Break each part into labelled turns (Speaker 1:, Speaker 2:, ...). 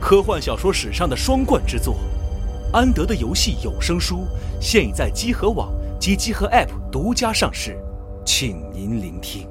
Speaker 1: 科幻小说史上的双冠之作。安德的游戏有声书现已在积禾网及积禾 App 独家上市，请您聆听。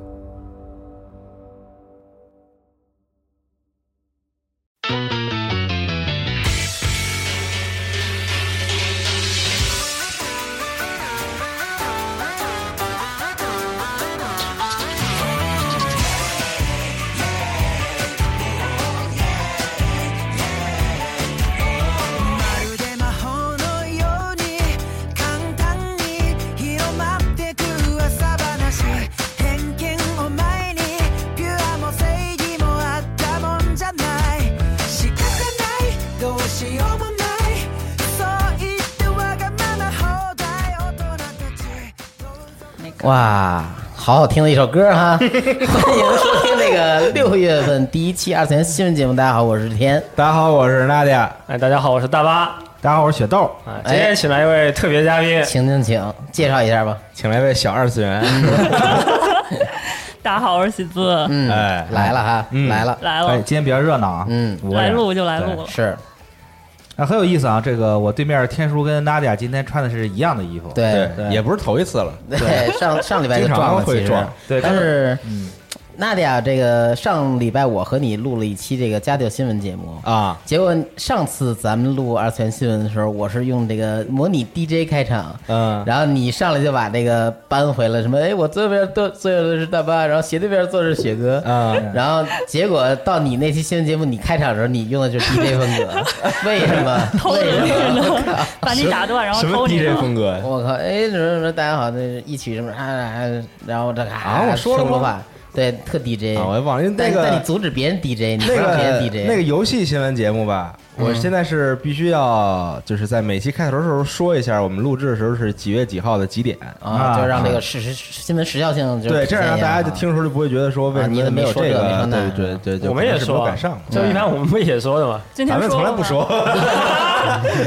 Speaker 2: 哇，好好听的一首歌 哈！欢迎收听那个六月份第一期二次元新闻节目。大家好，我是天。
Speaker 3: 大家好，我是娜姐。
Speaker 4: 哎，大家好，我是大巴。
Speaker 3: 大家好，我是雪豆。
Speaker 2: 哎
Speaker 4: 啊，今天请来一位特别嘉宾，
Speaker 2: 请请请，介绍一下吧。
Speaker 3: 请来一位小二次元。
Speaker 5: 大家好，我是喜子。
Speaker 2: 嗯，
Speaker 3: 哎
Speaker 2: 来了哈，
Speaker 3: 嗯
Speaker 2: 来了，
Speaker 5: 来
Speaker 3: 哎，
Speaker 5: 了，
Speaker 3: 今天比较热闹啊。
Speaker 2: 嗯，
Speaker 3: 我
Speaker 5: 来
Speaker 3: 也
Speaker 5: 录就来录
Speaker 3: 对
Speaker 5: 了。
Speaker 2: 是
Speaker 3: 啊，很有意思啊。这个我对面天叔跟娜姐今天穿的是一样的衣服。
Speaker 2: 对
Speaker 3: 对
Speaker 6: 也不是头一次了。
Speaker 2: 对， 上上礼拜就
Speaker 3: 经常
Speaker 2: 撞了，
Speaker 3: 会
Speaker 2: 其实
Speaker 3: 撞对
Speaker 2: 但
Speaker 3: 刚
Speaker 2: 是
Speaker 4: 嗯
Speaker 2: 娜迪亚这个上礼拜我和你录了一期这个家教新闻节目。
Speaker 3: 啊，
Speaker 2: 结果上次咱们录二次元新闻的时候，我是用这个模拟 DJ 开场，
Speaker 3: 嗯
Speaker 2: 然后你上来就把这个搬回了什么？哎，我左边坐坐着的是大巴，然后斜对面坐着是雪哥，
Speaker 3: 嗯
Speaker 2: 然后结果到你那期新闻节目，你开场的时候，你用的 就是 DJ 风格，为什么？
Speaker 5: 偷
Speaker 2: 为
Speaker 5: 人
Speaker 2: 什么？
Speaker 5: 了，把你打断，然后
Speaker 6: 什么
Speaker 5: 偷你
Speaker 6: DJ
Speaker 5: 了。
Speaker 6: 风格？
Speaker 2: 我靠！哎，什么什么，大家好，那一曲什么啊啊，然后这个
Speaker 6: 啊我说了吗
Speaker 2: 什么话？对，特 DJ
Speaker 6: 啊，我也忘了，因为
Speaker 2: 但
Speaker 6: 那
Speaker 2: 但你
Speaker 6: 个
Speaker 2: 阻止别人 DJ，你不
Speaker 6: 那
Speaker 2: 让别人
Speaker 6: 个
Speaker 2: DJ，
Speaker 6: 那个游戏新闻节目吧，
Speaker 2: 嗯
Speaker 6: 我现在是必须要就是在每期开头的时候说一下，我们录制的时候是几月几号的几点。
Speaker 2: 啊，就
Speaker 3: 啊
Speaker 2: 让这个事实新闻时效性就
Speaker 6: 对，哎这样让大家就听的时候就不会觉得说为
Speaker 2: 啊
Speaker 6: 什
Speaker 2: 你
Speaker 6: 么
Speaker 2: 怎么
Speaker 6: 没有
Speaker 2: 没说
Speaker 6: 这
Speaker 2: 这没说
Speaker 6: 个，对
Speaker 2: 那
Speaker 6: 对对对，
Speaker 4: 我们也
Speaker 6: 可能是没有
Speaker 4: 说
Speaker 6: 赶上，
Speaker 4: 就一般我们也说的嘛。
Speaker 5: 今天
Speaker 6: 咱们
Speaker 5: 说
Speaker 6: 从来不
Speaker 5: 了
Speaker 6: 说，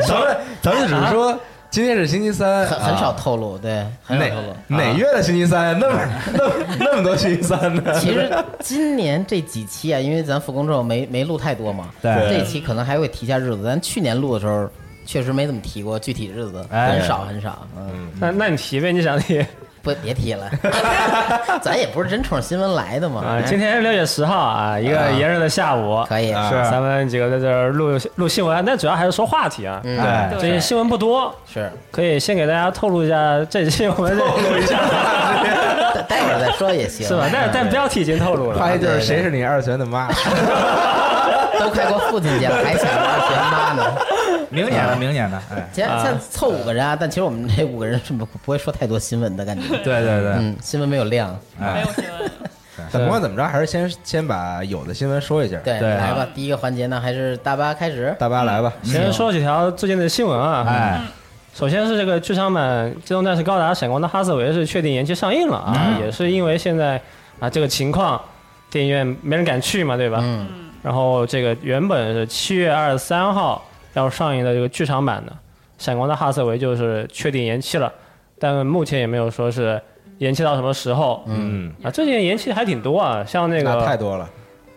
Speaker 6: 咱们咱们只是说今天是星期三，
Speaker 2: 很很少
Speaker 6: 啊
Speaker 2: 透露，对，很少透
Speaker 6: 哪
Speaker 2: 露。
Speaker 6: 哪月的星期三？那么那么那么多星期三 呢？
Speaker 2: 其实今年这几期啊，因为咱复工之后没没录太多嘛，
Speaker 3: 对
Speaker 2: 这期可能还会提一下日子。咱去年录的时候确实没怎么提过具体日子，
Speaker 3: 哎
Speaker 2: 很少很少。嗯，
Speaker 4: 那那你提呗，你想提啊
Speaker 2: 不别提了，咱也不是真冲着新闻来的嘛。
Speaker 4: 啊？
Speaker 2: 哎
Speaker 4: 今天是六月十号啊，一
Speaker 2: 啊
Speaker 4: 个炎热的下午，
Speaker 2: 可以，
Speaker 6: 啊
Speaker 3: 是
Speaker 4: 咱们几个在这儿录录新闻，但主要还是说话题啊。
Speaker 2: 嗯
Speaker 3: 对
Speaker 4: 最近新闻不多，
Speaker 2: 是，
Speaker 4: 可以先给大家透露一下这期我们透露一下，
Speaker 2: 待待会儿再说也行，嗯
Speaker 4: 是吧？但但标题已经透露
Speaker 6: 发
Speaker 4: 了，
Speaker 6: 现就是谁是你二次元的 妈？
Speaker 2: 都快过父亲节了，还想着二学妈呢。
Speaker 3: 明年的，明年的， 哎，
Speaker 2: 其实像凑五个人啊，但其实我们这五个人是不不会说太多新闻的感觉。
Speaker 3: 对对对，
Speaker 2: 嗯，新闻没有量。
Speaker 5: 没有新闻，
Speaker 6: 但不管哎怎么着，还是先先把有的新闻说一下。啊
Speaker 2: 对，
Speaker 3: 对啊
Speaker 2: 来吧，第一个环节呢，还是大巴开始。
Speaker 6: 大巴来吧，
Speaker 4: 先说几条最近的新闻啊。
Speaker 3: 哎，
Speaker 6: 嗯
Speaker 4: 首先是这个剧场版《机动战士高达：闪光的哈瑟维》是确定延期上映了啊，也是因为现在啊这个情况，电影院没人敢去嘛，对吧？
Speaker 2: 嗯，
Speaker 4: 然后这个原本是七月二十三号要上映的这个剧场版的，闪光的哈瑟维就是确定延期了，但目前也没有说是延期到什么时候。
Speaker 6: 嗯，
Speaker 4: 啊，最近延期还挺多啊，像那
Speaker 6: 那太
Speaker 4: 个
Speaker 6: 多了。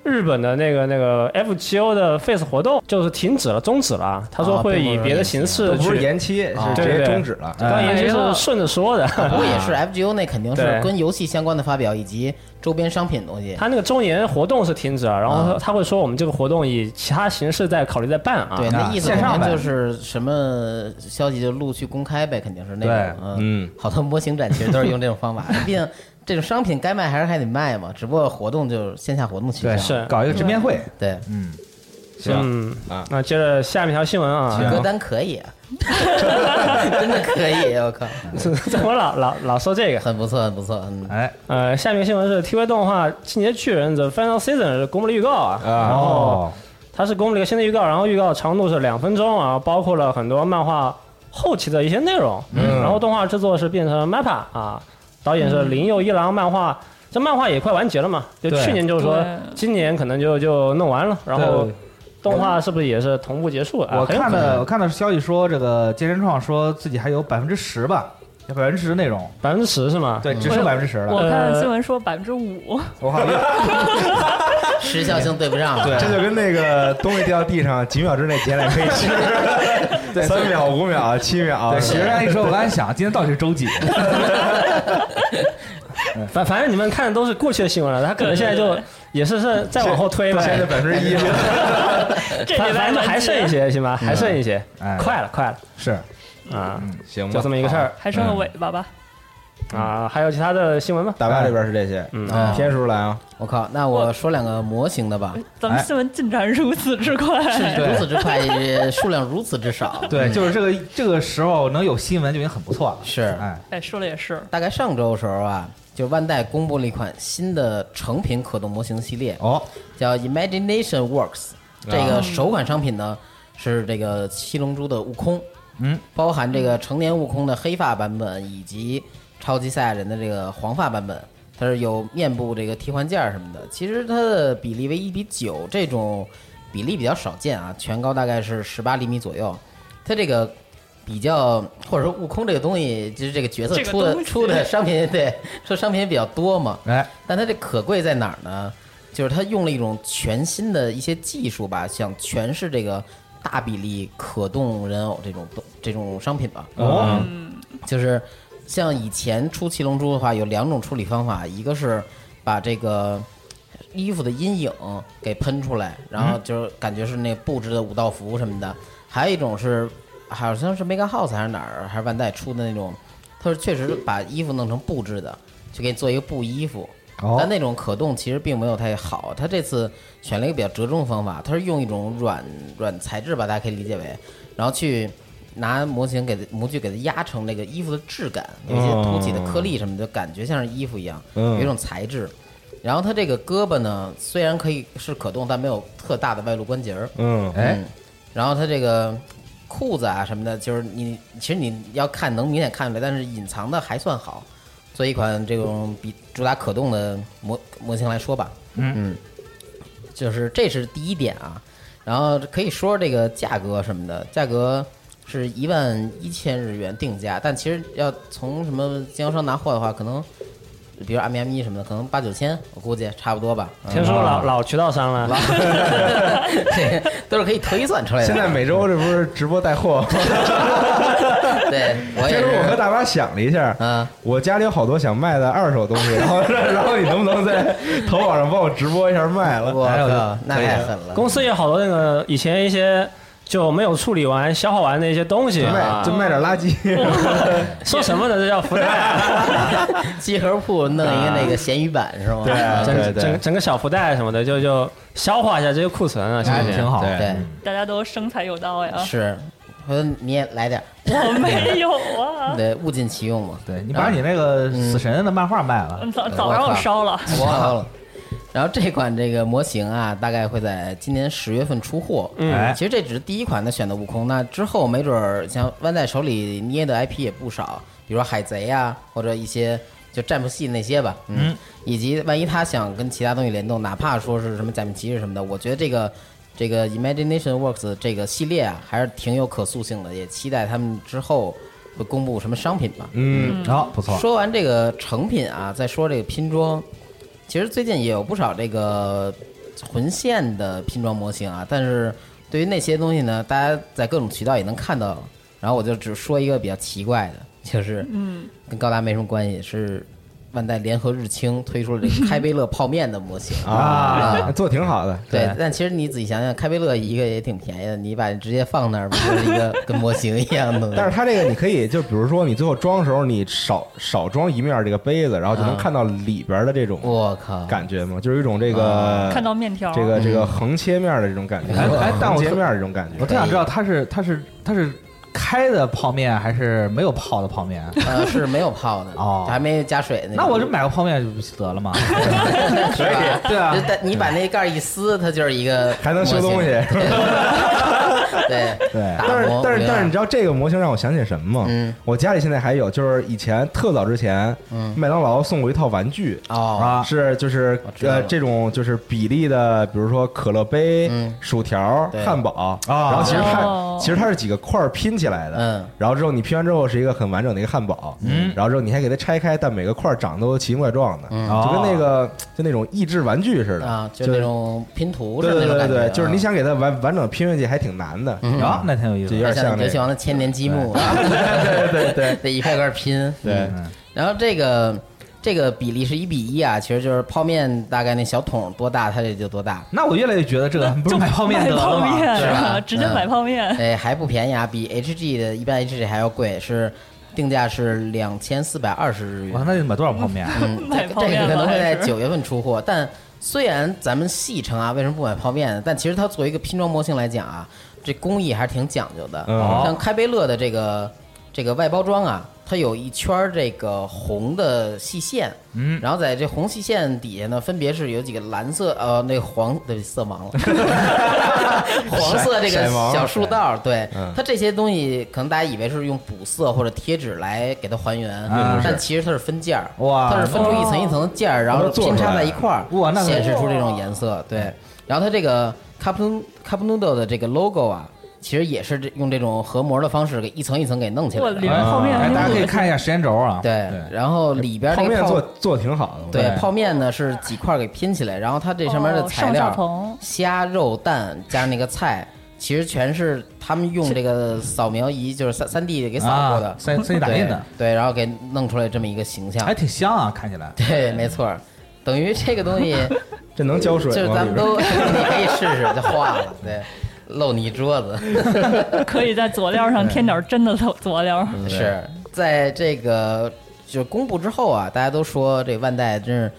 Speaker 4: 日本的那个那个 F 7 O 的 Face 活动就是停止了，终止了啊。他说
Speaker 2: 啊
Speaker 4: 会
Speaker 2: 并不
Speaker 4: 以
Speaker 2: 是
Speaker 4: 别的
Speaker 2: 延
Speaker 4: 形
Speaker 2: 期
Speaker 4: 式
Speaker 6: 都不是
Speaker 4: 去。
Speaker 6: 延期，是
Speaker 2: 啊
Speaker 6: 直
Speaker 4: 对
Speaker 6: 接
Speaker 4: 对
Speaker 6: 终止了。
Speaker 4: 刚
Speaker 2: 哎
Speaker 4: 延期
Speaker 2: 呀
Speaker 4: 是顺着说的，
Speaker 2: 不过也是 FGO 那肯定是
Speaker 4: 对
Speaker 2: 跟游戏相关的发表以及周边商品东西。
Speaker 4: 他那个周年活动是停止了，然后
Speaker 2: 啊
Speaker 4: 他他会说我们这个活动以其他形式在考虑在办啊。
Speaker 2: 对，那
Speaker 6: 啊
Speaker 2: 意思
Speaker 6: 线
Speaker 2: 肯
Speaker 6: 上
Speaker 2: 定
Speaker 6: 版
Speaker 2: 就是什么消息就陆续公开呗，肯定是那
Speaker 3: 对
Speaker 2: 种。嗯，
Speaker 6: 嗯，
Speaker 2: 好多模型展其实都是用这种方法，毕竟这种商品该卖还是还得卖嘛，只不过活动就是线下活动取
Speaker 3: 对，
Speaker 2: 向。
Speaker 4: 是
Speaker 3: 搞一个直面会，
Speaker 2: 对，
Speaker 3: 嗯，行，
Speaker 4: 嗯
Speaker 6: 啊
Speaker 4: 那接着下面一条新闻啊，
Speaker 2: 歌单可以啊， 真的可以，我靠，
Speaker 4: 怎么老老老说这个？
Speaker 2: 很不错，很不错，嗯，
Speaker 3: 哎，
Speaker 4: 呃，下面新闻是 TV 动画《进阶巨人》The Final Season 是公布了预告啊，然后
Speaker 3: 哦，
Speaker 4: 它是公布了一个新的预告，然后预告长度是两分钟啊，包括了很多漫画后期的一些内容，
Speaker 3: 嗯
Speaker 4: 然后动画制作是变成 MAPPA 啊，导演是林佑一郎，漫画这漫画也快完结了嘛，就
Speaker 3: 对
Speaker 4: 去年就是说
Speaker 5: 对
Speaker 4: 今年可能就就弄完了，然后
Speaker 3: 对
Speaker 4: 动画是不是也是同步结束啊？
Speaker 3: 我
Speaker 4: 很有
Speaker 3: 看
Speaker 4: 可能
Speaker 3: 的我看到消息说，这个健身创说自己还有百分之十吧，有百分之十内容，
Speaker 4: 百分之十是吗？
Speaker 3: 对，只剩百分之十了
Speaker 5: 我。看
Speaker 4: 呃
Speaker 5: 新闻说百分之五，
Speaker 3: 我好像
Speaker 2: 时效性对不上了，啊
Speaker 3: 对
Speaker 6: 这就跟那个东西掉地上，几秒之内捡来可以 吃，
Speaker 3: 对
Speaker 6: 三秒、五秒、七秒
Speaker 3: 对，，许人家一说，我刚才想，今天到底是 周几？
Speaker 4: 反反正你们看的都是过去的新闻了，他可能现在就也是是再往后推吧，
Speaker 6: 现在百分之一了。
Speaker 5: 这
Speaker 4: 反
Speaker 5: 礼
Speaker 4: 反
Speaker 5: 拜
Speaker 4: 正还
Speaker 5: 完结
Speaker 4: 剩一些行吧，还剩一些，
Speaker 3: 哎
Speaker 4: 快了快了
Speaker 3: 是，
Speaker 4: 啊，
Speaker 6: 行吧，
Speaker 4: 就这么一个事儿
Speaker 5: 还剩个尾巴吧。
Speaker 3: 嗯
Speaker 4: 啊。还有其他的新闻吗？
Speaker 6: 打吧这边是这些，
Speaker 4: 嗯
Speaker 6: 啊天叔来啊，
Speaker 2: 我靠，那我说两个模型的吧，
Speaker 5: 咱们
Speaker 3: 哎
Speaker 5: 新闻进展如此之快，
Speaker 3: 对
Speaker 2: 如此之快，也数量如此之少，
Speaker 3: 对，
Speaker 2: 嗯
Speaker 3: 就是这个这个时候能有新闻就已经很不错了。
Speaker 2: 是
Speaker 3: 哎，
Speaker 5: 哎，说的也是，
Speaker 2: 大概上周的时候啊，就万代公布了一款新的成品可动模型系列，
Speaker 3: 哦，
Speaker 2: 叫 Imagination Works。这个首款商品呢是这个《七龙珠》的悟空，
Speaker 3: 嗯，
Speaker 2: 包含这个成年悟空的黑发版本以及超级赛亚人的这个黄发版本，它是有面部这个替换件儿什么的。其实它的比例为一比九，这种比例比较少见啊，全高大概是十八厘米左右。它这个比较，或者说悟空这个东西，就是这个角色
Speaker 5: 这个
Speaker 2: 出的
Speaker 5: 东西
Speaker 2: 出的商品，对，出的商品也比较多嘛。
Speaker 3: 哎，
Speaker 2: 但它这可贵在哪儿呢？就是它用了一种全新的一些技术吧，想诠释这个大比例可动人偶这种东这种商品吧。嗯
Speaker 3: 哦，
Speaker 2: 就是像以前出七龙珠的话，有两种处理方法，一个是把这个衣服的阴影给喷出来，然后就是感觉是那布置的武道服什么的；还有一种是好像是 Mega House 还是哪儿还是万代出的那种，它是确实把衣服弄成布制的，就给你做一个布衣服。但
Speaker 3: 哦，
Speaker 2: 那种可动其实并没有太好。它这次选了一个比较折中的方法，它是用一种软软材质吧，大家可以理解为，然后去拿模型给它模具给它压成那个衣服的质感，有一些凸起的颗粒什么的，就感觉像是衣服一样，有一种材质。然后它这个胳膊呢，虽然可以是可动，但没有特大的外露关节儿。
Speaker 6: 嗯，
Speaker 3: 哎
Speaker 2: 嗯，然后它这个裤子啊什么的，就是你其实你要看能明显看出来，但是隐藏的还算好。做一款这种比主打可动的模模型来说吧，
Speaker 3: 嗯
Speaker 2: 就是这是第一点啊。然后可以说这个价格什么的，价格是一万一千日元定价，但其实要从什么经销商拿货的话，可能比如阿米阿咪什么的，可能八九千，我估计差不多吧。嗯
Speaker 4: 听说老老渠道商了，
Speaker 2: 这个都是可以推算出来的。
Speaker 6: 现在每周这不是直播带 货吗？
Speaker 2: 对我也
Speaker 6: 这
Speaker 2: 是
Speaker 6: 时候我和大巴想了一下，
Speaker 2: 啊，
Speaker 6: 我家里有好多想卖的二手东西， 然后然后你能不能在淘宝上帮我直播一下卖了？
Speaker 2: 我
Speaker 3: 还有
Speaker 2: 靠
Speaker 3: 的，
Speaker 2: 那
Speaker 3: 可以
Speaker 2: 太
Speaker 3: 的
Speaker 2: 狠了。
Speaker 4: 公司也有好多那个以前一些。就没有处理完、消化完的一些东西
Speaker 6: 卖
Speaker 4: 啊
Speaker 6: 就，卖点垃 圾，
Speaker 4: 说什么呢？这叫福袋啊，
Speaker 2: 集合铺弄一个那个咸鱼版是吗？
Speaker 6: 对啊
Speaker 4: 整整整个小福袋什么的，就就消化一下这些库存啊，行
Speaker 3: 哎
Speaker 4: 不行？
Speaker 3: 挺好。
Speaker 6: 对
Speaker 2: 对，
Speaker 5: 大家都生财有道呀。
Speaker 2: 是，回头你也来点儿，
Speaker 5: 我没有 啊，
Speaker 2: 对，物尽其用嘛。
Speaker 3: 对你把你那个死神的漫画卖了，
Speaker 5: 嗯早早让我烧了。
Speaker 2: 哇了。然后这款这个模型啊，大概会在今年十月份出货。
Speaker 3: 哎
Speaker 2: 其实这只是第一款的选的悟空，那之后没准儿像湾仔手里捏的 IP 也不少，比如说海贼啊，或者一些就战部戏那些吧。嗯，以及万一他想跟其他东西联动，哪怕说是什么假面骑士什么的，我觉得这个这个 Imagination Works 这个系列啊，还是挺有可塑性的，也期待他们之后会公布什么商品吧。
Speaker 3: 嗯，好，不错。
Speaker 2: 说完这个成品啊，再说这个拼装，其实最近也有不少这个魂线的拼装模型啊，但是对于那些东西呢，大家在各种渠道也能看到。然后我就只说一个比较奇怪的，就是嗯，跟高达没什么关系，是万代联合日清推出了这个开杯乐泡面的模型
Speaker 6: 啊，做挺好的，
Speaker 2: 对，但其实你仔细想想，开杯乐一个也挺便宜的，你把直接放那儿，不就是一个 跟模型一样的东西？
Speaker 6: 但是它这个你可以，就比如说你最后装的时候，你少少装一面这个杯子，然后就能
Speaker 2: 啊
Speaker 6: 看到里边的这种
Speaker 2: 我靠，
Speaker 6: 感觉嘛，就是一种这
Speaker 3: 呃
Speaker 2: 啊
Speaker 6: 个
Speaker 5: 看到面条，
Speaker 6: 这个这
Speaker 2: 嗯
Speaker 6: 个横切面的这种感觉，
Speaker 3: 哦哎哎但我
Speaker 6: 横切面的这种感
Speaker 3: 我
Speaker 6: 觉，
Speaker 3: 特想知道它是它是它是开的泡面还是没有泡的泡面？
Speaker 2: 呃是没有泡的，
Speaker 3: 哦
Speaker 2: 还没加水那种。
Speaker 3: 那我就买个泡面就不就得 了嘛？
Speaker 2: 是吧？
Speaker 3: 对啊
Speaker 2: 就但你把那盖儿一撕，它就是一个
Speaker 6: 还能修东西
Speaker 2: 模型。对，
Speaker 6: 对，
Speaker 2: 打
Speaker 6: 但是
Speaker 2: 磨
Speaker 6: 但是
Speaker 2: 对吧
Speaker 6: 但是你知道这个模型让我想起什么吗？
Speaker 2: 嗯
Speaker 6: 我家里现在还有，就是以前特早之前，
Speaker 2: 嗯
Speaker 6: 麦当劳送过一套玩具，
Speaker 2: 哦，
Speaker 3: 啊，
Speaker 6: 是就是
Speaker 2: 我知道了
Speaker 6: 呃这种就是比例的，比如说可乐杯
Speaker 2: 嗯、
Speaker 6: 薯条、
Speaker 2: 对
Speaker 6: 汉堡，
Speaker 3: 啊
Speaker 6: 然后其实它
Speaker 5: 哦
Speaker 6: 其实它是几个块儿拼起来的，
Speaker 2: 嗯，
Speaker 6: 然后之后你拼完之后是一个很完整的一个汉堡，
Speaker 3: 嗯
Speaker 6: 然后之后你还给它拆开，但每个块儿长得都奇形怪状的，
Speaker 2: 嗯
Speaker 3: 哦
Speaker 6: 就跟那个就那种益智玩具似的
Speaker 2: 啊，就
Speaker 6: 就
Speaker 2: 那
Speaker 6: 是
Speaker 2: 种拼图似
Speaker 6: 对
Speaker 2: 的那
Speaker 6: 对对
Speaker 2: 种感觉啊，
Speaker 6: 对，就是你想给它完完整拼上去还挺难的，
Speaker 2: 嗯
Speaker 3: 啊，那挺有意思
Speaker 6: 就有
Speaker 3: 的。
Speaker 6: 点
Speaker 2: 像
Speaker 6: 像那
Speaker 2: 游戏
Speaker 6: 个，
Speaker 2: 王的千年积木，啊
Speaker 6: 对对对
Speaker 2: 得一块块拼。
Speaker 6: 对
Speaker 3: 嗯
Speaker 2: 然后这个这个比例是一比一啊，其实就是泡面大概那小桶多大，它这就多大。
Speaker 3: 那我越来越觉得 这个不是
Speaker 5: 就
Speaker 3: 买泡面得了
Speaker 5: 买泡
Speaker 3: 吗？
Speaker 5: 面
Speaker 4: 啊
Speaker 2: 是吧
Speaker 5: 直接买泡面，
Speaker 2: 哎，还不便宜啊，比 HG 的一般 HG 还要贵，是定价是两千四百二十日
Speaker 3: 我
Speaker 2: 元。
Speaker 3: 那得买多少泡面？啊
Speaker 2: 嗯，这
Speaker 5: 买泡面
Speaker 2: 这个可能会在
Speaker 5: 了还是
Speaker 2: 九月份出货，但虽然咱们戏称啊，为什么不买泡面呢？但其实它作为一个拼装模型来讲啊，这工艺还是挺讲究的。
Speaker 6: 嗯
Speaker 2: 像开杯乐的这个这个外包装啊，它有一圈儿这个红的细线，
Speaker 3: 嗯
Speaker 2: 然后在这红细线底下呢，分别是有几个蓝色呃那个黄对色盲了， 黄色这个
Speaker 6: 色盲
Speaker 2: 小竖道儿，对
Speaker 6: 嗯
Speaker 2: 它这些东西可能大家以为是用补色或者贴纸来给它还原
Speaker 3: 嗯，
Speaker 2: 但其实它是分件儿，
Speaker 3: 哇
Speaker 2: 它是分出一层一层的件儿，然后拼插在一块儿，
Speaker 3: 哇那可
Speaker 2: 显示出这种颜色，对，然后它这个 cup nood- cup noodle 的这个 logo 啊。其实也是这用这种合模的方式给一层一层给弄起来
Speaker 5: 我
Speaker 2: 的
Speaker 5: 里，面
Speaker 6: 嗯
Speaker 5: 泡面
Speaker 3: 哎，
Speaker 5: 还
Speaker 3: 大家可以
Speaker 5: 挺
Speaker 3: 看一下时间轴啊。
Speaker 2: 对，然后里边
Speaker 6: 泡
Speaker 2: 那个
Speaker 6: 面
Speaker 2: 泡
Speaker 6: 做做挺好的，我觉
Speaker 2: 对
Speaker 6: 得，
Speaker 2: 泡面呢是几块给拼起来，然后它这上面的
Speaker 5: 哦
Speaker 2: 材
Speaker 5: 上下
Speaker 2: 料，
Speaker 5: 棚
Speaker 2: 虾、肉、蛋加上那个菜，其实全是他们用这个扫描仪，就是三三 D 给扫过的
Speaker 3: 啊，，三三 D 打印的，
Speaker 2: 对，对，然后给弄出来这么一个形象
Speaker 3: 还，挺香啊，看起来。
Speaker 2: 对，没错儿，等于这个东西
Speaker 6: 这能浇水
Speaker 2: 就
Speaker 6: 吗？
Speaker 2: 是咱们都 你可以试试，就化了，对，露你一桌子。
Speaker 5: 可以在佐料上添点真的佐佐料，
Speaker 4: 嗯
Speaker 2: 是在这个就公布之后啊，大家都说这万代真是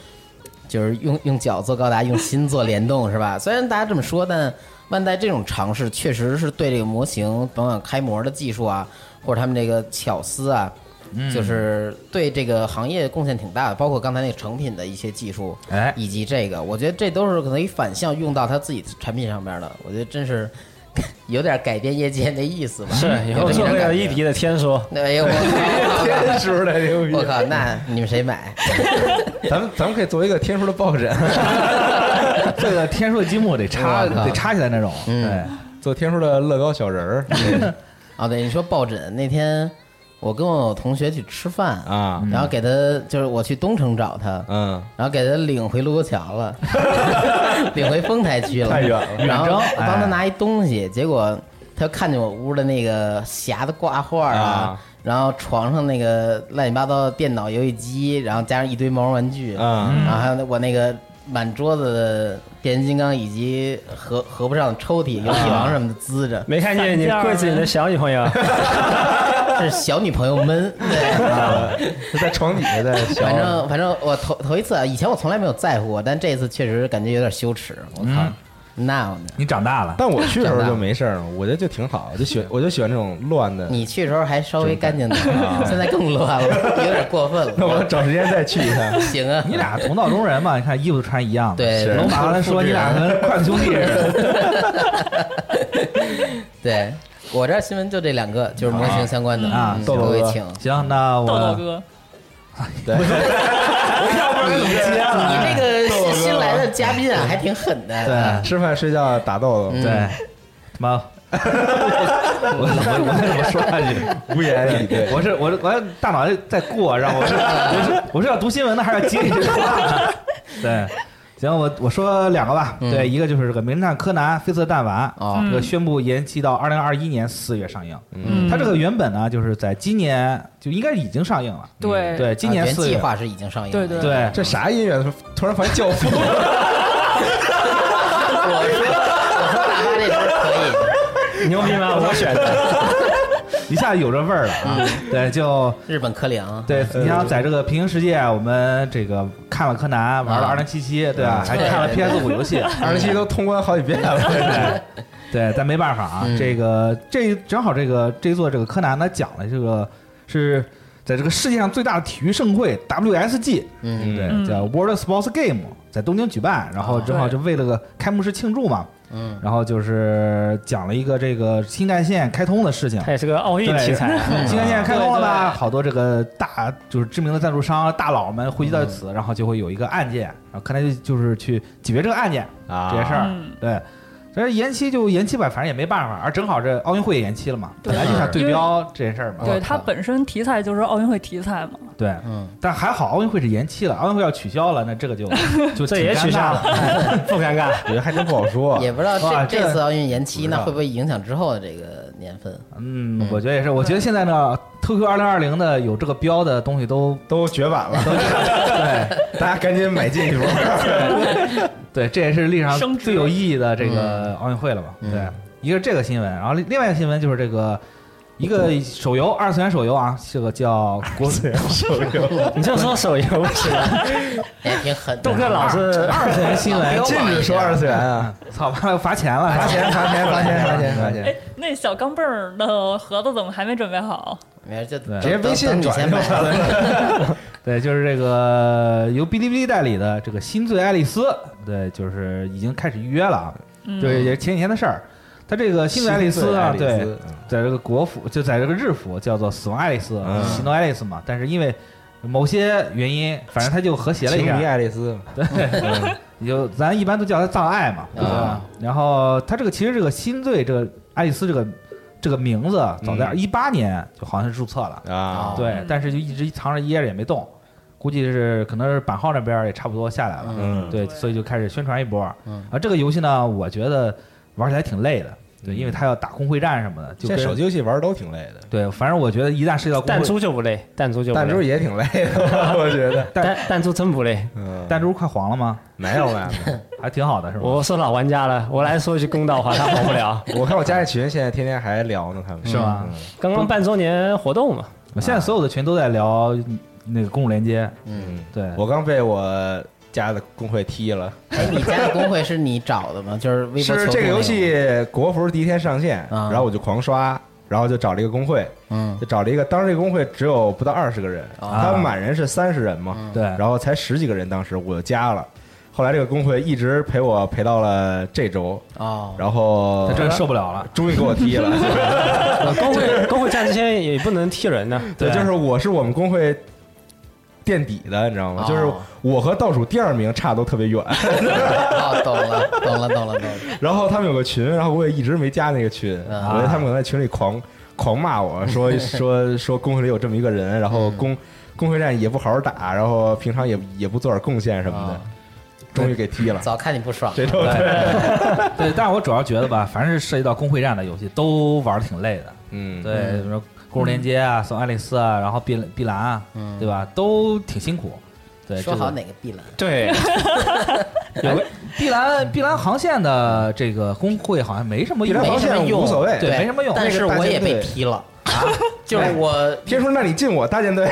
Speaker 2: 就是用用脚做高达，用心做联动，是吧？虽 然大家这么说，但万代这种尝试确实是对这个模型，甭管开模的技术啊，或者他们这个巧思啊。
Speaker 4: 嗯
Speaker 2: 就是对这个行业贡献挺大的，包括刚才那个成品的一些技术，
Speaker 3: 哎
Speaker 2: 以及这个，我觉得这都是可以反向用到他自己产品上边的。我觉得真是 有点改变业界的意思吧。
Speaker 3: 嗯
Speaker 4: 是以后
Speaker 2: 有这
Speaker 4: 做
Speaker 2: 么一种
Speaker 4: 那个
Speaker 2: 感
Speaker 4: 一
Speaker 2: 觉
Speaker 4: 迪的天书，
Speaker 2: 那哎呦，我
Speaker 6: 天时的牛
Speaker 2: 我靠，那你们谁买？
Speaker 6: 逼！咱们咱们可以做一个天书的抱 枕，
Speaker 3: 这个天数积木得插，
Speaker 2: 我靠
Speaker 3: 得插起来那种。
Speaker 2: 嗯
Speaker 3: 对，
Speaker 6: 做天书的乐高小人儿
Speaker 2: 哦，对，你说抱枕那天，我跟我同学去吃饭，
Speaker 6: 啊，
Speaker 2: 然后给他就是我去东城找他，
Speaker 6: 嗯，
Speaker 2: 然后给他领回卢沟 桥了，领回丰台区了，
Speaker 6: 太远了
Speaker 2: 然后
Speaker 3: 远征
Speaker 2: 我帮他
Speaker 3: 哎
Speaker 2: 拿一东西，结果他看见我屋的那个匣子挂画啊
Speaker 6: 啊，
Speaker 2: 然后床上那个乱七八糟的电脑、游戏机，然后加上一堆毛绒玩具，
Speaker 6: 嗯
Speaker 2: 然后还有那我那个满桌子的变形金刚以及合合不上的抽屉、游戏王什么的滋 着，
Speaker 4: 没看见你柜子里的小女朋友，
Speaker 2: 是小女朋友闷，对。
Speaker 6: 就呃在床底下在小，
Speaker 2: 反正反正我头头一次，啊，以前我从来没有在乎过，但这次确实感觉有点羞耻。我靠，那我呢？
Speaker 3: 你长大了，
Speaker 6: 但我去的时候就没事儿了，我觉得就挺好，我就喜欢我就喜欢这种乱的。
Speaker 2: 你去的时候还稍微干净点
Speaker 6: 啊，
Speaker 2: 现在更乱了，有点过分
Speaker 6: 那我
Speaker 2: 了。。
Speaker 6: 找时间再去一趟
Speaker 2: 行啊，
Speaker 3: 你 俩同道中人嘛？你看衣服都穿一样的。
Speaker 2: 对
Speaker 3: 是龙马刚才说你俩跟筷子兄弟 似的。
Speaker 2: 对我这儿新闻就这两个，就是模型相关的
Speaker 3: 啊
Speaker 2: 嗯
Speaker 6: 豆豆
Speaker 2: 各位
Speaker 6: 哥
Speaker 2: 请。
Speaker 3: 行，那我
Speaker 5: 豆豆哥，
Speaker 6: 对，我要不然
Speaker 2: 你这个新新来的嘉宾啊，还挺狠的。嗯
Speaker 3: 对
Speaker 6: 吃饭、睡觉、打豆豆，
Speaker 3: 对，他妈， 我我我怎么说下去？
Speaker 6: 无
Speaker 4: 哎
Speaker 6: 言以对。
Speaker 3: 我是我是我大脑在过，让我是我是我是要读新闻呢，还是要接你这话呢？对，行，我我说两个吧。
Speaker 2: 嗯
Speaker 3: 对，一个就是这个《名侦探柯南：黑色弹丸》
Speaker 2: 哦
Speaker 3: 这个宣布延期到二零二一年四月上映。
Speaker 5: 嗯
Speaker 3: 它这个原本呢，就是在今年就应该已经上映了。
Speaker 5: 对
Speaker 3: 对，今年
Speaker 2: 啊原
Speaker 3: 四
Speaker 2: 计
Speaker 3: 月。
Speaker 2: 划是已经上映了。
Speaker 5: 对对
Speaker 3: 对，
Speaker 6: 这啥音乐？突然发现教父，
Speaker 2: 我说我说大妈这歌可以。
Speaker 4: 牛逼吗？我选的，
Speaker 3: 一下有这味儿了啊！呃对，就
Speaker 2: 日本科联啊，
Speaker 3: 对，你想在这个平行世界，我们这个看了柯南，玩了
Speaker 2: 啊
Speaker 3: 二零七七，对吧？还
Speaker 2: 对
Speaker 3: 看了
Speaker 2: 对对
Speaker 3: PS 五游戏，啊
Speaker 6: 二十七都通关好几遍 了。
Speaker 3: 对，但没办法啊，
Speaker 2: 嗯
Speaker 3: 这个这正好这个这一座这个柯南呢讲了这个是在这个世界上最大的体育盛会 WSG，
Speaker 2: 嗯
Speaker 3: 对，
Speaker 5: 嗯
Speaker 3: 叫 World Sports Game，在东京举办，然后
Speaker 2: 啊
Speaker 3: 正好就为了个开幕式庆祝嘛，
Speaker 2: 嗯，
Speaker 3: 然后就是讲了一个这个新干线开通的事情。
Speaker 4: 它也是个奥运
Speaker 3: 对
Speaker 4: 题材。
Speaker 3: 嗯新干线开通了
Speaker 4: 对
Speaker 3: 吧？
Speaker 4: 对
Speaker 3: 好多这个大就是知名的赞助商大佬们汇集到此，然后就会有一个案件，然后看来就是去解决这个案件
Speaker 6: 啊
Speaker 3: 这些事儿
Speaker 5: 嗯。
Speaker 3: 对，所以延期就延期吧，反正也没办法。而正好这奥运会也延期了嘛，
Speaker 5: 对
Speaker 3: 本来就
Speaker 4: 嗯
Speaker 3: 想对标这件事儿嘛。
Speaker 5: 对，它本身题材就是奥运会题材嘛。
Speaker 3: 对，
Speaker 2: 嗯，
Speaker 3: 但还好奥运会是延期了，奥运会要取消了，那这个 就就
Speaker 4: 这也
Speaker 3: 挺尴
Speaker 4: 取消
Speaker 3: 尬
Speaker 4: 了， 不尴尬。
Speaker 6: 我觉得还真不好说。
Speaker 2: 也不知道
Speaker 3: 哇
Speaker 2: 这
Speaker 3: 这
Speaker 2: 这次奥运延期，
Speaker 3: 不知道
Speaker 2: 那会不会影响之后的这个年份？
Speaker 3: 嗯，我觉得也是。我觉得现在呢，QQ 二零二零的有这个标的东西都
Speaker 6: 都绝版了，对， 大家赶紧买进一波。
Speaker 3: 对，这也是历史上
Speaker 5: 升值
Speaker 3: 最有意义的这个奥运会了吧？
Speaker 2: 嗯
Speaker 3: 对，一个是这个新闻，然后另另外一个新闻就是这个一个手游二次元手游啊，这个叫国
Speaker 4: 你就说手游不行，
Speaker 2: 也挺狠的。啊
Speaker 4: 杜克老师
Speaker 3: 二次元新闻，
Speaker 6: 禁止说二次元啊！
Speaker 3: 操，完了罚钱了，
Speaker 6: 罚钱，罚钱，罚钱，罚钱，罚
Speaker 5: 哎
Speaker 6: 钱！，
Speaker 5: 那小钢镚儿的盒子怎么还没准备好？
Speaker 2: 没事，就
Speaker 3: 对
Speaker 2: 等
Speaker 6: 直接微信
Speaker 2: 等你
Speaker 6: 转
Speaker 2: 先买。
Speaker 3: 对，就是这个由哔哩哔哩代理的这个《新罪爱丽丝》，对，就是已经开始预约了啊，
Speaker 5: 嗯
Speaker 3: 对，也是前几天的事儿。它这个《新罪爱丽丝》啊，对，
Speaker 6: 嗯
Speaker 3: 在这个国服就在这个日服叫做《死亡爱丽丝啊
Speaker 6: 嗯》
Speaker 3: 喜怒爱丽丝嘛，但是因为某些原因，反正它就和谐了
Speaker 6: 情
Speaker 3: 一
Speaker 6: 迷
Speaker 3: 下，
Speaker 6: 爱丽丝，嗯
Speaker 3: 也 就咱一般都叫它葬爱嘛，对吧
Speaker 2: 啊？
Speaker 3: 然后它这个其实这个新罪这个爱丽丝这个这个名字，啊早在
Speaker 6: 嗯
Speaker 3: 一八年就好像是注册了，
Speaker 2: 哦
Speaker 6: 啊
Speaker 3: 对
Speaker 5: 嗯，
Speaker 3: 但是就一直藏着掖着也没动，估计是可能是版号那边儿也差不多下来了，
Speaker 6: 嗯
Speaker 3: 对，所以就开始宣传一波。
Speaker 2: 嗯
Speaker 3: 啊，这个游戏呢，我觉得玩起来挺累的，对，因为它要打空会战什么的，就
Speaker 6: 嗯现
Speaker 3: 跟
Speaker 6: 在手机游戏玩都挺累的，
Speaker 3: 对，反 正我觉得一旦涉及到
Speaker 4: 弹
Speaker 3: 公会，
Speaker 4: 珠就不累，弹珠就不
Speaker 6: 弹珠
Speaker 4: 累，
Speaker 6: 也挺累的， 我觉 得。
Speaker 4: 弹弹珠真不累。
Speaker 6: 嗯，
Speaker 3: 弹珠快黄了吗？
Speaker 6: 没有啊没有，
Speaker 3: 还挺好的，是吗？
Speaker 4: 我是老玩家了，我来说一句公道话，他跑不 了。
Speaker 6: 我看我家里群现在天天还聊呢，他们嗯
Speaker 3: 是吗？
Speaker 4: 刚刚半周年活动嘛，
Speaker 3: 我现在所有的群都在聊那个公路连接，
Speaker 2: 嗯，
Speaker 6: 嗯，
Speaker 3: 对，
Speaker 6: 我刚被我家的工会踢了，
Speaker 2: 哎，你家的工会是你找的吗？就是微博
Speaker 6: 是
Speaker 2: 求助
Speaker 6: 这个
Speaker 2: 那
Speaker 6: 游戏国服第一天上线，
Speaker 2: 啊
Speaker 6: 然后我就狂刷，然后就找了一个工会，
Speaker 2: 嗯，
Speaker 6: 就找了一个，当时这个工会只有不到二十个人，
Speaker 2: 啊嗯
Speaker 6: 他们满人是三十人嘛，
Speaker 3: 对，
Speaker 6: 然后才十几个人，当时我就加了。后来这个工会一直陪我陪到了这周，
Speaker 2: 哦，
Speaker 6: 然后
Speaker 3: 他真受不了了。
Speaker 6: 终于给我踢 了。
Speaker 4: 呃工会工会战之前也不能踢人呢。
Speaker 6: 对，就是我是我们工会垫底的，你知道吗？
Speaker 2: 哦
Speaker 6: 就是我和倒数第二名差都特别远。
Speaker 2: 哦，懂了，懂了，懂了，懂了。
Speaker 6: 然后他们有个群，然后我也一直没加那个群，
Speaker 2: 啊
Speaker 6: 我觉得他们可能在群里狂狂骂我 说说说工会里有这么一个人，然
Speaker 3: 嗯
Speaker 6: 后工工会战也不好好打，然后平常也也不做点贡献什么
Speaker 2: 啊
Speaker 6: 的，终于给踢了。
Speaker 2: 早看你不爽，
Speaker 6: 这周
Speaker 3: 对，但是我主要觉得吧，凡是涉及到公会战的游戏，都玩的挺累的。
Speaker 6: 嗯，
Speaker 3: 对，什么公路连接啊、送爱丽丝啊，然后碧碧蓝啊，
Speaker 2: 嗯
Speaker 3: 对吧？都挺辛苦。对，
Speaker 2: 说
Speaker 3: 这个
Speaker 2: 好哪个碧蓝？
Speaker 4: 对，有个
Speaker 3: 碧蓝碧蓝航线的这个工会好像没什么
Speaker 6: 碧蓝
Speaker 3: 用
Speaker 6: 航线
Speaker 2: 没什么用
Speaker 6: 无所谓
Speaker 3: 对，没什么用。
Speaker 2: 但是
Speaker 6: 那个大
Speaker 2: 我
Speaker 6: 舰
Speaker 2: 也被
Speaker 6: 队
Speaker 2: 踢了 啊！就是 我，
Speaker 6: 天叔，那你进我大舰队，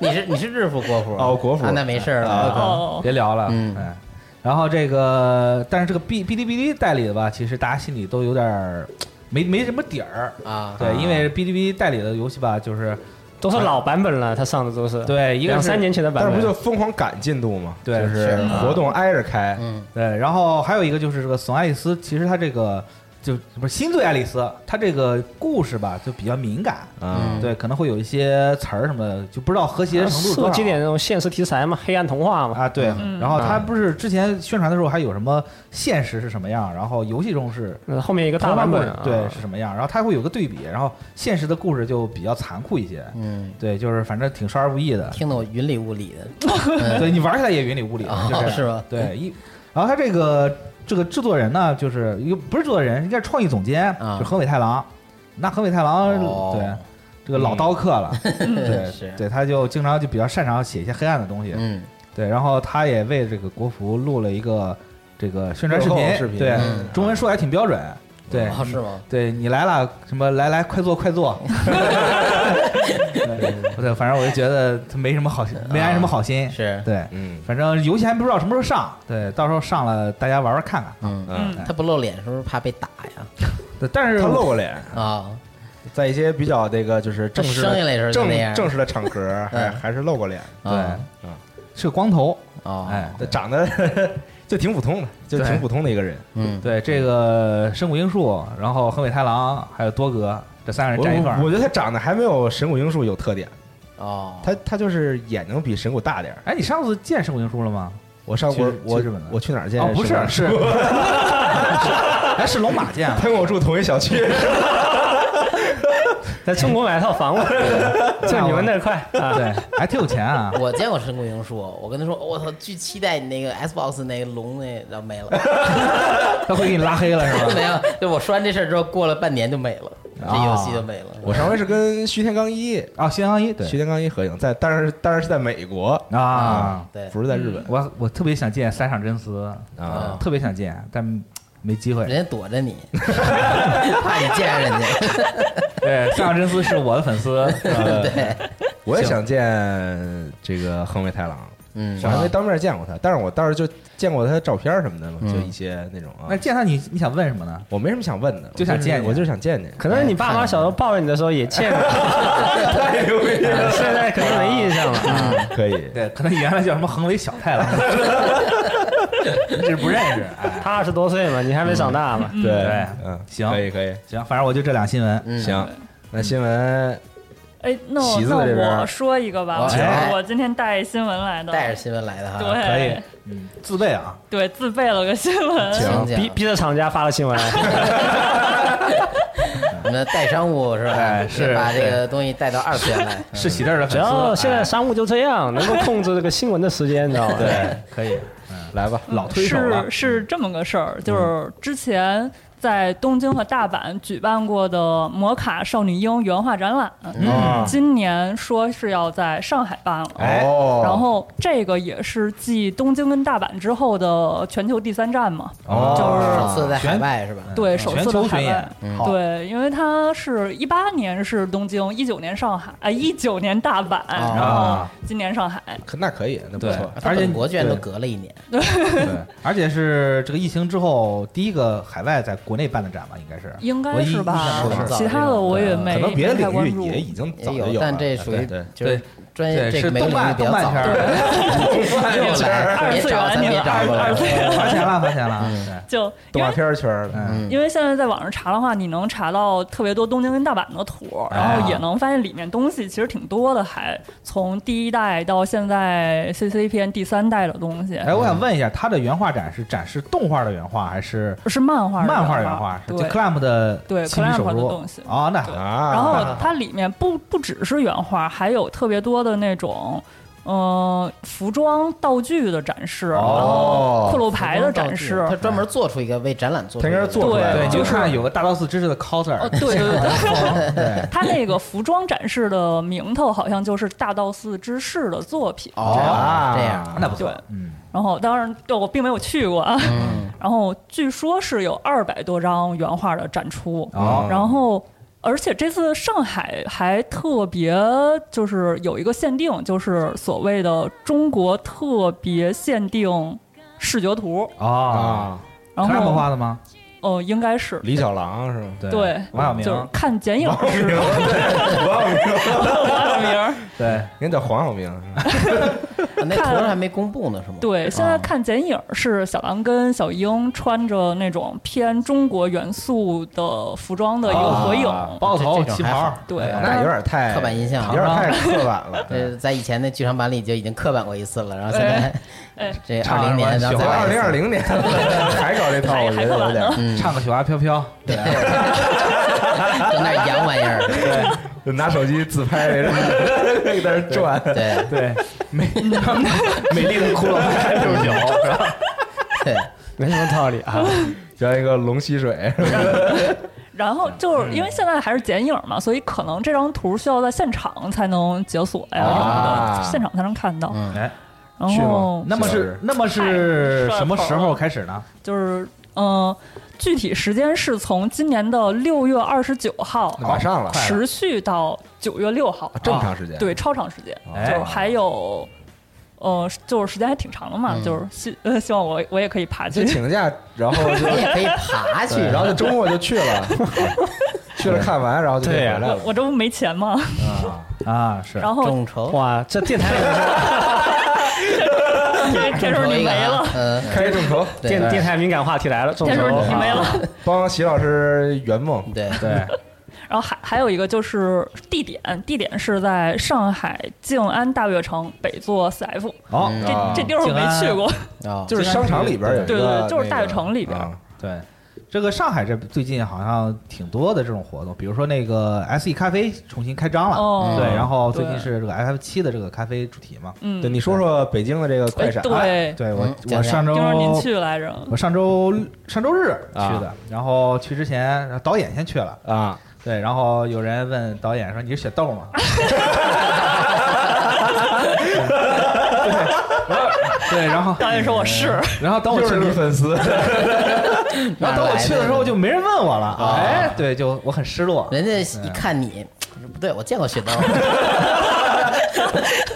Speaker 2: 你是你是日服国服
Speaker 6: 哦国服
Speaker 2: 啊那没事儿了。
Speaker 5: 哦，
Speaker 3: 别聊了，
Speaker 2: 嗯
Speaker 3: 哎。然后这个，但是这个哔哔哩哔哩代理的吧，其实大家心里都 有点儿没没什么底儿，
Speaker 2: 啊，
Speaker 3: 对，因为哔哩哔哩代理的游戏吧，就是
Speaker 4: 都是老版本了，他上的都是。
Speaker 3: 对一个
Speaker 4: 两
Speaker 3: 是
Speaker 4: 三年前的版
Speaker 6: 但是不
Speaker 4: 本，
Speaker 6: 就疯狂赶进度吗？
Speaker 3: 对
Speaker 6: 就是
Speaker 2: 是
Speaker 4: 啊
Speaker 6: 活动挨着开，
Speaker 2: 嗯
Speaker 3: 对，然后还有一个就是这个《死亡爱丽丝》，其实它这个就不是新罪爱丽丝，它这个故事吧就比较敏感，
Speaker 6: 啊，
Speaker 3: 对，可能会有一些词儿什么的，就不知道和谐程度是多少。
Speaker 4: 涉及啊点那种现实题材嘛，黑暗童话嘛，
Speaker 3: 啊，对，
Speaker 5: 嗯
Speaker 3: 然后它不是之前宣传的时候还有什么现实是什么样，然后游戏中是
Speaker 4: 嗯后面一个大
Speaker 3: 童话
Speaker 4: 版
Speaker 3: 故
Speaker 4: 本
Speaker 3: 事
Speaker 4: 啊，
Speaker 3: 对是什么样，然后它会有个对比，然后现实的故事就比较残酷一些，
Speaker 2: 嗯，
Speaker 3: 对，就是反正挺少儿不宜的，
Speaker 2: 听得我云里雾里的。
Speaker 3: 对你玩起来也云里雾里的，就
Speaker 2: 哦
Speaker 3: 这
Speaker 2: 是
Speaker 3: 样
Speaker 2: 吧
Speaker 3: 对，一，然后他这个这个制作人呢，就是又不是制作人，应该是创意总监，
Speaker 2: 啊
Speaker 3: 就是横尾太郎。那横尾太郎
Speaker 2: 哦嗯
Speaker 3: 对这个老刀 客了，
Speaker 5: 嗯
Speaker 2: 是
Speaker 3: 对对，他就经常就比较擅长写一些黑暗的东西，
Speaker 2: 嗯，
Speaker 3: 对，然后他也为这个国服录了一个这个宣传视
Speaker 6: 幕后
Speaker 3: 频，
Speaker 6: 视频
Speaker 3: 对
Speaker 2: 嗯，
Speaker 3: 中文说还挺标准，对，
Speaker 2: 哦是吗？
Speaker 3: 对你来了，什么来来，快坐 快坐。 对对，反正我就觉得他没什么好心，没安什么好心。
Speaker 2: 是
Speaker 3: 对，
Speaker 6: 嗯
Speaker 3: 反正游戏还不知道什么时候上，对，到时候上了大家玩玩看看。哎
Speaker 2: 嗯，
Speaker 6: 嗯，
Speaker 2: 他不露脸是不是怕被打呀？
Speaker 3: 对，但是
Speaker 6: 他露过脸，
Speaker 2: 啊，
Speaker 6: 在一些比较这个就是正式
Speaker 2: 他生下
Speaker 6: 的
Speaker 2: 来时候就那样
Speaker 6: 正正式的场 合，还
Speaker 2: 嗯
Speaker 6: 还是露过脸，
Speaker 3: 对
Speaker 2: 啊，
Speaker 3: 是个光头，
Speaker 2: 哦，
Speaker 3: 哎，
Speaker 6: 他长 得就挺普通的，就
Speaker 3: 对
Speaker 6: 挺普通的一个人。
Speaker 2: 嗯，
Speaker 3: 对这个深谷英树，然后横尾太郎还有多格这三个人
Speaker 6: 我
Speaker 3: 站一块儿
Speaker 6: 我。觉得他长得还没有神谷英树有特点，
Speaker 2: 哦，
Speaker 6: 他他就是眼睛比神谷大点儿。
Speaker 3: 哎，你上次见深谷英树了吗？
Speaker 6: 我上
Speaker 3: 去
Speaker 6: 我
Speaker 3: 日
Speaker 6: 我
Speaker 3: 去日本的
Speaker 6: 我去哪儿见？
Speaker 3: 哦，不是，是， 哎，是龙马见了
Speaker 6: 他，跟我住同一小区。
Speaker 4: 在中国买套 房 了，就你们那块啊，
Speaker 3: 对，还挺有钱啊。
Speaker 2: 我见过神谷英树，我跟他说，我操，巨期待你那个 Xbox 那个龙那，然后没 了，
Speaker 3: 他会给你拉黑了是吧？
Speaker 2: 没有，就我说完这事儿之后，过了半年就没了，这游戏就没了。
Speaker 6: 啊我上回是跟徐天刚一，
Speaker 3: 啊，新阳一对
Speaker 6: 徐天刚一合影，在当然当然是在美国，
Speaker 3: 啊，
Speaker 2: 对，
Speaker 6: 不是在日本
Speaker 3: 我我特别想见三上真司
Speaker 6: 啊，
Speaker 3: 特别想见，但没机会。
Speaker 2: 人家躲着你， 怕你见人家。
Speaker 3: 对，三上真司是我的粉 丝，啊
Speaker 2: 对，
Speaker 6: 我也想见这个横尾太郎，
Speaker 2: 嗯
Speaker 6: 我，还没当面见过他，但是我倒是就见过他的照片什么的嘛，
Speaker 2: 嗯
Speaker 6: 就一些那种啊
Speaker 3: 那。见他你你想问什么呢？
Speaker 6: 我没什么想问的，
Speaker 3: 就想见
Speaker 6: 我
Speaker 3: 你
Speaker 6: 是我就是想见见。
Speaker 4: 可能你爸妈小时候抱着你的时候也见 过，
Speaker 6: 太牛逼了！
Speaker 4: 现在可能没印象了。
Speaker 6: 嗯可以，
Speaker 3: 对，可能原来叫什么横尾小太郎，这不认识。哎，
Speaker 4: 他二十多岁嘛，你还没长大嘛，
Speaker 6: 对
Speaker 3: 对，
Speaker 6: 嗯，
Speaker 3: 行
Speaker 6: 可以，可以，
Speaker 3: 行，反正我就这俩新闻。
Speaker 2: 嗯
Speaker 6: 行。那新闻
Speaker 5: 哎，那我
Speaker 6: 喜字
Speaker 5: 那
Speaker 6: 这边
Speaker 5: 我说一个吧，
Speaker 2: 哇
Speaker 5: 我
Speaker 2: 哎
Speaker 5: 我今天带新闻来的，
Speaker 2: 带着新闻来的哈，
Speaker 3: 可以
Speaker 5: 对，
Speaker 3: 嗯，自备啊，
Speaker 5: 对，自备了个新闻。
Speaker 2: 行
Speaker 4: 逼
Speaker 2: 行，
Speaker 4: 逼着厂家发了新闻，
Speaker 2: 我们带商务是吧？
Speaker 3: 哎是
Speaker 2: 把这个东西带到二次元来。
Speaker 3: 是喜字儿的
Speaker 4: 只
Speaker 3: 粉
Speaker 4: 要
Speaker 3: 丝，哎
Speaker 4: 现在商务就这样，能够控制这个新闻的时间，你知道吗？
Speaker 3: 对，可以，
Speaker 6: 来吧，
Speaker 3: 老推手了嗯
Speaker 5: 是。是这么个事儿，就是之前在东京和大阪举办过的摩卡少女樱原画展览，
Speaker 6: 啊
Speaker 5: 今年说是要在上海办了。
Speaker 3: 哎
Speaker 6: 哦，
Speaker 5: 然后这个也是继东京跟大阪之后的全球第三站嘛，
Speaker 2: 首
Speaker 3: 哦，
Speaker 2: 次在海外是吧？
Speaker 5: 对，首
Speaker 3: 嗯全
Speaker 5: 次的
Speaker 3: 球
Speaker 5: 海
Speaker 3: 巡
Speaker 5: 外
Speaker 3: 演。，好，
Speaker 5: 对，因为它是一八年是东京，一九年上海，啊一九年大阪，
Speaker 3: 啊
Speaker 5: 然后今年上海，
Speaker 6: 可那可以，那不
Speaker 3: 对
Speaker 6: 错，
Speaker 2: 而
Speaker 3: 而且
Speaker 2: 且
Speaker 3: 你
Speaker 2: 国居然都
Speaker 3: 对
Speaker 2: 隔了一年，
Speaker 3: 对，而且是这个疫情之后第一个海外在国内办的展吧，应该是。
Speaker 5: 应
Speaker 3: 我
Speaker 5: 该
Speaker 3: 一
Speaker 5: 是吧
Speaker 3: 印象
Speaker 2: 很？早
Speaker 5: 其他的我也
Speaker 2: 这种
Speaker 5: 没
Speaker 6: 可能别的
Speaker 5: 没太
Speaker 6: 领
Speaker 5: 关
Speaker 6: 域
Speaker 5: 注
Speaker 6: 也已经早
Speaker 2: 也
Speaker 6: 就了，
Speaker 2: 但这属于
Speaker 6: 对对
Speaker 2: 就是专业这
Speaker 3: 是
Speaker 2: 个没有
Speaker 3: 动
Speaker 2: 领域
Speaker 3: 漫
Speaker 2: 比较
Speaker 3: 动漫
Speaker 2: 早
Speaker 3: 片。儿，
Speaker 2: 又来，别找咱别找过来了。
Speaker 3: 花钱了，花钱了。
Speaker 2: 嗯
Speaker 3: 对
Speaker 5: 就
Speaker 6: 动
Speaker 5: 因
Speaker 6: 画
Speaker 5: 为
Speaker 6: 片儿圈儿的，
Speaker 3: 嗯，
Speaker 5: 因为现在在网上查的话，你能查到特别多东京跟大阪的图，
Speaker 3: 啊
Speaker 5: 然后也能发现里面东西其实挺多的，还从第一代到现在 CCPN 第三代的东西，
Speaker 3: 哎，我想问一下，它的原画展是展示动画的原画，还是
Speaker 5: 是漫画的
Speaker 3: 漫画
Speaker 5: 原
Speaker 3: 原画？就
Speaker 5: 对。
Speaker 3: Clamp 的
Speaker 5: 对
Speaker 3: 亲笔手
Speaker 5: Clamp 的
Speaker 3: 书
Speaker 5: 东西
Speaker 3: 哦，那
Speaker 5: 对
Speaker 6: 啊，
Speaker 5: 然后它里面不不只是原画，还有特别多的那种，嗯，服装道具的展示，
Speaker 3: 哦
Speaker 5: 然后骷髅牌的展示，
Speaker 2: 他专门做出一个为展览做，
Speaker 6: 他应该是做出来
Speaker 5: 对
Speaker 6: 的
Speaker 3: 对，
Speaker 6: 啊，
Speaker 3: 你就看有个大道寺知识的 coser，
Speaker 5: 哦，对对对对，
Speaker 3: 对，
Speaker 5: 它那个服装展示的名头好像就是大道寺之士的作品，
Speaker 2: 哦，这样，
Speaker 3: 啊那不错
Speaker 5: 对，
Speaker 3: 嗯，
Speaker 5: 然后当然对我并没有去过啊， 然后据说是有二百多张原画的展出，
Speaker 3: 哦
Speaker 5: 然后。而且这次上海还特别，就是有一个限定，就是所谓的中国特别限定视觉图。
Speaker 3: 哦
Speaker 6: 啊，
Speaker 5: 然后
Speaker 3: ，Clamp 画的吗？
Speaker 5: 呃，应该是
Speaker 6: 李小狼是吧？
Speaker 3: 对
Speaker 5: 对
Speaker 3: 王晓
Speaker 5: 就是
Speaker 3: 明，
Speaker 5: 看剪影
Speaker 6: 王
Speaker 5: 是
Speaker 6: 明，
Speaker 5: 我的名儿，
Speaker 3: 对，
Speaker 6: 人家叫黄晓明，
Speaker 2: 啊那图上还没公布呢，是吗？
Speaker 3: 哦
Speaker 5: 对，现在
Speaker 2: 啊
Speaker 5: 看剪影是小狼跟小英穿着那种偏中国元素的服装的一个合影，
Speaker 6: 啊
Speaker 3: 包头、
Speaker 2: 这这种
Speaker 3: 旗
Speaker 2: 还
Speaker 3: 袍
Speaker 2: 好，
Speaker 5: 对
Speaker 2: 哎呀
Speaker 6: 那有点太
Speaker 2: 刻板印象
Speaker 6: 有点太刻板 了。对
Speaker 2: 呃，在以前的剧场版里就已经刻板过一次了，然后现
Speaker 5: 哎哎
Speaker 2: 在这二零年，然后
Speaker 6: 小
Speaker 2: 再来
Speaker 6: 二
Speaker 2: 一次
Speaker 6: 零二，零年还搞这套，我觉得有点
Speaker 2: 嗯，
Speaker 3: 唱个《雪花飘飘》，对，
Speaker 2: 整点洋玩意儿，
Speaker 6: 就拿手机自拍那种， 在那儿转，
Speaker 2: 对
Speaker 3: 对，美美丽的骷髅拍 六九，是吧？
Speaker 2: 对，
Speaker 4: 没什么道理啊。
Speaker 6: 像一个龙吸水，
Speaker 5: 然后就是因为现在还是剪影嘛，所以可能这张图需要在现场才能解锁呀，什么
Speaker 6: 啊
Speaker 5: 的，现场才能看到。
Speaker 2: 嗯
Speaker 3: 哎，
Speaker 5: 然
Speaker 6: 去
Speaker 5: 后
Speaker 6: 吗
Speaker 3: 那么是
Speaker 6: 是
Speaker 3: 那么是什么时候开始呢？
Speaker 5: 就是嗯、呃具体时间是从今年的六月二十九号
Speaker 6: 马上了，
Speaker 5: 持续到九月六号，
Speaker 6: 这么长时间，
Speaker 5: 对，超长时间，
Speaker 3: 哎
Speaker 5: 就是还有。呃，就是时间还挺长的嘛，就是希呃希望我我也可以爬
Speaker 6: 就
Speaker 5: 去。
Speaker 6: 请个假，然后就
Speaker 2: 你也可以爬去，
Speaker 6: 对，然后就周末就去 了，去了看完，然后就
Speaker 4: 对
Speaker 6: 回
Speaker 4: 呀
Speaker 6: 来
Speaker 5: 我
Speaker 6: 了。
Speaker 5: 我这不没钱吗？
Speaker 3: 啊，是
Speaker 5: 然后
Speaker 2: 众筹，
Speaker 4: 哇，这电台
Speaker 5: 这这时候你
Speaker 2: 众筹一个
Speaker 5: 没
Speaker 2: 啊
Speaker 5: 了，，
Speaker 2: 嗯，
Speaker 6: 开众筹，
Speaker 2: 对
Speaker 4: 电电台敏感话题来了，啊众
Speaker 5: 这时
Speaker 4: 筹
Speaker 5: 候你没了。
Speaker 6: 帮席老师圆梦，
Speaker 2: 对，
Speaker 3: 对，
Speaker 5: 然后还还有一个就是地点，地点是在上海静安大悦城北座四 F，
Speaker 3: 哦，
Speaker 2: 嗯
Speaker 6: 啊
Speaker 5: 这这地儿我没去过，
Speaker 2: 哦，
Speaker 6: 就是商场里边有一个，
Speaker 5: 对对对就是
Speaker 6: 那个
Speaker 5: 大悦城里边
Speaker 6: 啊
Speaker 3: 对，这个上海这最近好像挺多的这种活动，比如说那个 S E 咖啡重新开张了，
Speaker 5: 哦
Speaker 3: 对，
Speaker 2: 嗯
Speaker 3: 然后最
Speaker 5: 对
Speaker 3: 近是这个 F F 七的这个咖啡主题嘛。
Speaker 5: 嗯，
Speaker 6: 对，你说说北京的这个快闪，
Speaker 5: 哎对，
Speaker 3: 啊对我
Speaker 2: 嗯，讲
Speaker 3: 我
Speaker 2: 讲
Speaker 3: 上周
Speaker 5: 听说您去来着，
Speaker 3: 我上周上周日去
Speaker 6: 啊
Speaker 3: 的，然后去之前导演先去了，
Speaker 6: 啊，
Speaker 3: 对，然后有人问导演说：“你是雪豆吗？” 对，然后
Speaker 5: 导演说我是，
Speaker 3: 对，然后然后等我
Speaker 6: 又
Speaker 3: 去
Speaker 6: 是你
Speaker 3: 的时候，
Speaker 6: 粉丝，
Speaker 3: 然后等我去的时候就没人问我了，
Speaker 6: 啊
Speaker 2: 哪来
Speaker 3: 哎
Speaker 2: 的，
Speaker 3: 对，就我很失落，
Speaker 2: 人家
Speaker 3: 嗯
Speaker 2: 一看你，不对，我见过雪刀，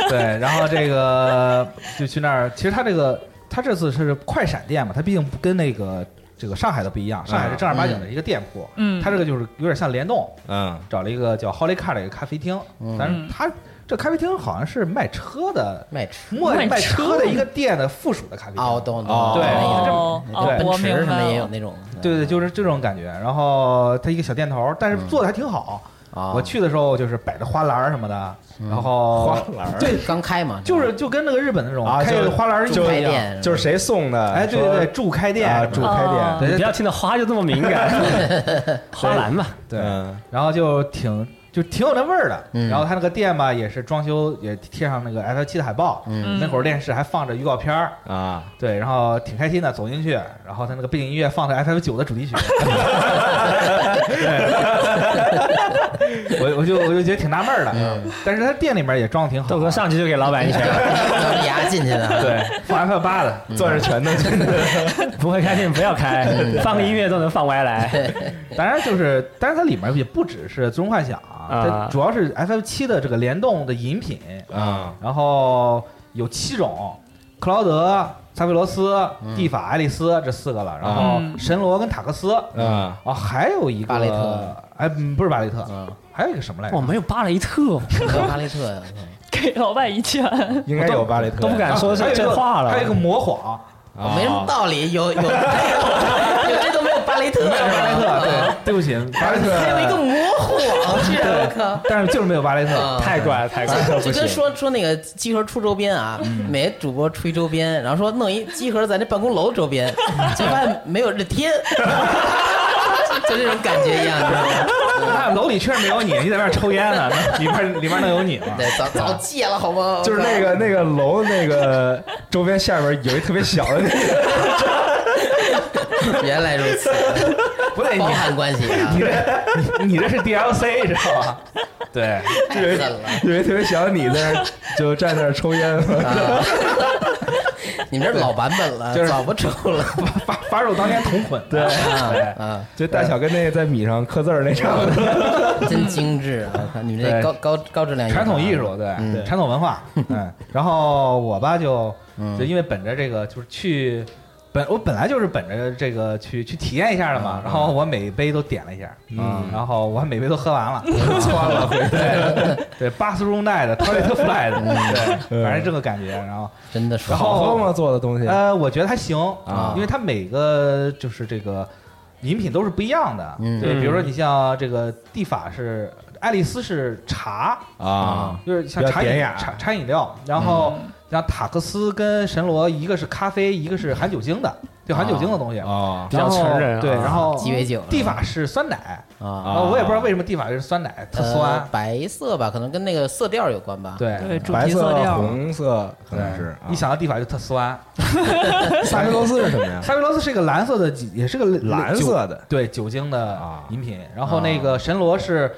Speaker 3: 对，然后这个就去那儿，其实他这个他这次是快闪店嘛，他毕竟不跟那个这个上海的不一样，上海是正儿八经的一个店铺，
Speaker 5: 嗯
Speaker 3: 他这个就是有点像联动，
Speaker 6: 嗯，
Speaker 3: 找了一个叫 Holy Car 的一个咖啡厅，但是他这咖啡厅好像是卖车的，
Speaker 2: 卖吃，
Speaker 3: 卖
Speaker 5: 卖
Speaker 3: 车的一个店的附属的咖啡
Speaker 2: 哦，我
Speaker 3: 厅。
Speaker 2: 懂懂，
Speaker 6: 哦
Speaker 2: 懂
Speaker 3: 对
Speaker 5: 哦
Speaker 2: 那
Speaker 5: 哦
Speaker 2: 个，奔
Speaker 5: 我
Speaker 2: 驰
Speaker 5: 明
Speaker 2: 什么
Speaker 5: 白
Speaker 2: 也有
Speaker 5: 了，
Speaker 2: 那种，
Speaker 3: 对对，就是这种感觉。然后它一个小店头，但
Speaker 2: 嗯
Speaker 3: 是做的还挺好。
Speaker 2: 啊，
Speaker 3: 我去的时候就是摆着花篮儿什么的，然后
Speaker 6: 花篮儿
Speaker 3: 对，
Speaker 2: 刚开嘛，
Speaker 3: 就是就跟那个日本那种
Speaker 6: 啊
Speaker 3: 开
Speaker 6: 就是
Speaker 3: 着花篮儿一
Speaker 2: 就
Speaker 3: 模一
Speaker 2: 开
Speaker 3: 样。
Speaker 2: 店，
Speaker 6: 就是谁送的？
Speaker 3: 哎，对对对，驻开
Speaker 6: 说
Speaker 3: 店
Speaker 6: 啊，
Speaker 3: 什么的
Speaker 6: 住开
Speaker 5: 哦
Speaker 6: 店，
Speaker 4: 你不要听到花就这么敏感， 花篮吧，
Speaker 3: 对，
Speaker 6: 嗯
Speaker 3: 然后就挺就挺有那味儿的。
Speaker 2: 嗯
Speaker 3: 然后他那个店吧，也是装修也贴上那个 F 七的海报，
Speaker 2: 嗯
Speaker 3: 那会儿电视还放着预告片儿。
Speaker 6: 啊，
Speaker 3: 对，然后挺开心的，走进去，然后他那个背景音乐放的 F F 九的主题曲， 对我我就我就觉得挺纳闷儿的，
Speaker 2: 嗯
Speaker 3: 但是他店里面也装的挺好，啊
Speaker 4: 豆哥上去就给老板一拳，
Speaker 2: 咬着牙进去 的，
Speaker 3: 对放 F 八的，
Speaker 2: 嗯
Speaker 6: 攥着拳头真的，
Speaker 4: 不会开店不要 开，放个音乐都能放歪来。
Speaker 3: 当然就是，但是它里面也不只是最终幻想，啊它
Speaker 4: 啊
Speaker 3: 主要是 F F 七的这个联动的饮品
Speaker 6: 啊，
Speaker 3: 然后有七种，克劳德、萨菲罗斯、蒂法、爱丽丝这四个了，然后
Speaker 5: 嗯
Speaker 3: 神罗跟塔克斯，
Speaker 6: 嗯，
Speaker 3: 啊，还有一个
Speaker 2: 巴雷特，
Speaker 3: 哎，嗯不是巴雷特，
Speaker 2: 嗯，
Speaker 3: 还有一个什么来着
Speaker 4: 哇，？没有巴雷特，
Speaker 2: 跟巴雷特嗯呀，
Speaker 5: 给老板一拳，
Speaker 6: 应该有巴雷特，
Speaker 4: 都不敢说
Speaker 3: 还有
Speaker 4: 这
Speaker 3: 一个
Speaker 4: 这话了
Speaker 3: 还有。一个魔谎，啊
Speaker 2: 我哦没什么 道理，有有有这都没有巴雷特，
Speaker 3: 没有巴雷特，
Speaker 2: 是吧，哦
Speaker 3: 对，对不起，巴雷特，
Speaker 2: 还有一个模糊网，居然我靠。
Speaker 3: 但是就是没有巴雷特，
Speaker 2: 啊
Speaker 4: 太怪了， 太怪了！
Speaker 2: 就跟说说那个集合出周边啊，
Speaker 3: 嗯
Speaker 2: 每个主播出一周边，然后说弄一集合在那办公楼周 边，结果发现没有这天， 就这种感觉一样，你知道吗？
Speaker 3: 那楼里确实没有你，你在外面抽烟呢，那里面里面能有你吗？
Speaker 2: 对，早 早戒了好吗？
Speaker 6: 就是那个那个楼那 个周边下边有一特别小的那个，
Speaker 2: 原来如 此，
Speaker 3: 不对，你
Speaker 2: 包含关系啊
Speaker 3: 你，这 你这是 DLC 知道吧？ 对，
Speaker 2: 太
Speaker 6: 有
Speaker 2: 狠
Speaker 6: 一
Speaker 2: 了！
Speaker 6: 有一特别小的你在那儿就站那儿抽烟嘛，
Speaker 2: 啊你们这老版本了，
Speaker 3: 就是
Speaker 2: 早不抽 了
Speaker 3: 发发售当年同捆，对对。
Speaker 2: 啊！
Speaker 6: 就大小跟那个在米上刻字儿那差不多。
Speaker 2: 真精致啊！看你们
Speaker 3: 对
Speaker 2: 这高高高质量
Speaker 3: 传统艺术，对，
Speaker 2: 嗯
Speaker 3: 对传统文化，嗯，然后我吧就就因为本着这个就是去本我本来就是本着这个去去体验一下的嘛，然后我每杯都点了一下，
Speaker 6: 嗯
Speaker 3: 然后我每杯都喝完了，
Speaker 6: 穿了回去，
Speaker 3: 对对，Bus Room Night、Toilet Flight，对，
Speaker 6: 嗯
Speaker 3: 反正这个感觉，然后
Speaker 2: 真的是
Speaker 3: 然后
Speaker 6: 好喝吗？做的东西？
Speaker 3: 呃，我觉得还行
Speaker 6: 啊
Speaker 3: 因为它每个就是这个饮品都是不一样的，
Speaker 2: 嗯
Speaker 3: 对，比如说你像这个地法是爱丽丝是茶，
Speaker 6: 啊，
Speaker 3: 就是像
Speaker 6: 比较
Speaker 3: 茶饮
Speaker 6: 典雅嗯
Speaker 3: 茶茶饮料，然后像塔克斯跟神罗，一个是咖啡，一个是含酒精的，就含酒精的东西。
Speaker 6: 哦，
Speaker 4: 比较
Speaker 3: 然后
Speaker 4: 成人啊
Speaker 3: 对，然后
Speaker 2: 鸡尾酒
Speaker 3: 地法是酸奶，
Speaker 2: 啊，
Speaker 3: 啊，我也不知道为什么地法是酸奶，特
Speaker 2: 呃
Speaker 3: 酸，
Speaker 2: 白色吧，可能跟那个色调有关吧。，
Speaker 3: 对
Speaker 5: 对，主
Speaker 6: 白
Speaker 5: 题色
Speaker 6: 色、
Speaker 5: 调，
Speaker 6: 红色可能是
Speaker 3: 啊
Speaker 6: 啊
Speaker 3: 对。，一想到地法就特 酸。
Speaker 6: 萨菲罗斯是什么 呀？
Speaker 3: 萨维罗斯是一个蓝色的，也是个
Speaker 6: 蓝
Speaker 3: 酒
Speaker 6: 色的
Speaker 3: 对酒精的
Speaker 6: 啊
Speaker 3: 饮品，然后那个神罗是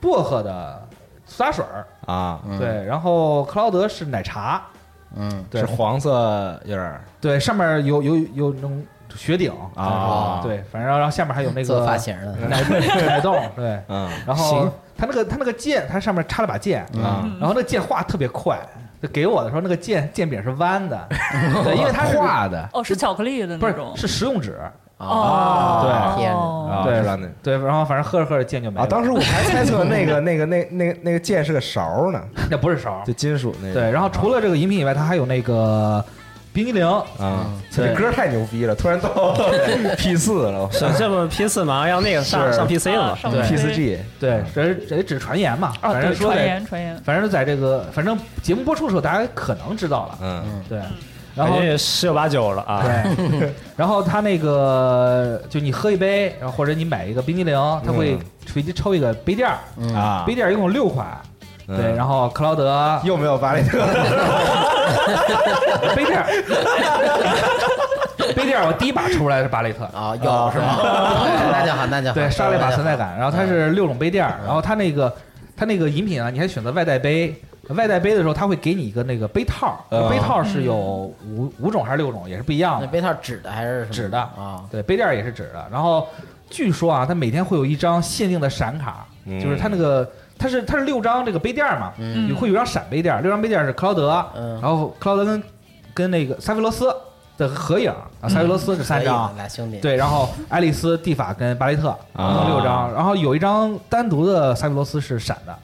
Speaker 3: 薄荷的苏打水儿，
Speaker 6: 啊，
Speaker 2: 嗯
Speaker 3: 对，然后克劳德是奶茶，
Speaker 2: 嗯，
Speaker 3: 对
Speaker 6: 是黄色有点儿
Speaker 3: 对，上面有有有那种雪顶
Speaker 6: 啊
Speaker 3: 对，反正然后下面还有那个
Speaker 2: 做发型的，
Speaker 3: 奶奶冻，对，
Speaker 6: 嗯
Speaker 3: 然后他那个他那个剑，它上面插了把剑，
Speaker 6: 啊
Speaker 3: 然后那剑画特别快，就给我的时候那个剑剑柄是弯的，对，因为它是
Speaker 6: 嗯 画的
Speaker 5: 哦，是巧克力的
Speaker 3: 不
Speaker 5: 那
Speaker 3: 是
Speaker 5: 种，
Speaker 3: 是食用纸，
Speaker 2: 啊
Speaker 5: 哦，
Speaker 3: 对
Speaker 2: 天
Speaker 5: 哦
Speaker 6: 啊，
Speaker 3: 对
Speaker 6: 是吧？那
Speaker 3: 对，然后反正喝着喝着剑就没
Speaker 6: 啊，
Speaker 3: 了，
Speaker 6: 当时我还猜测那个那个那那那个剑是个勺呢，
Speaker 3: 那不是勺，
Speaker 6: 就金属那个。
Speaker 3: 对，然后除了这个饮品以外，它还有那个冰激凌，
Speaker 6: 啊，
Speaker 3: 对
Speaker 6: 这歌太牛逼了，突然到 P 四了
Speaker 4: 是这不 P 四马上要那个上
Speaker 6: 是
Speaker 4: 上 PC 了嘛？
Speaker 5: 上
Speaker 3: 对
Speaker 6: ，P
Speaker 5: 飞
Speaker 6: 四 G
Speaker 3: 对，这这只是传言嘛，
Speaker 5: 啊，
Speaker 3: 反正
Speaker 5: 对，
Speaker 3: 说
Speaker 5: 传
Speaker 3: 的，
Speaker 5: 言传言，
Speaker 3: 反正在这个，反正节目播出的时候，大家可能知道了，
Speaker 6: 嗯
Speaker 3: 对，然
Speaker 4: 感
Speaker 3: 后。
Speaker 4: 觉十有八九了啊。
Speaker 3: 对， 然后他那个就你喝一杯，然后或者你买一个冰激凌，他会
Speaker 6: 嗯
Speaker 3: 随机抽一个杯垫儿，
Speaker 6: 啊
Speaker 3: 杯垫儿一共有六款，
Speaker 6: 嗯
Speaker 3: 对，然后克劳德
Speaker 6: 又没有巴雷特，
Speaker 3: 杯垫儿，杯垫儿我第一把抽出来是巴雷特，
Speaker 2: 啊，有是 吗？哦那就好，那就好。
Speaker 3: 哦对，刷了一把存在
Speaker 2: 感。
Speaker 3: 感。然后它是六种杯垫
Speaker 6: 嗯
Speaker 3: 儿，然后它那个它那个饮品啊，你还选择外带杯。外带杯的时候，它会给你一个那个杯套儿，
Speaker 6: 嗯
Speaker 3: 杯套儿是有五五种还是六种，也是不一样
Speaker 2: 那
Speaker 3: 的。
Speaker 2: 杯套纸的还是什么
Speaker 3: 纸的
Speaker 2: 啊？
Speaker 3: 对，杯垫儿也是纸的。然后据说啊，它每天会有一张限定的闪卡，
Speaker 6: 嗯
Speaker 3: 就是它那个它是它是六张这个杯垫儿嘛，
Speaker 2: 嗯
Speaker 3: 会有一张闪杯垫儿，六张杯垫儿是克劳德，
Speaker 2: 嗯
Speaker 3: 然后克劳德跟跟那个萨菲罗斯的合影啊，萨菲罗斯是三张，
Speaker 2: 可以俩兄弟。
Speaker 3: 对，然后爱丽丝、蒂法跟巴雷特，一
Speaker 6: 嗯
Speaker 3: 共六张，
Speaker 6: 啊
Speaker 3: 然后有一张单独的塞浦路斯是闪的，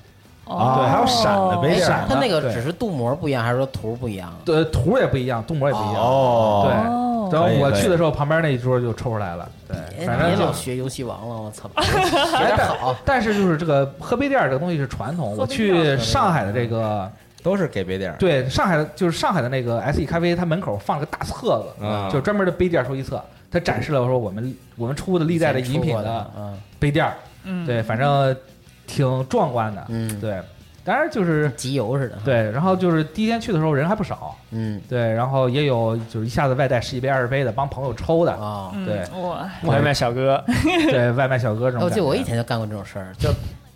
Speaker 5: 哦，
Speaker 6: 对还有闪的杯
Speaker 2: 哎，
Speaker 6: 垫
Speaker 2: 是
Speaker 6: 儿
Speaker 2: 它那个
Speaker 3: 对
Speaker 2: 只是镀膜不一样，还是说图不一样？
Speaker 3: 对，图也不一样，镀膜也不一样。对，
Speaker 6: 哦，
Speaker 5: 哦
Speaker 3: 然后
Speaker 6: 可以
Speaker 3: 我
Speaker 6: 可以
Speaker 3: 去的时候，旁边那一桌就抽出来了，对，
Speaker 2: 别
Speaker 3: 反正
Speaker 2: 别
Speaker 3: 就
Speaker 2: 老。学游戏王了，我操！学点好。
Speaker 3: 哎但是就是这个喝杯垫儿这个东西是传统，我
Speaker 5: 喝杯垫儿
Speaker 3: 去上海的这个，
Speaker 6: 都是给杯垫儿
Speaker 3: 对上海的就是上海的那个 SE 咖啡，它门口放了个大册子，
Speaker 6: 啊
Speaker 3: 就是专门的杯垫儿收集册，它展示了说我们 我们出的历代的饮品的
Speaker 2: 嗯
Speaker 3: 杯垫儿，
Speaker 5: 嗯，
Speaker 3: 对，反正挺壮观的，
Speaker 2: 嗯，
Speaker 3: 对，当然就是
Speaker 2: 集邮似的。
Speaker 3: 对，然后就是第一天去的时候人还不少，
Speaker 2: 嗯
Speaker 3: 对，然后也有哦就是一下子外带十几杯、二十杯的，帮朋友抽的，
Speaker 2: 啊。
Speaker 5: 嗯
Speaker 3: 对
Speaker 5: 哇，
Speaker 4: 外卖小哥，
Speaker 3: 对，外卖小哥这种
Speaker 2: 我
Speaker 3: 感觉。
Speaker 2: 记得 我以前哦就干过这种事儿， 就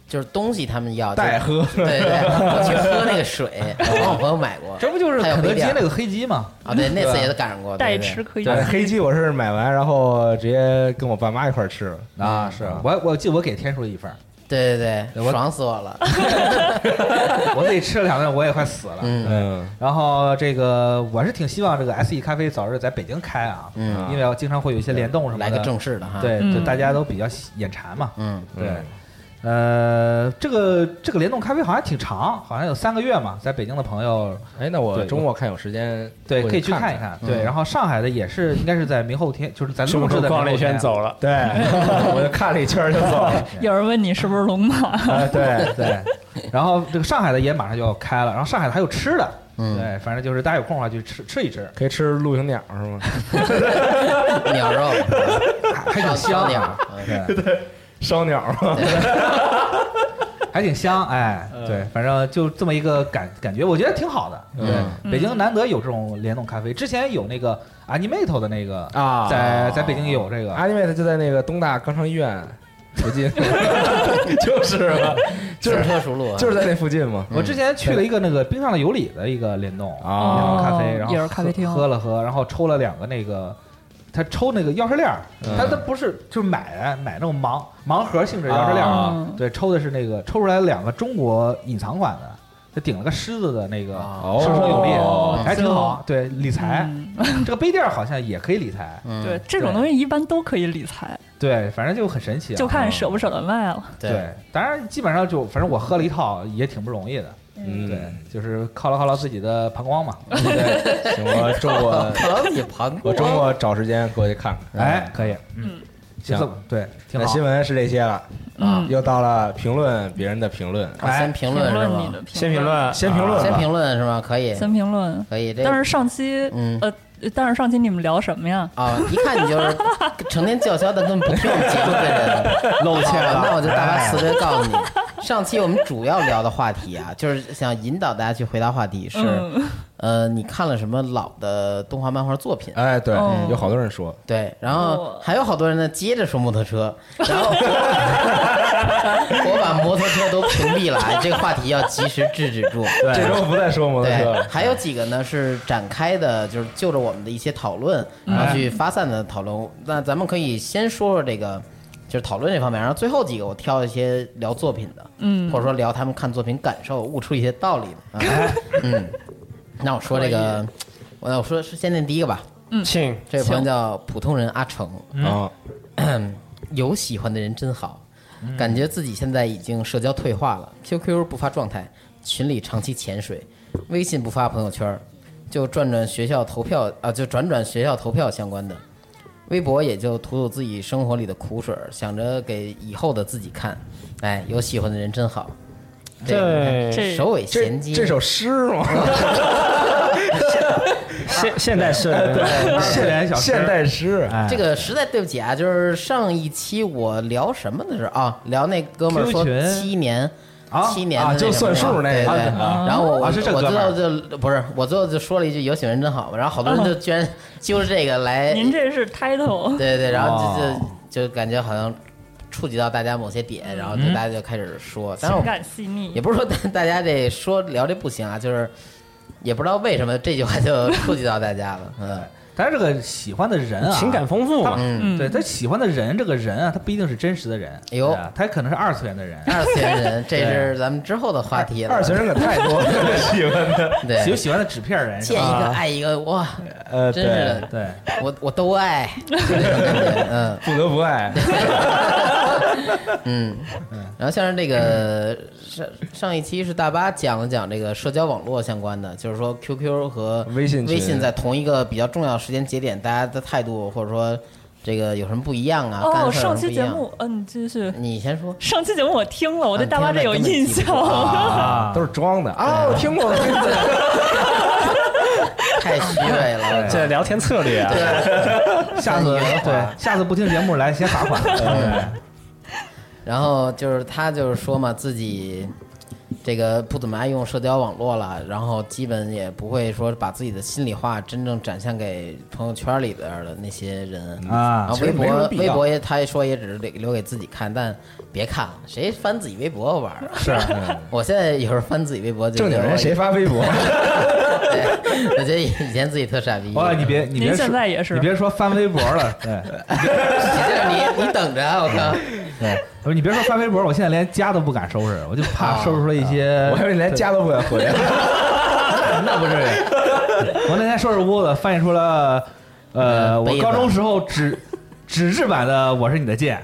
Speaker 2: 就是东西他们要
Speaker 6: 代，喝，
Speaker 2: 就对对，我去喝那个水， 我帮我朋友买过
Speaker 3: 这不就是
Speaker 2: 还有
Speaker 3: 肯德
Speaker 2: 杯
Speaker 3: 基
Speaker 2: 垫儿
Speaker 3: 那个黑鸡吗？
Speaker 2: 啊，对，那次
Speaker 3: 对
Speaker 2: 也赶上过
Speaker 5: 代吃。可以，
Speaker 6: 对哎 黑鸡我是买完然后直接跟我爸妈一块儿吃了，
Speaker 3: 啊，是我我记得我给天叔一份儿，
Speaker 2: 对对对
Speaker 3: 我
Speaker 2: 对，爽死我 了。
Speaker 3: 我自己吃了两顿，我也快死了。
Speaker 2: 嗯
Speaker 6: 嗯
Speaker 3: 然后这个我是挺希望这个 SE 咖啡早日在北京开啊，
Speaker 2: 嗯，
Speaker 3: 因为我经常会有一些联动什么的，
Speaker 2: 来个正式的哈。，
Speaker 3: 对，就
Speaker 5: 嗯
Speaker 3: 大家都比较眼馋嘛。
Speaker 2: 嗯
Speaker 3: 对，呃，这个这个联动咖啡好像挺长，好像有三个月嘛，在北京的朋友
Speaker 6: 哎，那我
Speaker 3: 对
Speaker 6: 周末看有时间
Speaker 3: 对，
Speaker 6: 过
Speaker 3: 可以去看
Speaker 6: 看
Speaker 3: 一看。
Speaker 2: 嗯
Speaker 3: 对，然后上海的也是，应该是在明后天，就是咱
Speaker 4: 胸
Speaker 3: 录制
Speaker 4: 口
Speaker 3: 的
Speaker 4: 逛了一圈
Speaker 3: 明后
Speaker 4: 走了。
Speaker 6: 啊对， 我就看了一圈儿就走了。
Speaker 5: 有人问你是不是龙马？
Speaker 6: 啊，对，
Speaker 3: 天。 对，然后这个上海的也马上就要开了，然后上海的还有吃的，
Speaker 2: 嗯，
Speaker 3: 对，反正就是大家有空的话去吃吃一吃，
Speaker 6: 可以吃陆行鸟是吗？
Speaker 2: 鸟 肉
Speaker 3: 啊还还挺
Speaker 2: 烧烧
Speaker 3: 香 的，
Speaker 2: 鸟，嗯
Speaker 3: 对，
Speaker 6: 烧鸟吗？
Speaker 3: 还挺香，哎，对，反正就这么一个感感觉，我觉得挺好的。对，
Speaker 5: 嗯
Speaker 3: 北京难得有这种联动咖啡，之前有那个 Animate 的那个，
Speaker 6: 啊
Speaker 3: 在在北京也有这
Speaker 4: 哎
Speaker 3: 个，
Speaker 6: Animate 就在那个东大肛肠医院附近，就是嘛，就是
Speaker 2: 行车熟路 啊，
Speaker 6: 就是在那附近嘛。
Speaker 3: 我之前去了一个那个冰上的有理的一个联动
Speaker 6: 啊
Speaker 3: 联动咖啡，
Speaker 5: 哦
Speaker 3: 然
Speaker 5: 也
Speaker 3: 后
Speaker 5: 是咖啡厅
Speaker 3: 喝喝了喝，然后抽了两个那个，他抽那个钥匙链儿，
Speaker 6: 嗯
Speaker 3: 他他不是就是买买那种盲盲盒性质钥匙链儿，
Speaker 6: 啊
Speaker 5: 嗯
Speaker 3: 对，抽的是那个抽出来两个中国隐藏款的，他顶了个狮子的那个
Speaker 2: 哦
Speaker 3: 生生有
Speaker 5: 哦
Speaker 3: 力，还挺好。对，理财
Speaker 5: 嗯，
Speaker 3: 这个杯垫儿好像也可以理财，
Speaker 2: 嗯
Speaker 5: 对，这种东西一般都可以理财，
Speaker 3: 对，反正就很神奇啊。
Speaker 5: 就
Speaker 2: 嗯
Speaker 5: 看舍不舍得卖了。
Speaker 2: 对，
Speaker 3: 对，当然基本上就，反正我喝了一套也挺不容易的，
Speaker 6: 嗯，
Speaker 3: 对，就是犒劳犒劳自己的膀 胱嘛。
Speaker 6: 对，行，我周末
Speaker 2: 可能你旁
Speaker 6: 我周末找时间过去看看。
Speaker 3: 哎，可以，
Speaker 5: 嗯，
Speaker 3: 就这么对，挺
Speaker 6: 那
Speaker 3: 好
Speaker 6: 新。闻是这些了，啊
Speaker 5: 嗯，
Speaker 6: 又到了评论别人的评论，
Speaker 3: 哎
Speaker 2: 啊先评论是
Speaker 5: 论你
Speaker 2: 吗
Speaker 5: 的？
Speaker 4: 先评
Speaker 5: 评，
Speaker 4: 论，
Speaker 6: 嗯
Speaker 4: 啊
Speaker 6: 先评论吧
Speaker 2: 先评论是吗？可以，
Speaker 5: 先评论。
Speaker 2: 可以。这
Speaker 5: 但是上期
Speaker 2: 哎嗯
Speaker 5: 呃，但是上期你们聊什么呀？
Speaker 2: 啊，一看你就是 成天叫嚣但根本不听我们节目的人，露怯了。哦那我就大
Speaker 3: 哎
Speaker 2: 发慈悲地告诉你，上期我们主要聊的话题啊，就是想引导大家去回答话题是，
Speaker 5: 嗯
Speaker 2: 呃，你看了什么老的动画漫画作品？
Speaker 6: 哎，对
Speaker 5: 哦，
Speaker 6: 有好多人 说，
Speaker 2: 对，然后
Speaker 5: 我
Speaker 2: 还有好多人呢，接着说摩托车，然 后我我把摩托车都屏蔽了，哎这个话题要及时制止住。
Speaker 6: 这周不再说摩托车
Speaker 2: 对，
Speaker 6: 了，
Speaker 2: 还有几个呢是展开的，就是就着我们的一些讨论，然后去发散的讨论。那咱们可以先说说这个，就是讨论这方面，然后最后几个我挑一些聊作品的，
Speaker 5: 嗯
Speaker 2: 或者说聊他们看作品感受、悟出一些道理的。啊嗯，那我说这个，我那我说是先念第一个吧。
Speaker 4: 请
Speaker 2: 这位朋友叫普通人阿成，
Speaker 6: 啊，
Speaker 2: 有喜欢的人真好，
Speaker 6: 嗯
Speaker 2: 感觉自己现在已经社交退化了，QQ 不发状态，群里长期潜水，微信不发朋友圈，就转转学校投票啊，就转转学校投票相关的，微博也就吐吐自己生活里的苦水儿，想着给以后的自己看。哎，有喜欢的人真好。
Speaker 4: 这
Speaker 2: 你看首尾
Speaker 6: 这
Speaker 2: 衔接，
Speaker 6: 这首诗吗？
Speaker 4: 现现代是，
Speaker 3: 哦现代小吃
Speaker 6: 现代诗，
Speaker 3: 哎
Speaker 2: 这个实在对不起啊，就是上一期我聊什么的时候啊，聊那哥们儿说
Speaker 3: Q 群
Speaker 2: 七年。
Speaker 3: 啊
Speaker 2: 七年的
Speaker 6: 啊
Speaker 2: 那
Speaker 6: 就
Speaker 2: 什么
Speaker 6: 算数那
Speaker 2: 对
Speaker 6: 个
Speaker 2: 对
Speaker 3: 啊
Speaker 2: 然后我
Speaker 3: 啊是这
Speaker 2: 我
Speaker 3: 哥
Speaker 2: 最
Speaker 3: 们儿
Speaker 2: 后就不是我最后就说了一句“有喜欢人真好”，然后好多 人就居然揪着这个来，
Speaker 5: 您这是 title，
Speaker 2: 对对，然后
Speaker 3: 哦嗯
Speaker 2: 就就就感觉好像触及到大家某些点，然后就大家就开始说，但是我
Speaker 5: 情感细腻
Speaker 2: 也。不是说 大大家这说聊这不行啊，就是也不知道为什么这句话就触及到大家了，嗯。
Speaker 3: 但是这个喜欢的人啊，
Speaker 4: 情感丰富嘛，
Speaker 5: 嗯，
Speaker 3: 对他喜欢的人，这个人啊，他不一定是真实的人，
Speaker 2: 哎呦
Speaker 3: 对啊他可能是二次元的人。
Speaker 2: 二次元人，这是咱们之后的话题了。
Speaker 6: 二学生可太多了， 喜欢的，
Speaker 3: 有
Speaker 2: 对，
Speaker 3: 喜欢的纸片人，
Speaker 2: 见一
Speaker 6: 啊
Speaker 2: 个爱一个，哇，
Speaker 6: 呃，
Speaker 2: 真是
Speaker 6: 对，
Speaker 2: 的，
Speaker 3: 对，
Speaker 2: 我我都 爱，就这种感觉，嗯
Speaker 6: 不得不爱，
Speaker 2: 嗯。然后像是这个上上一期是大巴讲了讲这个社交网络相关的，就是说 QQ 和
Speaker 6: 微信群
Speaker 2: 微信在同一个比较重要时间节点，大家的态度或者说这个有什么不一样啊？干
Speaker 5: 哦，
Speaker 2: 事儿有
Speaker 5: 上期
Speaker 2: 什么不一
Speaker 5: 节
Speaker 2: 样，
Speaker 5: 目，嗯，你继续。
Speaker 2: 你先说。
Speaker 5: 上期节目我听了，我对
Speaker 2: 啊
Speaker 5: 大巴这有印
Speaker 2: 天哪根本记不住
Speaker 5: 象。
Speaker 2: 啊，
Speaker 6: 都是装的啊，我听过，我听过
Speaker 2: 太虚伪 了。
Speaker 4: 这聊天策略啊，
Speaker 3: 下次
Speaker 2: 很圆滑
Speaker 3: 对下次不听节目来先罚款。
Speaker 6: 呃
Speaker 3: 对
Speaker 2: 然后就是他就是说嘛，自己这个不怎么爱用社交网络了，然后基本也不会说把自己的心里话真正展现给朋友圈里边的那些人。然
Speaker 3: 啊，
Speaker 2: 后微
Speaker 6: 其实没什么
Speaker 2: 博，
Speaker 6: 必要
Speaker 2: 微博也他也说也只是留留给自己看，但别看了，谁翻自己微博玩儿啊？
Speaker 3: 是
Speaker 2: 我现在有时候翻自己微博就
Speaker 6: 正经人谁
Speaker 2: 翻？
Speaker 6: 发微博？
Speaker 2: 对我觉得以前自己特傻逼。
Speaker 3: 哇，哦你别你别
Speaker 5: 您现
Speaker 3: 说，
Speaker 5: 在也是
Speaker 3: 你别说翻微博了，对，
Speaker 2: 你你等着啊，我 靠！对，
Speaker 3: 不是你别说翻微博，我现在连家都不敢收拾，我就怕收拾出来一些。
Speaker 6: 啊我还以为连家都不敢回，
Speaker 3: 那不至于。我那天收拾屋子，发现出了，呃，
Speaker 6: 哎
Speaker 2: 呃
Speaker 3: 我
Speaker 2: 杯子
Speaker 3: 高中时候纸纸质版的《我是你的剑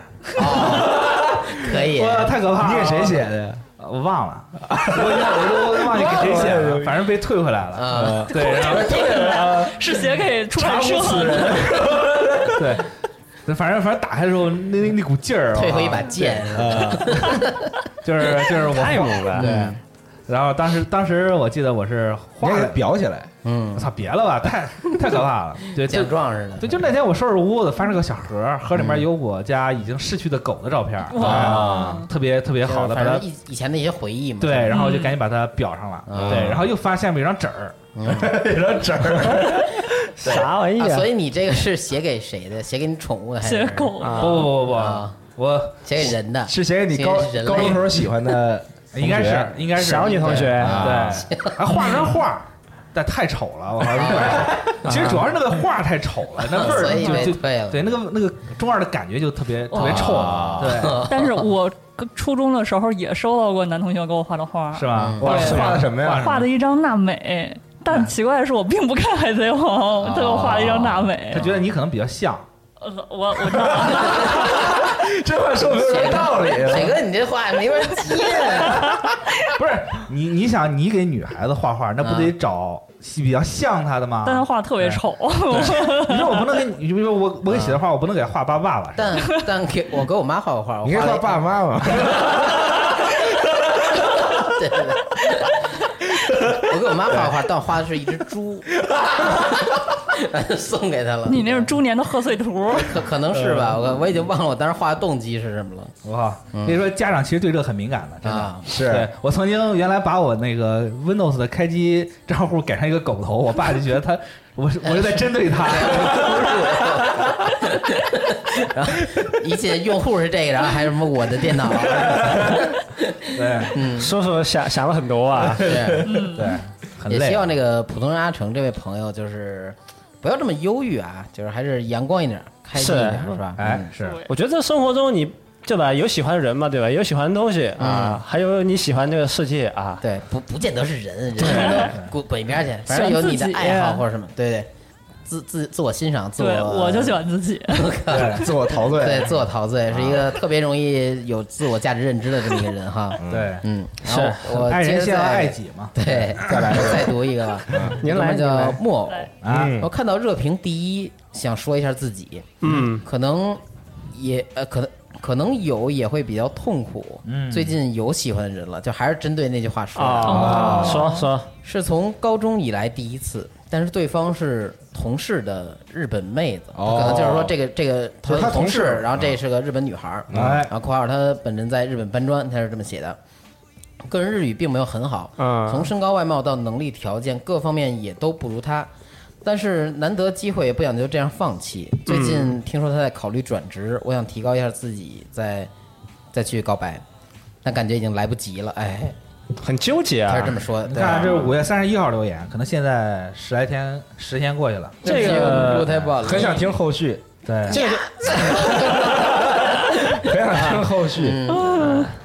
Speaker 2: 可 以》，。
Speaker 3: 哇，太可怕了！
Speaker 6: 你给谁写的 呀？
Speaker 3: 我忘了，我我我忘记给谁写
Speaker 6: 哎
Speaker 3: 了，反正被退回来了。
Speaker 6: 嗯
Speaker 2: 啊，
Speaker 3: 对，然后
Speaker 5: 是写给出版社
Speaker 3: 查无此
Speaker 5: 的。
Speaker 3: 对，对反正反正打开的时候，那那那股劲儿，
Speaker 2: 退回一
Speaker 3: 哇
Speaker 2: 把剑，
Speaker 3: 就是就是我
Speaker 4: 太猛了
Speaker 3: 对，然后当时当时我记得我是
Speaker 6: 你
Speaker 3: 画
Speaker 6: 还给
Speaker 3: 了
Speaker 6: 它，裱起来，
Speaker 2: 嗯
Speaker 3: 我，操，别了吧，太 太可怕了。对，就
Speaker 2: 奖状似的。
Speaker 3: 对，就那天我收拾屋子，发现个小盒儿，盒里面有我家已经逝去的狗的照片儿，
Speaker 5: 哇
Speaker 3: 哎特别特别好的，把
Speaker 2: 反
Speaker 3: 它
Speaker 2: 正以以前的一些回忆嘛。
Speaker 3: 对，然后我就赶紧把它裱上了，
Speaker 2: 嗯
Speaker 3: 对，然后又发现下面有张纸儿，有张纸儿，
Speaker 4: 啥玩意
Speaker 2: 啊，所
Speaker 4: 儿？
Speaker 2: 以你这个是写给谁的？写给你宠物的还是
Speaker 5: 写狗
Speaker 3: 不
Speaker 4: 啊
Speaker 3: 不不不
Speaker 2: 啊，
Speaker 3: 不，我
Speaker 2: 写给人的？
Speaker 6: 是写给你高
Speaker 2: 写人类
Speaker 6: 高中时候喜欢 的同学，
Speaker 3: 应该是应该是
Speaker 4: 小女同学
Speaker 6: 啊
Speaker 3: 对，还画了张画。但太丑了，我还是不敢。其实主要是那个画儿太丑了，那味儿
Speaker 2: 哦所以
Speaker 3: 就
Speaker 2: 被
Speaker 3: 就
Speaker 2: 退了
Speaker 3: 对那个那个中二的感觉就特别特别臭
Speaker 2: 哦。
Speaker 3: 对，
Speaker 5: 但是我初中的时候也收到过男同学给我画的画，
Speaker 3: 是吧？
Speaker 6: 哇，
Speaker 5: 对
Speaker 6: 画的什么嗯呀？
Speaker 5: 画的一张娜美，但奇怪的是我并不看《海贼
Speaker 6: 哦
Speaker 5: 王》，他给我画了一张娜美
Speaker 3: 他。觉得你可能比较像，
Speaker 5: 呃我我知道，
Speaker 6: 这话说的有点道理。
Speaker 3: 啊
Speaker 2: 磊哥，你这话也没法接。
Speaker 3: 不是你你想你给女孩子画画，那不得
Speaker 2: 嗯
Speaker 3: 找比较像她的吗？
Speaker 5: 但他画的特别丑。
Speaker 3: 你说我不能给你，你比如说我我给写的画，我不能给画爸爸吧？
Speaker 2: 但但给我给我妈画过画，我
Speaker 6: 你可以
Speaker 2: 画了
Speaker 6: 画
Speaker 2: 一
Speaker 6: 爸妈嘛，
Speaker 2: 对对对，我给我妈画过画，但我画的是一只猪， 送给她了。
Speaker 5: 你那是猪年的贺岁 图，
Speaker 2: 可可能是
Speaker 3: 嗯
Speaker 2: 吧？我我已经忘了我当时画的动机是什么了
Speaker 3: 我靠，所以说家长其实对这个很敏感的，真的。
Speaker 2: 嗯啊！
Speaker 6: 是
Speaker 3: 对我曾经原来把我那个 Windows 的开机账户改成一个狗头，我爸就觉得他，我是我是在针对他。
Speaker 2: 然后 一进用户是这个，然后还有什么我的电脑，啊
Speaker 3: 对
Speaker 2: 嗯
Speaker 4: 叔叔想想了很多啊，
Speaker 2: 对，
Speaker 3: 对，很啊
Speaker 2: 也
Speaker 3: 累
Speaker 2: 希。望那个普通人阿成这位朋友就是不要这么忧郁啊，就是还是阳光一点，开心一点
Speaker 4: 是
Speaker 2: 是吧？
Speaker 3: 哎
Speaker 2: 嗯，
Speaker 3: 是
Speaker 4: 我觉得在生活中你对吧，有喜欢的人嘛，对吧？有喜欢的东西啊，还有你喜欢这个世界啊，
Speaker 2: 对，不不见得是人，人都滚滚一边去，反正
Speaker 5: 喜
Speaker 2: 有
Speaker 5: 欢
Speaker 2: 你的
Speaker 5: 自己
Speaker 2: 爱好或者什么，对对，自自自我欣赏，自
Speaker 5: 对
Speaker 2: 我
Speaker 5: 我就喜欢自 己。
Speaker 6: 对，自我陶醉。
Speaker 2: 对 自我陶醉，是一个特别容易有自我价值认知的这么一个人哈。
Speaker 3: 对，
Speaker 2: 嗯，然后我
Speaker 3: 爱
Speaker 2: 接
Speaker 3: 人
Speaker 2: 着
Speaker 3: 先要
Speaker 2: 再
Speaker 3: 爱己嘛。
Speaker 2: 对，再来再读一个吧。
Speaker 4: 您
Speaker 2: 这
Speaker 4: 来
Speaker 2: 么
Speaker 4: 您
Speaker 2: 叫
Speaker 4: 来
Speaker 2: 木偶。
Speaker 5: 来
Speaker 3: 啊
Speaker 4: 嗯
Speaker 2: 我看到热评第一，想说一下自己，
Speaker 4: 嗯，
Speaker 2: 可能也呃，可能可能有也会比较痛苦。
Speaker 3: 嗯
Speaker 2: 最近有喜欢的人了，就还是针对那句话说的，
Speaker 4: 啊，说说
Speaker 2: 是从高中以来第一次，但是对方是同事的日本妹子，
Speaker 6: 哦
Speaker 2: 可能就是说这个这个
Speaker 6: 就是他
Speaker 2: 的
Speaker 6: 同
Speaker 2: 同
Speaker 6: 事啊
Speaker 2: 然后这是个日本女孩儿，
Speaker 3: 哎
Speaker 2: 然后括号她本人在日本搬砖，她是这么写的。个人日语并没有很好，
Speaker 4: 嗯
Speaker 2: 从身高、外貌到能力条件各方面也都不如她，但是难得机会也不想就这样放
Speaker 6: 嗯
Speaker 2: 弃。最近听说她在考虑转职，我想提高一下自己，再再去告白，但感觉已经来不及了。哎，
Speaker 4: 很纠结
Speaker 2: 她
Speaker 4: 啊
Speaker 2: 是这，么说的。
Speaker 3: 你
Speaker 2: 对
Speaker 3: 看，这是五月三十一号留言，可能现在十来天、十天过去了。
Speaker 4: 这个
Speaker 2: 录太不好了，
Speaker 6: 很想听后续，
Speaker 3: 对，
Speaker 4: 这个
Speaker 6: 很想听后续。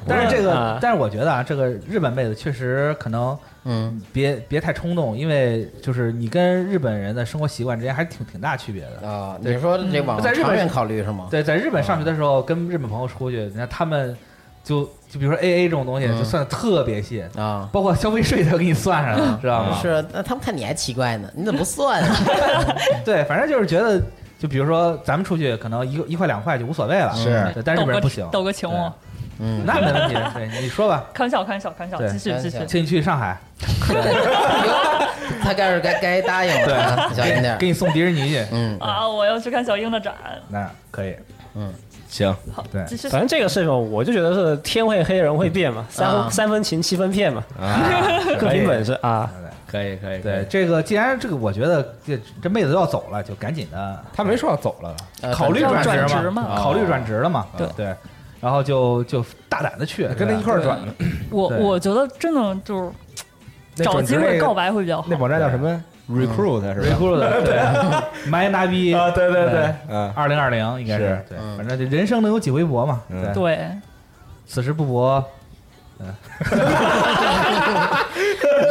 Speaker 3: 但是这个
Speaker 4: 啊，
Speaker 3: 但是我觉得啊，这个日本妹子确实可能
Speaker 2: 嗯，
Speaker 3: 别别太冲动，因为就是你跟日本人的生活习惯之间还是挺挺大区别的。
Speaker 2: 啊，
Speaker 3: 对
Speaker 2: 你说这
Speaker 6: 嗯
Speaker 2: 往
Speaker 3: 在日本
Speaker 2: 长远考虑是吗？
Speaker 3: 对，在日本上学的时
Speaker 6: 啊
Speaker 3: 候，跟日本朋友出去，你看他们就就比如说 A A 这种东西，
Speaker 2: 嗯
Speaker 3: 就算的特别细，
Speaker 2: 啊，
Speaker 3: 包括消费税都给你算上
Speaker 6: 嗯
Speaker 3: 了，知道
Speaker 6: 啊
Speaker 3: 吗？
Speaker 2: 是，啊那他们看你还奇怪呢，你怎么不算啊？
Speaker 3: 对，反正就是觉得，就比如说咱们出去，可能一个一块两块就无所谓了，
Speaker 6: 是
Speaker 3: 对，但日
Speaker 5: 斗
Speaker 3: 本人
Speaker 5: 个
Speaker 3: 不行，
Speaker 5: 斗个情我，
Speaker 2: 嗯，
Speaker 3: 那没问题。对，你说 吧，
Speaker 5: 开玩笑，开玩笑，开玩笑，
Speaker 3: 对
Speaker 5: 继续
Speaker 2: 开玩
Speaker 5: 继续
Speaker 2: 笑。
Speaker 3: 请你去上海，
Speaker 2: 对他该是该该答应了，啊小心点儿
Speaker 3: 给。你送迪士尼去，
Speaker 2: 嗯，
Speaker 5: 啊！我要去看小樱的展，
Speaker 3: 那可以。
Speaker 6: 行，
Speaker 3: 对，
Speaker 5: 继续
Speaker 4: 反正这个事情，我就觉得是天会黑，人会变嘛，三
Speaker 2: 啊
Speaker 4: 三分情，七分骗嘛，
Speaker 3: 啊
Speaker 4: 各凭本事啊。
Speaker 3: 哎
Speaker 6: 可以可以。
Speaker 3: 对
Speaker 6: 对，
Speaker 3: 这个，既然这个，我觉得这这妹子都要走了，就赶紧的
Speaker 6: 他没说要走了，
Speaker 2: 呃
Speaker 3: 考虑
Speaker 5: 要转
Speaker 3: 转职
Speaker 5: 职嘛
Speaker 3: 考
Speaker 6: 哦
Speaker 3: 虑转职了嘛？
Speaker 5: 对
Speaker 3: 对，然后就就大胆的去，
Speaker 6: 跟他一块
Speaker 3: 儿。
Speaker 6: 儿转的。
Speaker 5: 我
Speaker 3: 对
Speaker 5: 我觉得真的就是
Speaker 6: 那
Speaker 5: 找
Speaker 6: 转职
Speaker 5: 机会
Speaker 6: 那
Speaker 5: 告
Speaker 6: 个
Speaker 5: 白会比较好
Speaker 6: 那。网站叫什么？Recruit 是吧？
Speaker 3: recruit 对，埋拿逼
Speaker 6: 啊，对对对
Speaker 3: 对，
Speaker 6: 嗯，
Speaker 3: 二零二零应该是
Speaker 6: 是
Speaker 3: 对，
Speaker 2: 嗯
Speaker 3: 反正就人生能有几回搏嘛，
Speaker 6: 嗯
Speaker 3: 对，
Speaker 5: 对，
Speaker 3: 此时不搏，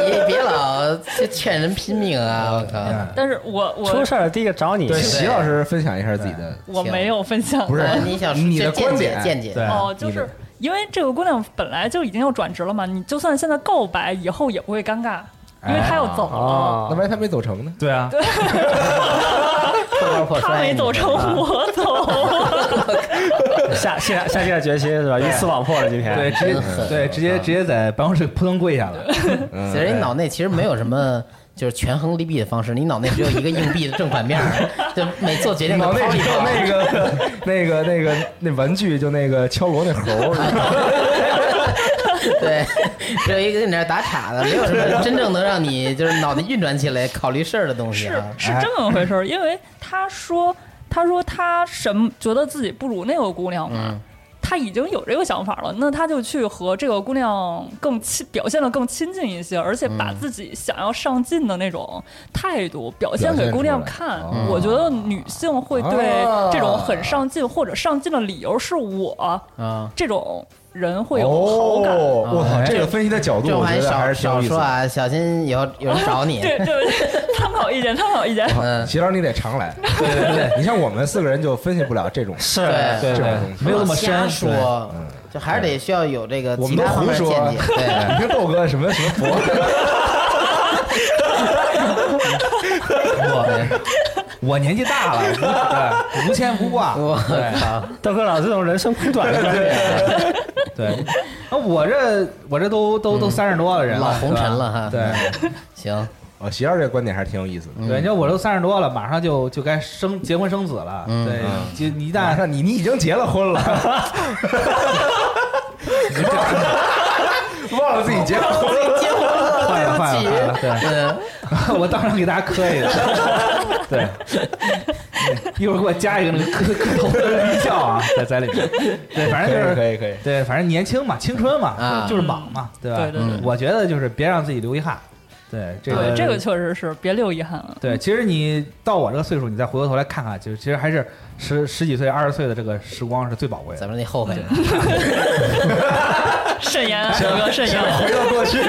Speaker 2: 你别老去劝人拼命啊！我
Speaker 6: 嗯
Speaker 2: 靠，
Speaker 5: 但是我
Speaker 4: 出
Speaker 5: 我
Speaker 4: 事儿了第一个找你，
Speaker 6: 对，
Speaker 2: 是
Speaker 6: 席老师分享一下自己的，
Speaker 5: 我没有分享，
Speaker 6: 不是
Speaker 2: 呃你想
Speaker 6: 你的
Speaker 2: 见
Speaker 6: 观
Speaker 2: 解
Speaker 6: 点啊
Speaker 2: 见解
Speaker 3: 对
Speaker 5: 哦，就是因为这个姑娘本来就已经要转职了嘛，你就算现在告白，以后也不会尴尬，因为她要走了，
Speaker 4: 啊
Speaker 6: 那，万一他没走成呢？
Speaker 3: 对啊，
Speaker 2: 破罐破
Speaker 5: 她
Speaker 2: 摔
Speaker 5: 没
Speaker 2: 你啊
Speaker 5: 走成，我走。
Speaker 4: 下下下定了决心是吧？一丝网破了今天。
Speaker 3: 对，直接
Speaker 2: 真狠
Speaker 3: 对直接直接在办公室扑通跪下了，
Speaker 6: 嗯
Speaker 2: 嗯其实你脑内其实没有什么。就是权衡利弊的方式，你脑内只有一个硬币的正反面儿，就每做决定都
Speaker 6: 脑
Speaker 2: 抛
Speaker 6: 内
Speaker 2: 一
Speaker 6: 只有
Speaker 2: 抛。
Speaker 6: 那个 那个那个那玩具，就那个敲锣那猴儿，
Speaker 2: 啊对，只有一个在你那儿打岔的，没有什么真正能让你就是脑袋运转起来考虑事儿的东西
Speaker 5: 是
Speaker 2: 啊。
Speaker 5: 是这么回事儿，因为他说他说他什么觉得自己不如那个姑娘嘛，他已经有这个想法了，那他就去和这个姑娘更亲，表现的更亲近一些，而且把自己想要上进的那种态度表现给姑娘看。我觉得女性会对
Speaker 6: 哦
Speaker 5: 这种很上进或者上进的理由是我
Speaker 2: 啊
Speaker 5: 这种人会有好感。
Speaker 6: 哦我操，
Speaker 2: 哎
Speaker 6: 这个分析的角度，
Speaker 2: 这
Speaker 6: 我
Speaker 2: 我
Speaker 6: 觉
Speaker 2: 还
Speaker 6: 得还是
Speaker 2: 少
Speaker 6: 挺有意
Speaker 2: 少
Speaker 6: 思
Speaker 2: 说
Speaker 6: 的。
Speaker 2: 啊，小心以后有人找你。
Speaker 5: 对对对，参考意见，参考意见。
Speaker 2: 嗯，
Speaker 6: 齐老师，你得常来。对对对，你像我们四个人就分析不了这种，
Speaker 3: 是
Speaker 2: 对
Speaker 3: 对
Speaker 6: 这种
Speaker 3: 对
Speaker 6: 东，西
Speaker 3: 没有那么
Speaker 2: 瞎
Speaker 3: 深。
Speaker 2: 说，就还是得需要有这个
Speaker 6: 我
Speaker 2: 其
Speaker 6: 们都
Speaker 2: 他方
Speaker 6: 胡
Speaker 2: 面的
Speaker 6: 说
Speaker 2: 见解。。对，
Speaker 6: 你听豆哥什么什么博，
Speaker 2: 我
Speaker 3: 我年纪大了，对，无牵不挂。
Speaker 2: 我操，
Speaker 4: 豆哥老师这种人生苦短的观点，
Speaker 3: 对，啊，我这我这都都都三十多了人了，
Speaker 2: 老红尘了哈
Speaker 3: 对吧对
Speaker 2: 行，
Speaker 6: 哦，齐老师这观点还是挺有意思
Speaker 4: 嗯
Speaker 6: 的。
Speaker 3: 对，你说我都三十多了，马上就就该生结婚生子了。
Speaker 2: 嗯
Speaker 3: 对，就你一
Speaker 6: 马
Speaker 3: 旦
Speaker 6: 上你你已经结了 婚了，忘了自己结了婚。
Speaker 2: 结婚
Speaker 3: 坏了
Speaker 2: 了，
Speaker 3: 坏
Speaker 2: 对
Speaker 3: 了
Speaker 2: 不起。
Speaker 3: 坏
Speaker 2: 嗯，
Speaker 3: 了，对， 我当场给大家磕 一个，对，一会儿给我加一个那个磕磕头的音效啊，在在里面，对，反
Speaker 6: 可以
Speaker 3: 正就是
Speaker 6: 可以可以，
Speaker 3: 对，反正年轻嘛，青春嘛
Speaker 2: 啊，
Speaker 3: 就是莽嘛，对吧？
Speaker 5: 对对对
Speaker 3: 嗯我觉得就是别让自己留遗憾。对，这个
Speaker 5: 对，这个确实是，别留遗憾了。
Speaker 3: 对，其实你到我这个岁数，你再回过头来看看，就是其实还是十十几岁、二十岁的这个时光是最宝贵的。
Speaker 2: 咱们得后悔了。
Speaker 5: 慎言啊，小哥，慎言啊。
Speaker 6: 回到过去，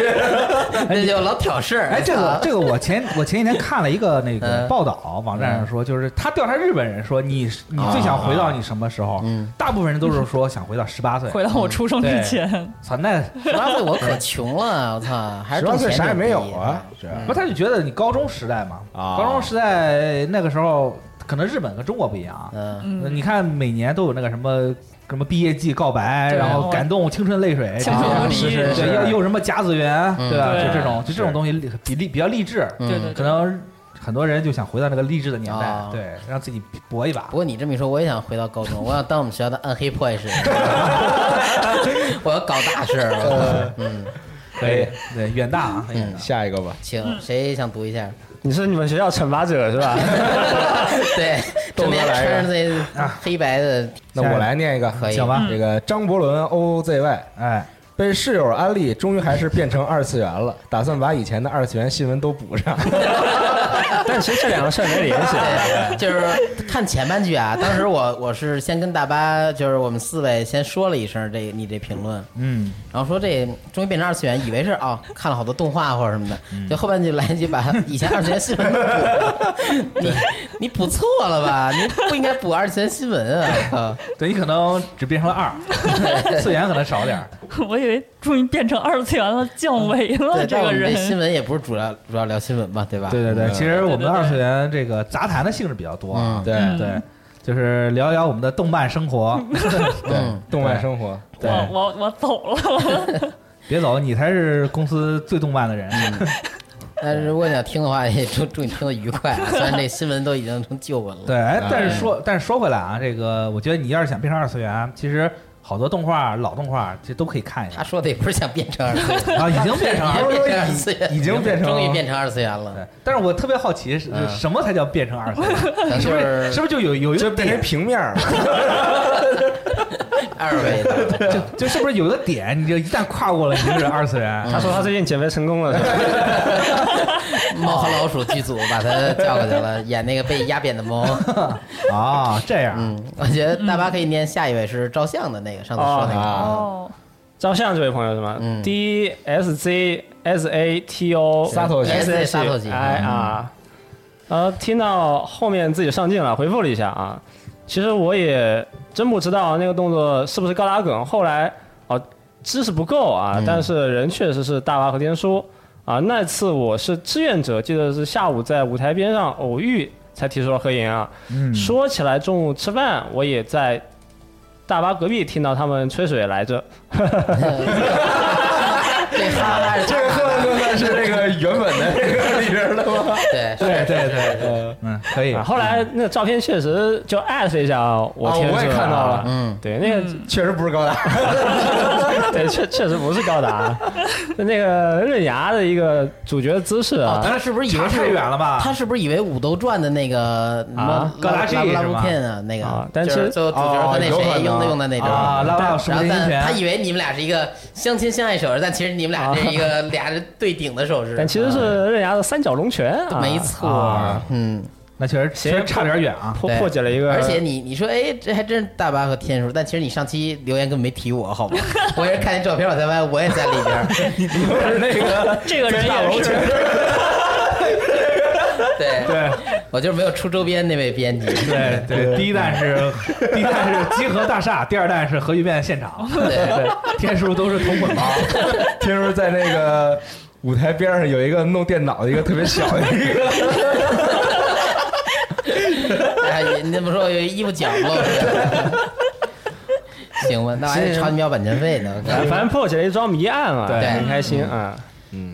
Speaker 2: 那就老挑事儿。
Speaker 3: 哎，这个
Speaker 2: 啊
Speaker 3: 这个，我前我前几天看了一个那个
Speaker 2: 嗯啊
Speaker 3: 报道，网站上说，就是他调查日本人说，你你最想回到你什么时候？
Speaker 2: 嗯
Speaker 3: 大部分人都是说想回到 十八岁。
Speaker 5: 回到我出生之前，
Speaker 3: 操，那
Speaker 2: 十八岁我可穷了，我操，还是
Speaker 6: 十八
Speaker 2: 挣
Speaker 6: 岁
Speaker 2: 钱
Speaker 6: 啥也
Speaker 2: 牛
Speaker 6: 没有
Speaker 2: 逼
Speaker 6: 啊，是
Speaker 2: 嗯
Speaker 3: 不，他就觉得你高中时代嘛，
Speaker 6: 啊
Speaker 3: 高中时代那个时候，可能日本跟中国不一样啊。
Speaker 2: 嗯，
Speaker 5: 嗯，
Speaker 3: 你看每年都有那个什么什么毕业季告白，
Speaker 5: 对
Speaker 3: 然后
Speaker 5: 我
Speaker 3: 感动青春泪水，
Speaker 5: 青春
Speaker 2: 啊
Speaker 5: 无
Speaker 2: 是
Speaker 5: 敌
Speaker 2: 是，
Speaker 3: 对，又又什么甲子园，
Speaker 2: 嗯
Speaker 3: 对吧？
Speaker 5: 对
Speaker 3: 就这种，就这种
Speaker 6: 是
Speaker 3: 东西励比励比较励志，
Speaker 2: 嗯
Speaker 5: 对对
Speaker 3: 可
Speaker 5: 对，
Speaker 3: 能很多人就想回到那个励志的年代
Speaker 2: 啊，
Speaker 3: 对，让自己搏一把
Speaker 2: 不。过你这么一说，我也想回到高中，我想当我们学校的暗黑破坏神， 我要搞大事儿。 我操嗯，
Speaker 6: 可以，
Speaker 3: 对，远大啊，远大
Speaker 6: 嗯下一个吧。
Speaker 2: 请谁想读一下？
Speaker 3: 嗯
Speaker 4: 你是你们学校惩罚者是吧？
Speaker 2: 对，整天穿着这黑白的，
Speaker 6: 那我来念一个，
Speaker 2: 可以
Speaker 3: 行吧？
Speaker 6: 这个张伯伦 OZY
Speaker 3: 嗯哎，
Speaker 6: 被室友安利，终于还是变成二次元了，打算把以前的二次元新闻都补上。
Speaker 4: 但其实这两个事儿没联系。
Speaker 2: 对，就是看前半句啊。当时我我是先跟大巴，就是我们四位先说了一声这你这评论，
Speaker 3: 嗯，
Speaker 2: 然后说这终于变成二次元，以为是啊、看了好多动画或者什么的， 就后半句来一句把以前二次元新闻都补了，你你补错了吧？你不应该补二次元新闻啊！
Speaker 3: 对你可能只变成了二， 次元可能少点儿。
Speaker 5: 我以为终于变成二次元了，降维
Speaker 2: 啊
Speaker 5: 了
Speaker 2: 对，
Speaker 5: 哦这
Speaker 2: 但我
Speaker 5: 个
Speaker 2: 们这新
Speaker 5: 人。
Speaker 2: 闻也不是主要主要聊新闻嘛，对吧？
Speaker 3: 对对对，
Speaker 6: 嗯
Speaker 3: 其实我们
Speaker 5: 对对对
Speaker 3: 二次元这个杂谈的性质比较多啊
Speaker 2: 嗯，
Speaker 6: 对
Speaker 5: 嗯
Speaker 3: 对，就是聊一聊我们的动漫 生活。
Speaker 2: 嗯，
Speaker 6: 动漫生活，
Speaker 5: 我
Speaker 3: 对
Speaker 5: 我我走了，
Speaker 3: 别走，你才是公司最动漫的人。
Speaker 6: 嗯
Speaker 2: 但是如果你想听的话，也祝祝你听得愉快、啊。虽然这新闻都已经成旧闻了，
Speaker 3: 对，哎
Speaker 6: 嗯
Speaker 3: 但是说，但是说回来啊，这个我觉得你要是想变成二次元，啊其实好多动画、老动画其实都可以看一
Speaker 2: 他
Speaker 3: 下
Speaker 2: 说的也不是想变成二次 元，
Speaker 3: 啊，已经变成
Speaker 2: 已
Speaker 3: 二
Speaker 2: 经
Speaker 3: 次元。
Speaker 2: 变成二次元，
Speaker 6: 已经变成
Speaker 2: 终于变成二次元了
Speaker 3: 对，但是我特别好奇，是
Speaker 2: 嗯
Speaker 3: 什么才叫变成二次 元？
Speaker 2: 可能就是是
Speaker 3: 不是就有有一
Speaker 6: 就
Speaker 3: 个
Speaker 6: 变成
Speaker 3: 点？
Speaker 6: 平面儿了。
Speaker 2: 二维的，
Speaker 3: 就就是不是有一个点？你就一旦跨过了，你就是二次 元。
Speaker 4: 他说他最近减肥成功了，是吧？
Speaker 2: 猫和老鼠剧组把他叫过去了，演那个被压扁的猫。
Speaker 3: 啊，这样
Speaker 2: 嗯，我觉得大巴可以念下一位是照相的那个，上次说那个。 啊
Speaker 5: 哦，
Speaker 4: 照相这位朋友是吗
Speaker 2: 嗯
Speaker 4: ？D S Z S A T O
Speaker 6: 撒头
Speaker 4: S
Speaker 2: SZ
Speaker 4: H
Speaker 2: 撒头姐
Speaker 4: I R。呃，听到后面自己上镜了，回复了一下啊。其实我也真不知道那个动作是不是高拉梗，后来哦、知识不够啊
Speaker 2: 嗯，
Speaker 4: 但是人确实是大娃和天叔啊。那次我是志愿者，记得是下午在舞台边上偶遇才提出了合影啊。
Speaker 2: 嗯
Speaker 4: 说起来，中午吃饭我也在大巴隔壁听到他们吹水来着。
Speaker 2: 这哈 哈
Speaker 6: 哎
Speaker 2: 是
Speaker 6: 这个算不算是这个原本的这个里边的吗？
Speaker 2: 对，
Speaker 3: 对对对对，
Speaker 6: 呃，
Speaker 3: 嗯，可以
Speaker 4: 啊，。后来那个照片确实就艾特一下啊我
Speaker 6: 哦
Speaker 4: 天
Speaker 6: 我也
Speaker 4: 是吧
Speaker 6: 看到了
Speaker 2: 嗯
Speaker 4: 对，那个、
Speaker 6: 确实不是高达，
Speaker 4: 对确确实不是高达，那个刃牙的一个主角姿势
Speaker 2: 哦，，
Speaker 4: 啊
Speaker 2: 他是不是以为
Speaker 3: 差太
Speaker 2: 是
Speaker 3: 远了吧？
Speaker 2: 他是不是以为《武斗传》的那个什么
Speaker 4: 啊
Speaker 2: 拉
Speaker 3: 高达 G
Speaker 2: 拉
Speaker 3: 是
Speaker 2: 布
Speaker 3: 吗
Speaker 2: 片啊？那个
Speaker 4: 啊，但
Speaker 2: 就是
Speaker 4: 其实
Speaker 2: 最后主角和那
Speaker 6: 哦有可
Speaker 2: 谁
Speaker 6: 能
Speaker 2: 用的用的那
Speaker 3: 啊，
Speaker 2: 张。
Speaker 3: 拉到什
Speaker 2: 然后
Speaker 3: 么林
Speaker 2: 但
Speaker 3: 泉？
Speaker 2: 他以为你们俩是一个相亲相爱手势，但其实你们俩是一个俩人对顶的手势。
Speaker 4: 但其实是刃牙的三角龙拳啊，
Speaker 2: 没错
Speaker 3: 啊，
Speaker 2: 嗯，
Speaker 4: 那确实
Speaker 7: 谁
Speaker 4: 确实差点远啊。
Speaker 7: 破
Speaker 2: 对
Speaker 7: 破解了一个，
Speaker 2: 而且你你说，哎，这还真是大巴和天数，但其实你上期留言根本没提我，好吗？我也是看见照片我才发现我也在里边儿。
Speaker 4: 是那个
Speaker 7: 这个人也是，
Speaker 2: 对，
Speaker 4: 对
Speaker 2: 我就是没有出周边那位编辑。
Speaker 4: 对对，第一弹 是第一弹是集合大厦，第二弹是核聚变现场。
Speaker 2: 对，
Speaker 4: 对， 天叔都是同捆包。
Speaker 3: 听说在那个舞台边上有一个弄电脑的一个特别小的一个，
Speaker 2: 哎，你这么说，我有衣服角落是吧？行吧，那我还得朝你们要版权费呢。
Speaker 4: 哎
Speaker 7: 反正破解了一桩谜案啊，
Speaker 3: 对
Speaker 7: 很开心啊。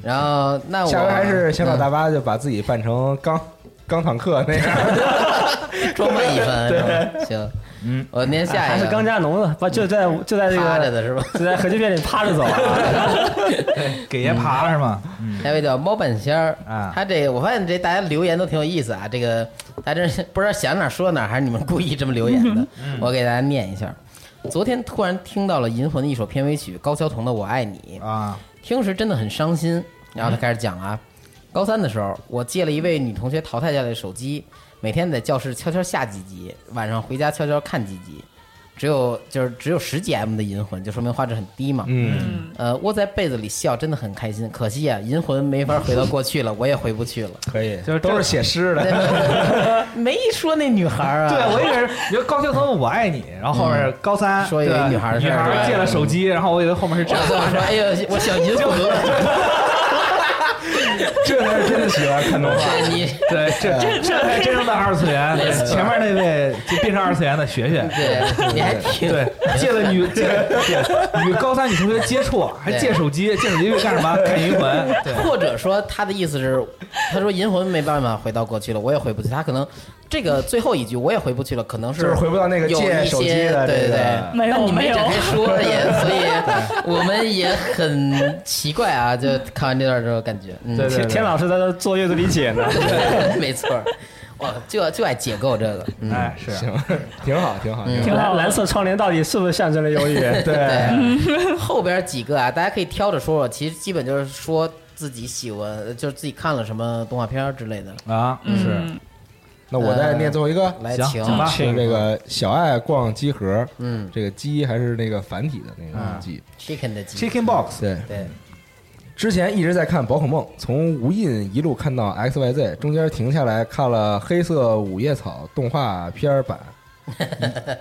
Speaker 2: 然后那我
Speaker 3: 下回还是小老大巴就把自己扮成钢钢坦克那样。
Speaker 2: 嗯装扮一番。是吧行，
Speaker 4: 嗯，
Speaker 2: 我念下一个嗯
Speaker 7: 还是刚加农的，不就在就在这
Speaker 2: 趴着
Speaker 7: 个
Speaker 2: 的是吧？
Speaker 7: 就在核聚变里趴着走 啊，
Speaker 4: 给爷爬了是吗？
Speaker 2: 那嗯位叫猫半仙儿
Speaker 4: 啊
Speaker 2: 他这个我发现这大家留言都挺有意思啊，这个大家真是不知道想哪儿说哪儿，还是你们故意这么留言的。我给大家念一下，昨天突然听到了《银魂》的一首片尾曲高桥彤的《我爱你》，
Speaker 4: 啊，
Speaker 2: 听时真的很伤
Speaker 4: 嗯
Speaker 2: 心。然后他开始讲啊，高三的时候，我借了一位女同学淘汰掉的手机，每天在教室悄悄下几集，晚上回家悄悄看几集，只有就是只有十几 M 的银魂，就说明画质很低嘛。
Speaker 3: 嗯，
Speaker 2: 呃，窝在被子里笑真的很开心，可惜啊，银魂没法回到过去 了，我也回不去了。
Speaker 3: 可以，
Speaker 4: 就是
Speaker 3: 都是写诗的。
Speaker 2: 没说那女孩儿啊，
Speaker 4: 对我以为是，你说高桥彤我爱你，然后后面是高三
Speaker 2: 说
Speaker 7: 嗯
Speaker 2: 一个
Speaker 7: 哎
Speaker 4: 对吧
Speaker 2: 女孩儿是
Speaker 4: 女孩儿借了手机，然后我以为后面是这
Speaker 2: 我
Speaker 4: 样。
Speaker 2: 怎么说？哎呦，我想银 魂了。
Speaker 3: 这才是真的喜欢看动画。
Speaker 2: 对你
Speaker 4: 对，这这这才真正的二次 元。对前面那位就变成二次元的学学，
Speaker 2: 对，你还挺
Speaker 4: 对，借了女借了与高三女同学接触，啊还借手机，借手机又干什么？看银魂。
Speaker 7: 嗯
Speaker 4: 对
Speaker 2: 或者说他的意思是，他说银魂没办法回到过去了，我也回不去。他可能这个最后一句我也回不去了，可能是
Speaker 3: 就是回不到那个
Speaker 2: 有
Speaker 3: 借
Speaker 2: 一
Speaker 3: 手机
Speaker 2: 些
Speaker 3: 的
Speaker 2: 对
Speaker 3: 这
Speaker 2: 对
Speaker 3: 个
Speaker 2: 对。
Speaker 5: 没
Speaker 2: 但
Speaker 5: 有
Speaker 2: 你
Speaker 5: 哎没
Speaker 2: 没
Speaker 5: 有
Speaker 2: 展，开说也， 所以我们也很奇怪啊。就看完这段之后，感觉嗯，
Speaker 7: 对对，天老师在这做阅读理解呢。
Speaker 2: 没错儿，我就就爱解构这个。嗯，
Speaker 4: 哎，是
Speaker 3: 行，挺好，挺好。
Speaker 2: 嗯
Speaker 3: 挺好
Speaker 7: 蓝蓝色窗帘到底是不是象征了 忧郁？对，
Speaker 2: 对，后边几个啊，大家可以挑着说说。其实基本就是说自己喜欢，就是自己看了什么动画片儿之类的。
Speaker 4: 啊，是
Speaker 5: 嗯，
Speaker 3: 那我
Speaker 4: 呃
Speaker 3: 再念最后一个，
Speaker 2: 来，
Speaker 4: 行
Speaker 2: 请
Speaker 4: 好吧
Speaker 3: 是这个小爱逛鸡盒，
Speaker 2: 嗯
Speaker 3: 这个鸡还是那个繁体的那个鸡，
Speaker 2: ，Chicken 的鸡，
Speaker 4: 嗯 Chicken Box
Speaker 3: 对。
Speaker 2: 对，
Speaker 3: 之前一直在看宝可梦，从无印一路看到 X Y Z，中间停下来看了黑色五叶草动画片儿版，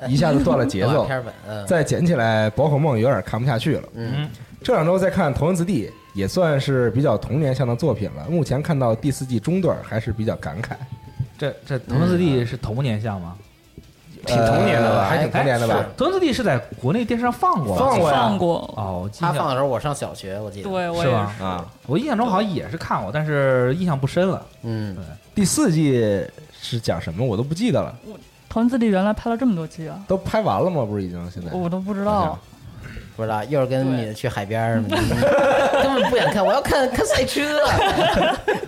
Speaker 3: 一一下子断了节
Speaker 2: 动画
Speaker 3: 奏
Speaker 2: 片，儿版，嗯，
Speaker 3: 再捡起来宝可梦有点看不下去了。
Speaker 2: 嗯，
Speaker 3: 这两周在看《头文字 D》，也算是比较童年向的作品了。目前看到第四季中段，还是比较感慨，
Speaker 4: 这这《童文字 D》是童年像吗？
Speaker 3: 挺童年的吧，呃还挺童年的
Speaker 4: 哎
Speaker 3: 吧
Speaker 4: 是。《童文字 D》是在国内电视上放过吧，
Speaker 3: 放过呀
Speaker 5: 放过，
Speaker 4: 哦，我记
Speaker 2: 他
Speaker 4: 得
Speaker 2: 放的时候我上小学，我记得。
Speaker 5: 对我
Speaker 4: 是
Speaker 5: 也
Speaker 4: 吧？
Speaker 3: 啊，
Speaker 4: 我印象中好像也是看过，但是印象不深了。
Speaker 2: 嗯，
Speaker 3: 第四季是讲什么我都不记得了，
Speaker 5: 童子弟原来拍了这么多季啊，
Speaker 3: 都拍完了吗？不是已经现在？
Speaker 5: 我都不知
Speaker 3: 好
Speaker 5: 道
Speaker 3: 像。
Speaker 2: 不知道，一会儿跟你去海边儿，嗯根本不想看，我要看看赛车，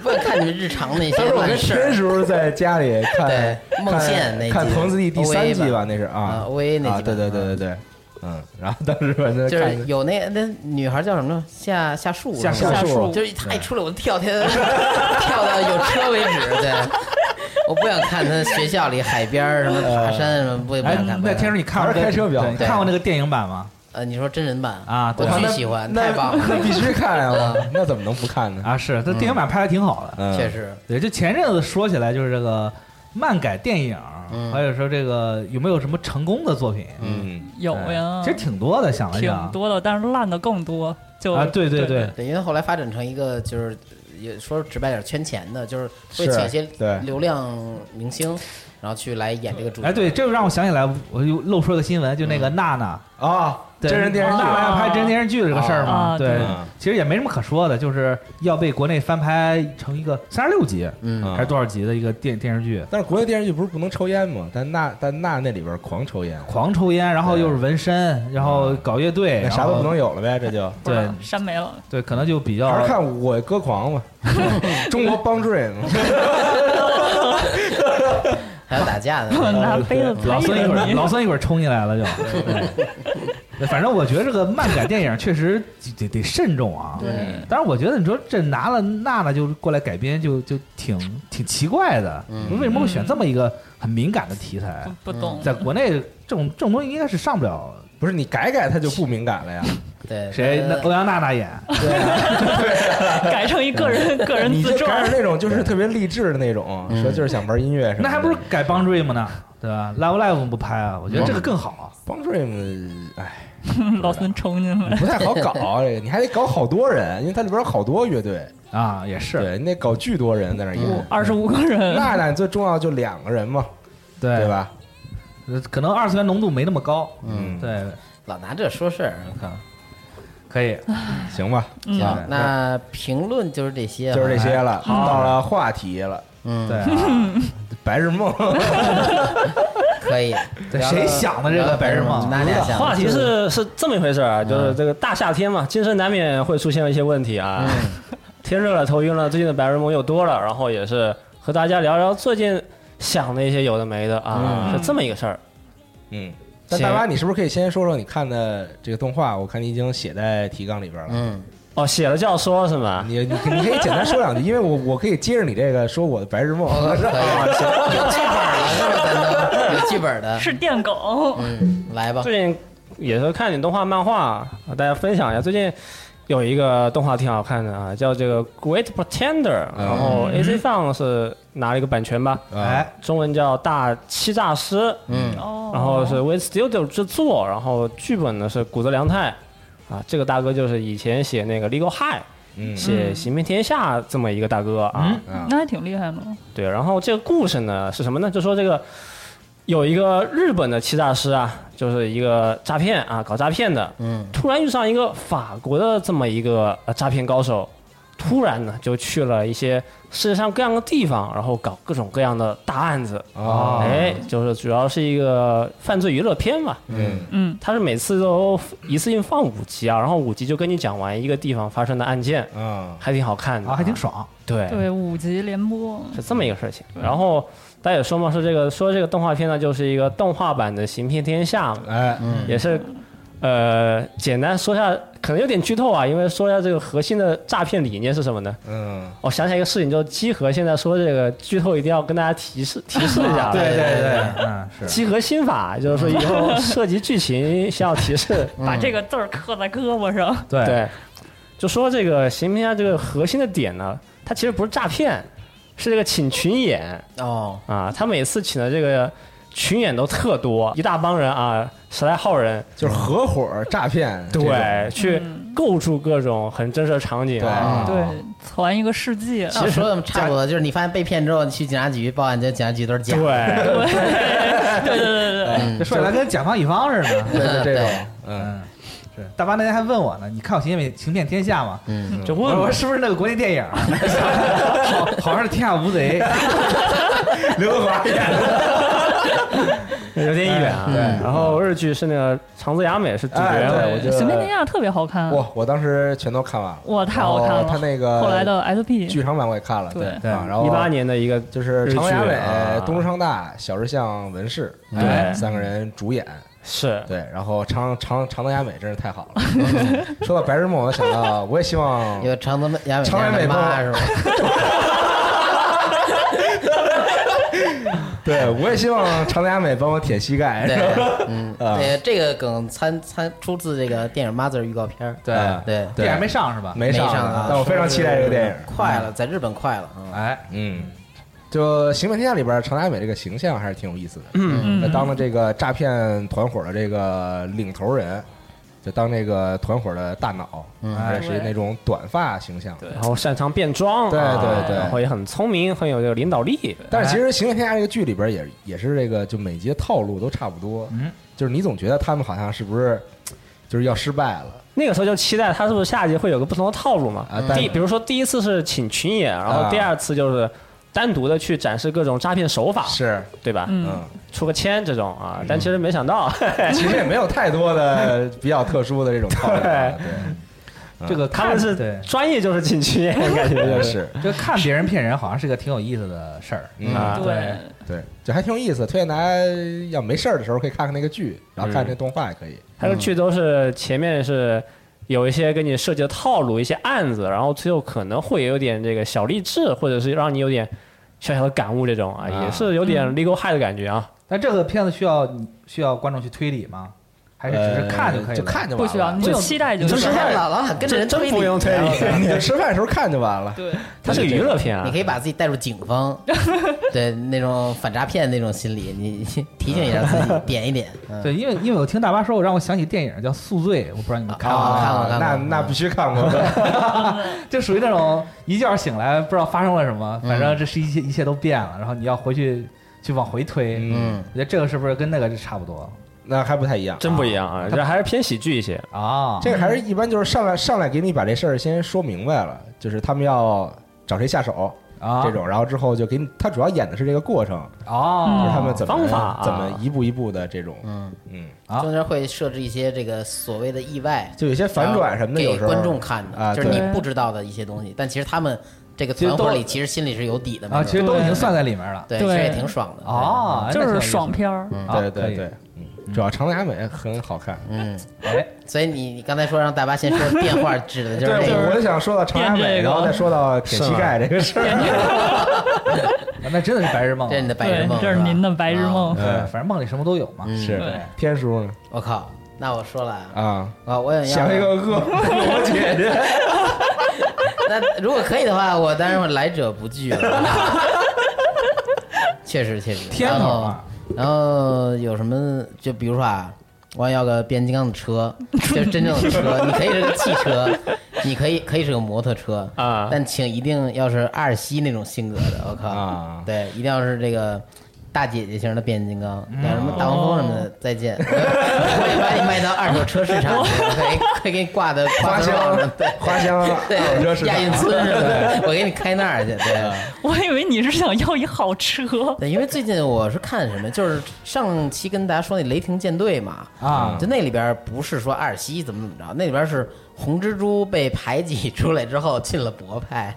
Speaker 2: 不想看你们日常那些
Speaker 3: 当时我
Speaker 2: 乱
Speaker 3: 跟
Speaker 2: 事儿
Speaker 3: 天。叔在家 里看
Speaker 2: 对梦线那集
Speaker 3: 看《童子弟》第三
Speaker 2: OVA
Speaker 3: 季吧，
Speaker 2: 吧
Speaker 3: 那是啊
Speaker 2: 啊，OVA 那集吧
Speaker 3: 啊对对对对对，嗯，然后当时反正
Speaker 2: 就是
Speaker 3: 看
Speaker 2: 有那那女孩叫什么？夏夏树是
Speaker 3: 夏
Speaker 2: 吧，
Speaker 3: 夏树
Speaker 2: 就是她一出来我就跳天， 跳到有车为止。对， 我不想看她学校里海边儿什么爬山什么，不不
Speaker 4: 哎
Speaker 2: 想看。，不
Speaker 4: 那
Speaker 2: 想看
Speaker 4: 天叔你看过
Speaker 3: 还是开车比较好
Speaker 4: 对你看过那个电影版吗？
Speaker 2: 呃，你说真人版
Speaker 4: 啊
Speaker 2: 我
Speaker 4: 对
Speaker 2: 巨
Speaker 3: 那
Speaker 2: 喜欢，
Speaker 3: 那
Speaker 2: 太棒
Speaker 3: 那
Speaker 2: 了，
Speaker 3: 必须看啊！那怎么能不看呢？
Speaker 4: 啊，是，这电影版拍的挺好的。
Speaker 2: 嗯
Speaker 3: 嗯
Speaker 2: 确，实。
Speaker 4: 对，就前阵子说起来，就是这个漫改电影，
Speaker 2: 嗯
Speaker 4: 还有说这个有没有什么成功的作品？
Speaker 3: 嗯，
Speaker 5: 有呀，
Speaker 4: 其实挺多的，想了
Speaker 3: 哎
Speaker 5: 挺
Speaker 4: 想，
Speaker 5: 多的，但是烂的更多。就
Speaker 4: 啊，对对对，
Speaker 2: 对，因为后来发展成一个就是也说直白点儿圈钱的，就是会
Speaker 3: 是
Speaker 2: 请一些
Speaker 3: 对
Speaker 2: 流量明星，然后去来演这个主角。
Speaker 4: 哎，对，这又让我想起来，我又漏说个新闻，就那个
Speaker 3: 嗯
Speaker 4: 娜娜。
Speaker 3: 啊，
Speaker 4: 对
Speaker 3: 真人电视剧
Speaker 4: 娜娜要拍真人电视剧这个事儿嘛，
Speaker 5: 啊
Speaker 4: 对
Speaker 3: 嗯，
Speaker 4: 其实也没什么可说的，就是要被国内翻拍成一个三十六集
Speaker 2: 嗯
Speaker 3: 嗯
Speaker 4: 还是多少集的一个电电视剧，
Speaker 3: 但是国内电视剧不是不能抽烟吗？但那但那那里边狂抽烟，
Speaker 4: 狂抽烟，然后
Speaker 3: 对
Speaker 4: 又是纹身，然后搞乐队，
Speaker 3: 那啥
Speaker 4: 然后
Speaker 3: 都不能有了呗，这就
Speaker 5: 不知道
Speaker 4: 对
Speaker 5: 删没了，
Speaker 4: 对，可能就比较
Speaker 3: 还是看我歌狂 吧，中国帮 dream，
Speaker 2: 还有打架的，
Speaker 5: 拿杯子拍
Speaker 4: 老孙一会儿，老孙一会儿冲进来了就。对
Speaker 6: 反正我觉得这个漫改电影确实得得慎重啊。
Speaker 5: 对，
Speaker 6: 但是我觉得你说这拿了娜娜就过来改编就，就挺挺奇怪的。
Speaker 2: 嗯
Speaker 6: 为什么会选这么一个很敏感的题材？
Speaker 5: 不不懂。
Speaker 6: 在国内这种这种东西应该是上不了。
Speaker 3: 不是你改改它就不敏感 了呀？
Speaker 2: 对
Speaker 6: 谁？那
Speaker 2: 呃
Speaker 6: 欧阳娜娜演，
Speaker 2: 对啊，
Speaker 5: 改成一个人个人
Speaker 3: 你
Speaker 5: 自
Speaker 3: 就
Speaker 5: 传
Speaker 3: 改，那种就是特别励志的那种，
Speaker 2: 嗯
Speaker 3: 说就是想玩音乐什么的。
Speaker 6: 那还不是改 Bang Dream 呢？对吧？Live Live 不拍啊？我觉得这个更好。
Speaker 3: 帮 Dream？哎，
Speaker 5: 老孙冲进来。
Speaker 3: 不太好 搞，哎这个你还得搞好多人，因为它里边有好多乐队，
Speaker 6: 啊，也是，
Speaker 3: 对你得搞巨多人在那儿演。
Speaker 5: 二十五个人，
Speaker 3: 娜娜最重要就两个人嘛，
Speaker 6: 对
Speaker 3: 对？吧？
Speaker 6: 呃可能二次元浓度没那么高。
Speaker 2: 嗯，
Speaker 6: 对，
Speaker 2: 老拿这说事儿，我靠。
Speaker 6: 可以。
Speaker 3: 行吧，
Speaker 5: 嗯
Speaker 2: 行，那评论就是这些，
Speaker 3: 就是这些。了，到了话题 了，哎
Speaker 2: 嗯，
Speaker 6: 对，啊，
Speaker 3: 白日 梦。
Speaker 2: 可以。
Speaker 6: 对
Speaker 2: 聊
Speaker 6: 谁
Speaker 2: 了
Speaker 6: 想的这个白日梦
Speaker 2: 哪俩想的？
Speaker 4: 话题是是这么一回事儿啊，就是这个大夏天嘛，精神难免会出现一些问题啊。 天热了，头晕了，最近的白日梦又多了，然后也是和大家聊聊最近想的一些有的没的啊，
Speaker 5: 嗯
Speaker 4: 是这么一个事儿。
Speaker 3: 嗯，但大巴，你是不是可以先说说你看的这个动画？我看你已经写在提纲里边了。
Speaker 2: 嗯，
Speaker 4: 哦，写了就要说是吗？
Speaker 3: 你你你可以简单说两句，因为我我可以接着你这个说我的白日梦。
Speaker 2: 可以，有剧本了是吧？咱都有剧本 的。
Speaker 5: 是电狗，
Speaker 2: 嗯，来吧。
Speaker 4: 最近也是看点动画漫画，和大家分享一下。最近有一个动画挺好看的啊，叫这个《Great Pretender》，然后 AC Fun 是拿了一个版权吧，
Speaker 3: 哎，
Speaker 4: 中文叫《大欺诈师》，
Speaker 2: 嗯，
Speaker 5: 哦，
Speaker 4: 然后是 With Studio 制作，然后剧本呢是古泽良太，啊，这个大哥就是以前写那个《Legal High》。
Speaker 3: 嗯
Speaker 4: 写《行遍天下》这么一个大哥啊，
Speaker 5: 那还挺厉害呢。
Speaker 4: 对，然后这个故事呢是什么呢？就说这个有一个日本的欺诈师啊，就是一个诈骗啊，搞诈骗的，
Speaker 2: 嗯，
Speaker 4: 突然遇上一个法国的这么一个呃诈骗高手，突然呢就去了一些世界上各样的地方，然后搞各种各样的大案子，
Speaker 3: 哦
Speaker 4: 哎，就是主要是一个犯罪娱乐片嘛，
Speaker 3: 嗯
Speaker 5: 嗯，
Speaker 4: 它是每次都一次性放五集啊，然后五集就跟你讲完一个地方发生的案件，
Speaker 3: 啊
Speaker 4: 还挺好看的
Speaker 6: 啊，还挺爽。
Speaker 4: 对
Speaker 5: 对，五级联播，
Speaker 4: 是这么一个事情。然后大家也说嘛，是这个说这个动画片呢，就是一个动画版的《行骗天下》嘛，
Speaker 3: 哎
Speaker 6: 嗯
Speaker 4: 也是呃，简单说一下，可能有点剧透啊，因为说一下这个核心的诈骗理念是什么呢？
Speaker 3: 嗯
Speaker 4: 我想起来一个事情，就是集合现在说这个剧透一定要跟大家提示提示一下啊，
Speaker 6: 对对对，嗯，是。嗯
Speaker 4: 集合心法，就是说以后涉及剧情先要提示。
Speaker 2: 嗯
Speaker 5: 把这个字儿刻在胳膊
Speaker 3: 嗯
Speaker 5: 上。
Speaker 6: 对
Speaker 4: 对，就说这个行骗天下这个核心的点呢，它其实不是诈骗，是这个请群演。
Speaker 2: 哦，
Speaker 4: 啊，他每次请的这个群演都特多，一大帮人啊，十来号人，
Speaker 3: 就是合伙诈骗这种。
Speaker 4: 对，去
Speaker 6: 嗯
Speaker 4: 构筑各种很真实的场景啊
Speaker 3: 对。
Speaker 2: 哦
Speaker 5: 嗯对，传一个世啊界，
Speaker 2: 那我说的差不多，就是你发现被骗之后，你去警察局报案，这警察局都是假的。
Speaker 4: 对，
Speaker 5: 对对对对
Speaker 2: 嗯
Speaker 6: 这说起来跟甲方乙方似的。
Speaker 3: 对，就这
Speaker 2: 对
Speaker 3: 种。嗯，
Speaker 6: 嗯，是。大巴那天还问我呢，你看过《行骗行骗天下》吗？
Speaker 2: 嗯，
Speaker 4: 就
Speaker 6: 我
Speaker 4: 问
Speaker 6: 说
Speaker 4: 我
Speaker 6: 是不是那个国内电 影？好，好像是《天下无贼》。
Speaker 3: 刘德华演的
Speaker 4: 有点远啊。
Speaker 2: 对
Speaker 3: 嗯
Speaker 4: 然后日剧是那个长泽雅美是主
Speaker 3: 哎，
Speaker 4: 角，
Speaker 3: 对，我觉
Speaker 5: 对， 行遍天
Speaker 3: 得
Speaker 5: 下特别好看，
Speaker 3: 哇，我当时全都看完了。
Speaker 5: 哇，太好看
Speaker 3: 然后
Speaker 5: 了。
Speaker 3: 他那个
Speaker 5: 后来的 SP，
Speaker 3: 剧场版我也看了，
Speaker 5: 对
Speaker 3: 对啊然后
Speaker 4: 一八年的一个
Speaker 3: 就是长
Speaker 4: 日
Speaker 3: 雅
Speaker 4: 剧
Speaker 3: 美
Speaker 4: 啊、
Speaker 3: 东日昌大、小日向文世，
Speaker 4: 对
Speaker 3: 三个人主演。
Speaker 4: 是
Speaker 3: 对，然后长长长泽雅美真是太好了。 说到白日梦，我想到我也希望
Speaker 2: 有长泽雅美
Speaker 3: 长泽雅美
Speaker 2: 的妈
Speaker 3: 帮
Speaker 2: 是
Speaker 3: 我
Speaker 2: 吧？
Speaker 3: 对，我也希望长泽雅美帮我舔膝盖。
Speaker 2: 对
Speaker 3: 是吧，
Speaker 2: 嗯，
Speaker 3: 啊
Speaker 2: 对，这个梗参参出自这个电影《Mother》预告片儿。嗯
Speaker 3: 啊
Speaker 2: 对，
Speaker 6: 电影还没上是吧？
Speaker 3: 没上，
Speaker 2: 没上啊
Speaker 3: 但我非常期待这个电影。
Speaker 2: 快了，在日本快了啊。
Speaker 6: 哎，
Speaker 3: 嗯，就《行骗天下》里边，长泽雅美这个形象还是挺有意思的。
Speaker 5: 嗯
Speaker 3: 那，当了这个诈骗团伙的这个领头人，就当这个团伙的大脑，
Speaker 2: 嗯
Speaker 3: 而且是那种短发形象。
Speaker 5: 对
Speaker 4: 然后擅长变装啊，
Speaker 3: 对对对
Speaker 4: 然后也很聪明，很有这个领导力。
Speaker 3: 但是其实《行骗天下》这个剧里边也也是这个，就每集的套路都差不多。
Speaker 6: 嗯，
Speaker 3: 就是你总觉得他们好像是不是就是要失败了。
Speaker 4: 那个时候就期待他是不是下一集会有个不同的套路嘛？
Speaker 3: 啊但
Speaker 4: 第比如说第一次是请群演，然
Speaker 3: 啊
Speaker 4: 后第二次就是单独的去展示各种诈骗手法，
Speaker 3: 是，
Speaker 4: 对吧？
Speaker 5: 嗯
Speaker 3: 嗯，
Speaker 4: 出个签这种啊，但其实没想到，
Speaker 3: 其实也没有太多的比较特殊的这种套路啊。对， 这个
Speaker 4: 他们
Speaker 3: 看
Speaker 4: 是
Speaker 3: 对，
Speaker 4: 专业就是进去，感觉就是
Speaker 6: 是
Speaker 3: 这个看别人骗人好像是个挺有意思的事儿。
Speaker 6: 嗯
Speaker 4: 啊
Speaker 5: 对，
Speaker 6: 对，就还挺有意思。推荐大家要没事儿的时候可以看看那个剧，然
Speaker 3: 嗯
Speaker 6: 后看这动画也可以。
Speaker 4: 他的剧都是前面是有一些给你设计的套路，一些案子，然后最后可能会有点这个小励志，或者是让你有点小小的感悟这种啊，
Speaker 6: 啊
Speaker 4: 也是有点 legal high 的感觉啊。
Speaker 3: 但这个片子需要需要观众去推理吗？还是只是看就可
Speaker 6: 呃
Speaker 3: 以了？
Speaker 6: 就看就
Speaker 5: 不
Speaker 6: 完
Speaker 5: 需
Speaker 6: 了，
Speaker 5: 要，你就期待就哎
Speaker 2: 你就
Speaker 5: 行
Speaker 2: 吃。饭 了，老想跟着人推理，
Speaker 4: 不用推理
Speaker 6: 你就吃饭的时候看就完了。
Speaker 5: 对，
Speaker 4: 它是个娱乐片啊
Speaker 2: 你可，以把自己带入警 方，对那种反诈骗那种心理，你 你提醒一下自己，点一点。嗯
Speaker 3: 对，因为因为我听大巴说，我让我想起电影叫《宿醉》，我不 知道你们看过
Speaker 2: 啊
Speaker 3: 没
Speaker 2: 看
Speaker 3: 有，
Speaker 2: 过看过
Speaker 6: 那
Speaker 2: 嗯
Speaker 6: 那必须看 过。
Speaker 3: 就属于那种一觉醒来不知道发生了什么，反正这是一切一切都变了，然后你要回去去往回推。
Speaker 6: 嗯，
Speaker 3: 我觉得这个是不是跟那个是差不多
Speaker 6: 那还不太一样。
Speaker 4: 真不一样啊，这还是偏喜剧一些。
Speaker 3: 啊？
Speaker 6: 这个还是一般就是上来上来给你把这事儿先说明白了，就是他们要找谁下手
Speaker 3: 啊
Speaker 6: 这种，然后之后就给你，他主要演的是这个过程，就
Speaker 3: 哦，
Speaker 6: 是
Speaker 5: 嗯
Speaker 6: 他们怎么
Speaker 4: 方法啊
Speaker 6: 怎么一步一步的这种，
Speaker 2: 嗯，
Speaker 6: 嗯，
Speaker 3: 啊
Speaker 2: 中间会设置一些这个所谓的意外
Speaker 6: 就有些反转什么的，有
Speaker 2: 然后给
Speaker 6: 时候
Speaker 2: 观众看
Speaker 6: 啊，
Speaker 2: 的，就是你
Speaker 6: 对
Speaker 2: 不知道的一些东西，但其实他们这个
Speaker 3: 其实
Speaker 2: 团
Speaker 3: 都
Speaker 2: 伙里其实心里是有底的
Speaker 3: 啊，
Speaker 2: 嘛。
Speaker 3: 其实都已经算在里面了。
Speaker 2: 对，
Speaker 5: 对
Speaker 2: 其实也挺爽的。
Speaker 3: 哦，那
Speaker 5: 就
Speaker 3: 挺有
Speaker 5: 是
Speaker 3: 意思
Speaker 5: 爽。片儿。
Speaker 3: 啊
Speaker 6: 嗯对
Speaker 3: 可
Speaker 6: 对
Speaker 3: 以
Speaker 6: 对，嗯，主要长雅美很好看。
Speaker 2: 嗯，
Speaker 3: 哎，
Speaker 2: 所以你你刚才说让大巴先说电话，指的就是这
Speaker 6: 我
Speaker 2: 个。
Speaker 6: 就想说到长雅美，
Speaker 5: 变这个
Speaker 6: 然后再说到舔膝盖这个事儿。
Speaker 3: 那真的是白日梦嗯
Speaker 2: 这是你
Speaker 3: 啊。
Speaker 2: 的白日
Speaker 5: 对
Speaker 2: 梦，，
Speaker 5: 这是
Speaker 2: 吧
Speaker 5: 您的白日梦
Speaker 2: 啊。
Speaker 3: 对，反正梦里什么都有嘛。
Speaker 2: 嗯
Speaker 6: 是
Speaker 5: 对
Speaker 6: 天叔呢？
Speaker 2: 我靠，那我说了啊，
Speaker 6: 啊，
Speaker 2: 啊，我想要
Speaker 6: 想一 个恶魔姐姐，
Speaker 2: 那如果可以的话，我当然会来者不拒了。 确实，确实，
Speaker 3: 天
Speaker 2: 然
Speaker 3: 头
Speaker 2: 后
Speaker 3: 啊
Speaker 2: 然后有什么？就比如说啊，我要个变形金刚的车，就是真正的车，你可以是个汽车，你可以可以是个摩托车
Speaker 4: 啊
Speaker 2: 但请一定要是阿尔西那种性格的，我靠，
Speaker 6: 啊
Speaker 2: 对，一定要是这个。大姐姐型的变形金刚，像什么大黄蜂什么的，再见！ 我也把你卖到二手车市场，可以可以给你挂的
Speaker 6: 花
Speaker 2: 头上
Speaker 6: 香，
Speaker 2: 对，
Speaker 6: 花香，啊
Speaker 2: 对
Speaker 6: 二手车，市
Speaker 2: 亚运
Speaker 6: 场。
Speaker 2: 村什么的，我给你开那儿去。
Speaker 6: 啊
Speaker 2: 对，
Speaker 5: 我以为你是想要一好车，
Speaker 2: 对，因为最近我是看什么，就是上期跟大家说那《雷霆舰队》嘛，
Speaker 3: 啊
Speaker 2: 就那里边不是说阿尔西怎么怎么着，那里边是红蜘蛛被排挤出来之后进了博派，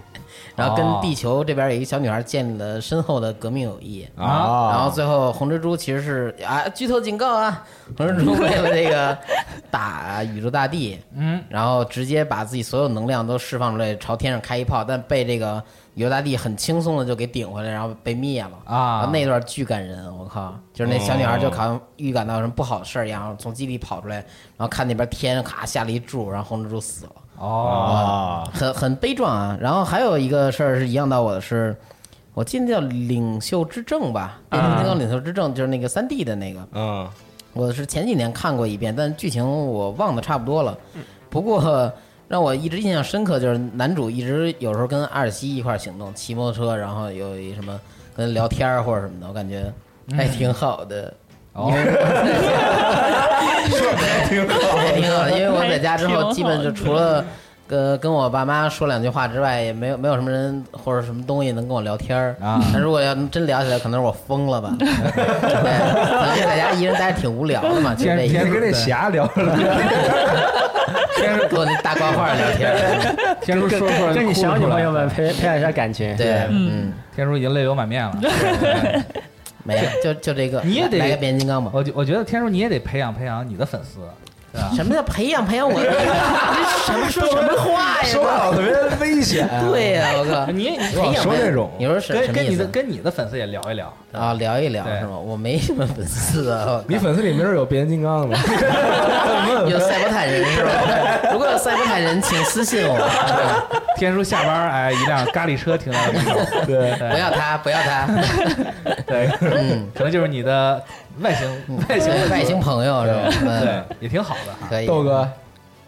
Speaker 2: 然后跟
Speaker 3: 哦
Speaker 2: 地球这边有一个小女孩建立了深厚的革命友谊。
Speaker 6: 啊
Speaker 2: 然后最后红蜘蛛其实是啊，剧透警告啊！红蜘蛛为了这个打宇宙大帝，
Speaker 3: 嗯，
Speaker 2: 然后直接把自己所有能量都释放出来，朝天上开一炮，但被这个宇宙大帝很轻松的就给顶回来，然后被灭了
Speaker 3: 啊
Speaker 2: 然后那段巨感人，我靠！就是那小女孩就好像预感到什么不好的事儿一样，从基地跑出来，然后看那边天咔下了一柱，然后红蜘蛛死了。
Speaker 3: 哦，
Speaker 6: 啊，
Speaker 2: 很很悲壮啊。然后还有一个事儿是一样到我的是，我记得叫领袖之证吧，变形金刚领袖之证就是那个三 D 的那个，
Speaker 6: 嗯，
Speaker 2: 我是前几年看过一遍，但剧情我忘得差不多了。不过让我一直印象深刻就是男主一直有时候跟阿尔西一块儿行动，骑摩托车，然后有一什么跟聊天儿或者什么的，我感觉还挺好的。
Speaker 3: 哦，
Speaker 6: 挺 好。
Speaker 2: 还挺好哎的，因为我在家之
Speaker 5: 还挺
Speaker 2: 后
Speaker 5: 好嗯
Speaker 2: 基本就除了。呃，跟我爸妈说两句话之外，也没有没有什么人或者什么东西能跟我聊天儿
Speaker 3: 啊
Speaker 2: 那如果要真聊起来，可能是我 疯了吧？对，可能在家一人待着挺无聊的嘛，就这
Speaker 3: 天
Speaker 2: 意
Speaker 6: 天
Speaker 2: 思
Speaker 6: 天跟那侠聊了，
Speaker 2: 跟我那大瓜话聊天儿。
Speaker 3: 天叔说出来就
Speaker 4: 跟你
Speaker 3: 哭
Speaker 4: 小女
Speaker 3: 出来
Speaker 4: 朋友
Speaker 3: 了
Speaker 4: 们培培养一下感情，
Speaker 2: 对，嗯，
Speaker 3: 天叔已经泪流满面了。
Speaker 2: 没了，就就这个。
Speaker 3: 你也得
Speaker 2: 来个变形金刚吧？
Speaker 3: 我觉我觉得天叔你也得培养培养你的粉丝，对吧？
Speaker 2: 什么叫培养培养 我？这什么说什么话
Speaker 6: 说
Speaker 2: 呀？
Speaker 6: 话特别危险。
Speaker 2: 对呀，我靠！
Speaker 3: 你你
Speaker 2: 培养
Speaker 6: 说
Speaker 2: 培养
Speaker 6: 那种
Speaker 2: 你说是什么
Speaker 3: 跟跟
Speaker 2: 意
Speaker 3: 你的
Speaker 2: 思？
Speaker 3: 跟你的粉丝也聊一聊，
Speaker 2: 啊，聊一聊
Speaker 3: 对
Speaker 2: 是吗？我没什么粉丝啊，我靠
Speaker 6: 你粉丝里没准有变形金刚的 吗？嗯问
Speaker 2: 有
Speaker 6: 问
Speaker 2: 赛博坦人是吧？ 如果有赛博坦人，请私信我。
Speaker 3: 天叔下班儿哎，一辆咖喱车停在门口，
Speaker 6: 对
Speaker 2: 不要他，不要他，
Speaker 3: 对，
Speaker 2: 嗯，
Speaker 3: 可能就是你的外形外形
Speaker 2: 外星朋友是吧？
Speaker 3: 对
Speaker 2: 嗯，，
Speaker 3: 也挺好的啊。
Speaker 2: 可以。
Speaker 6: 豆哥，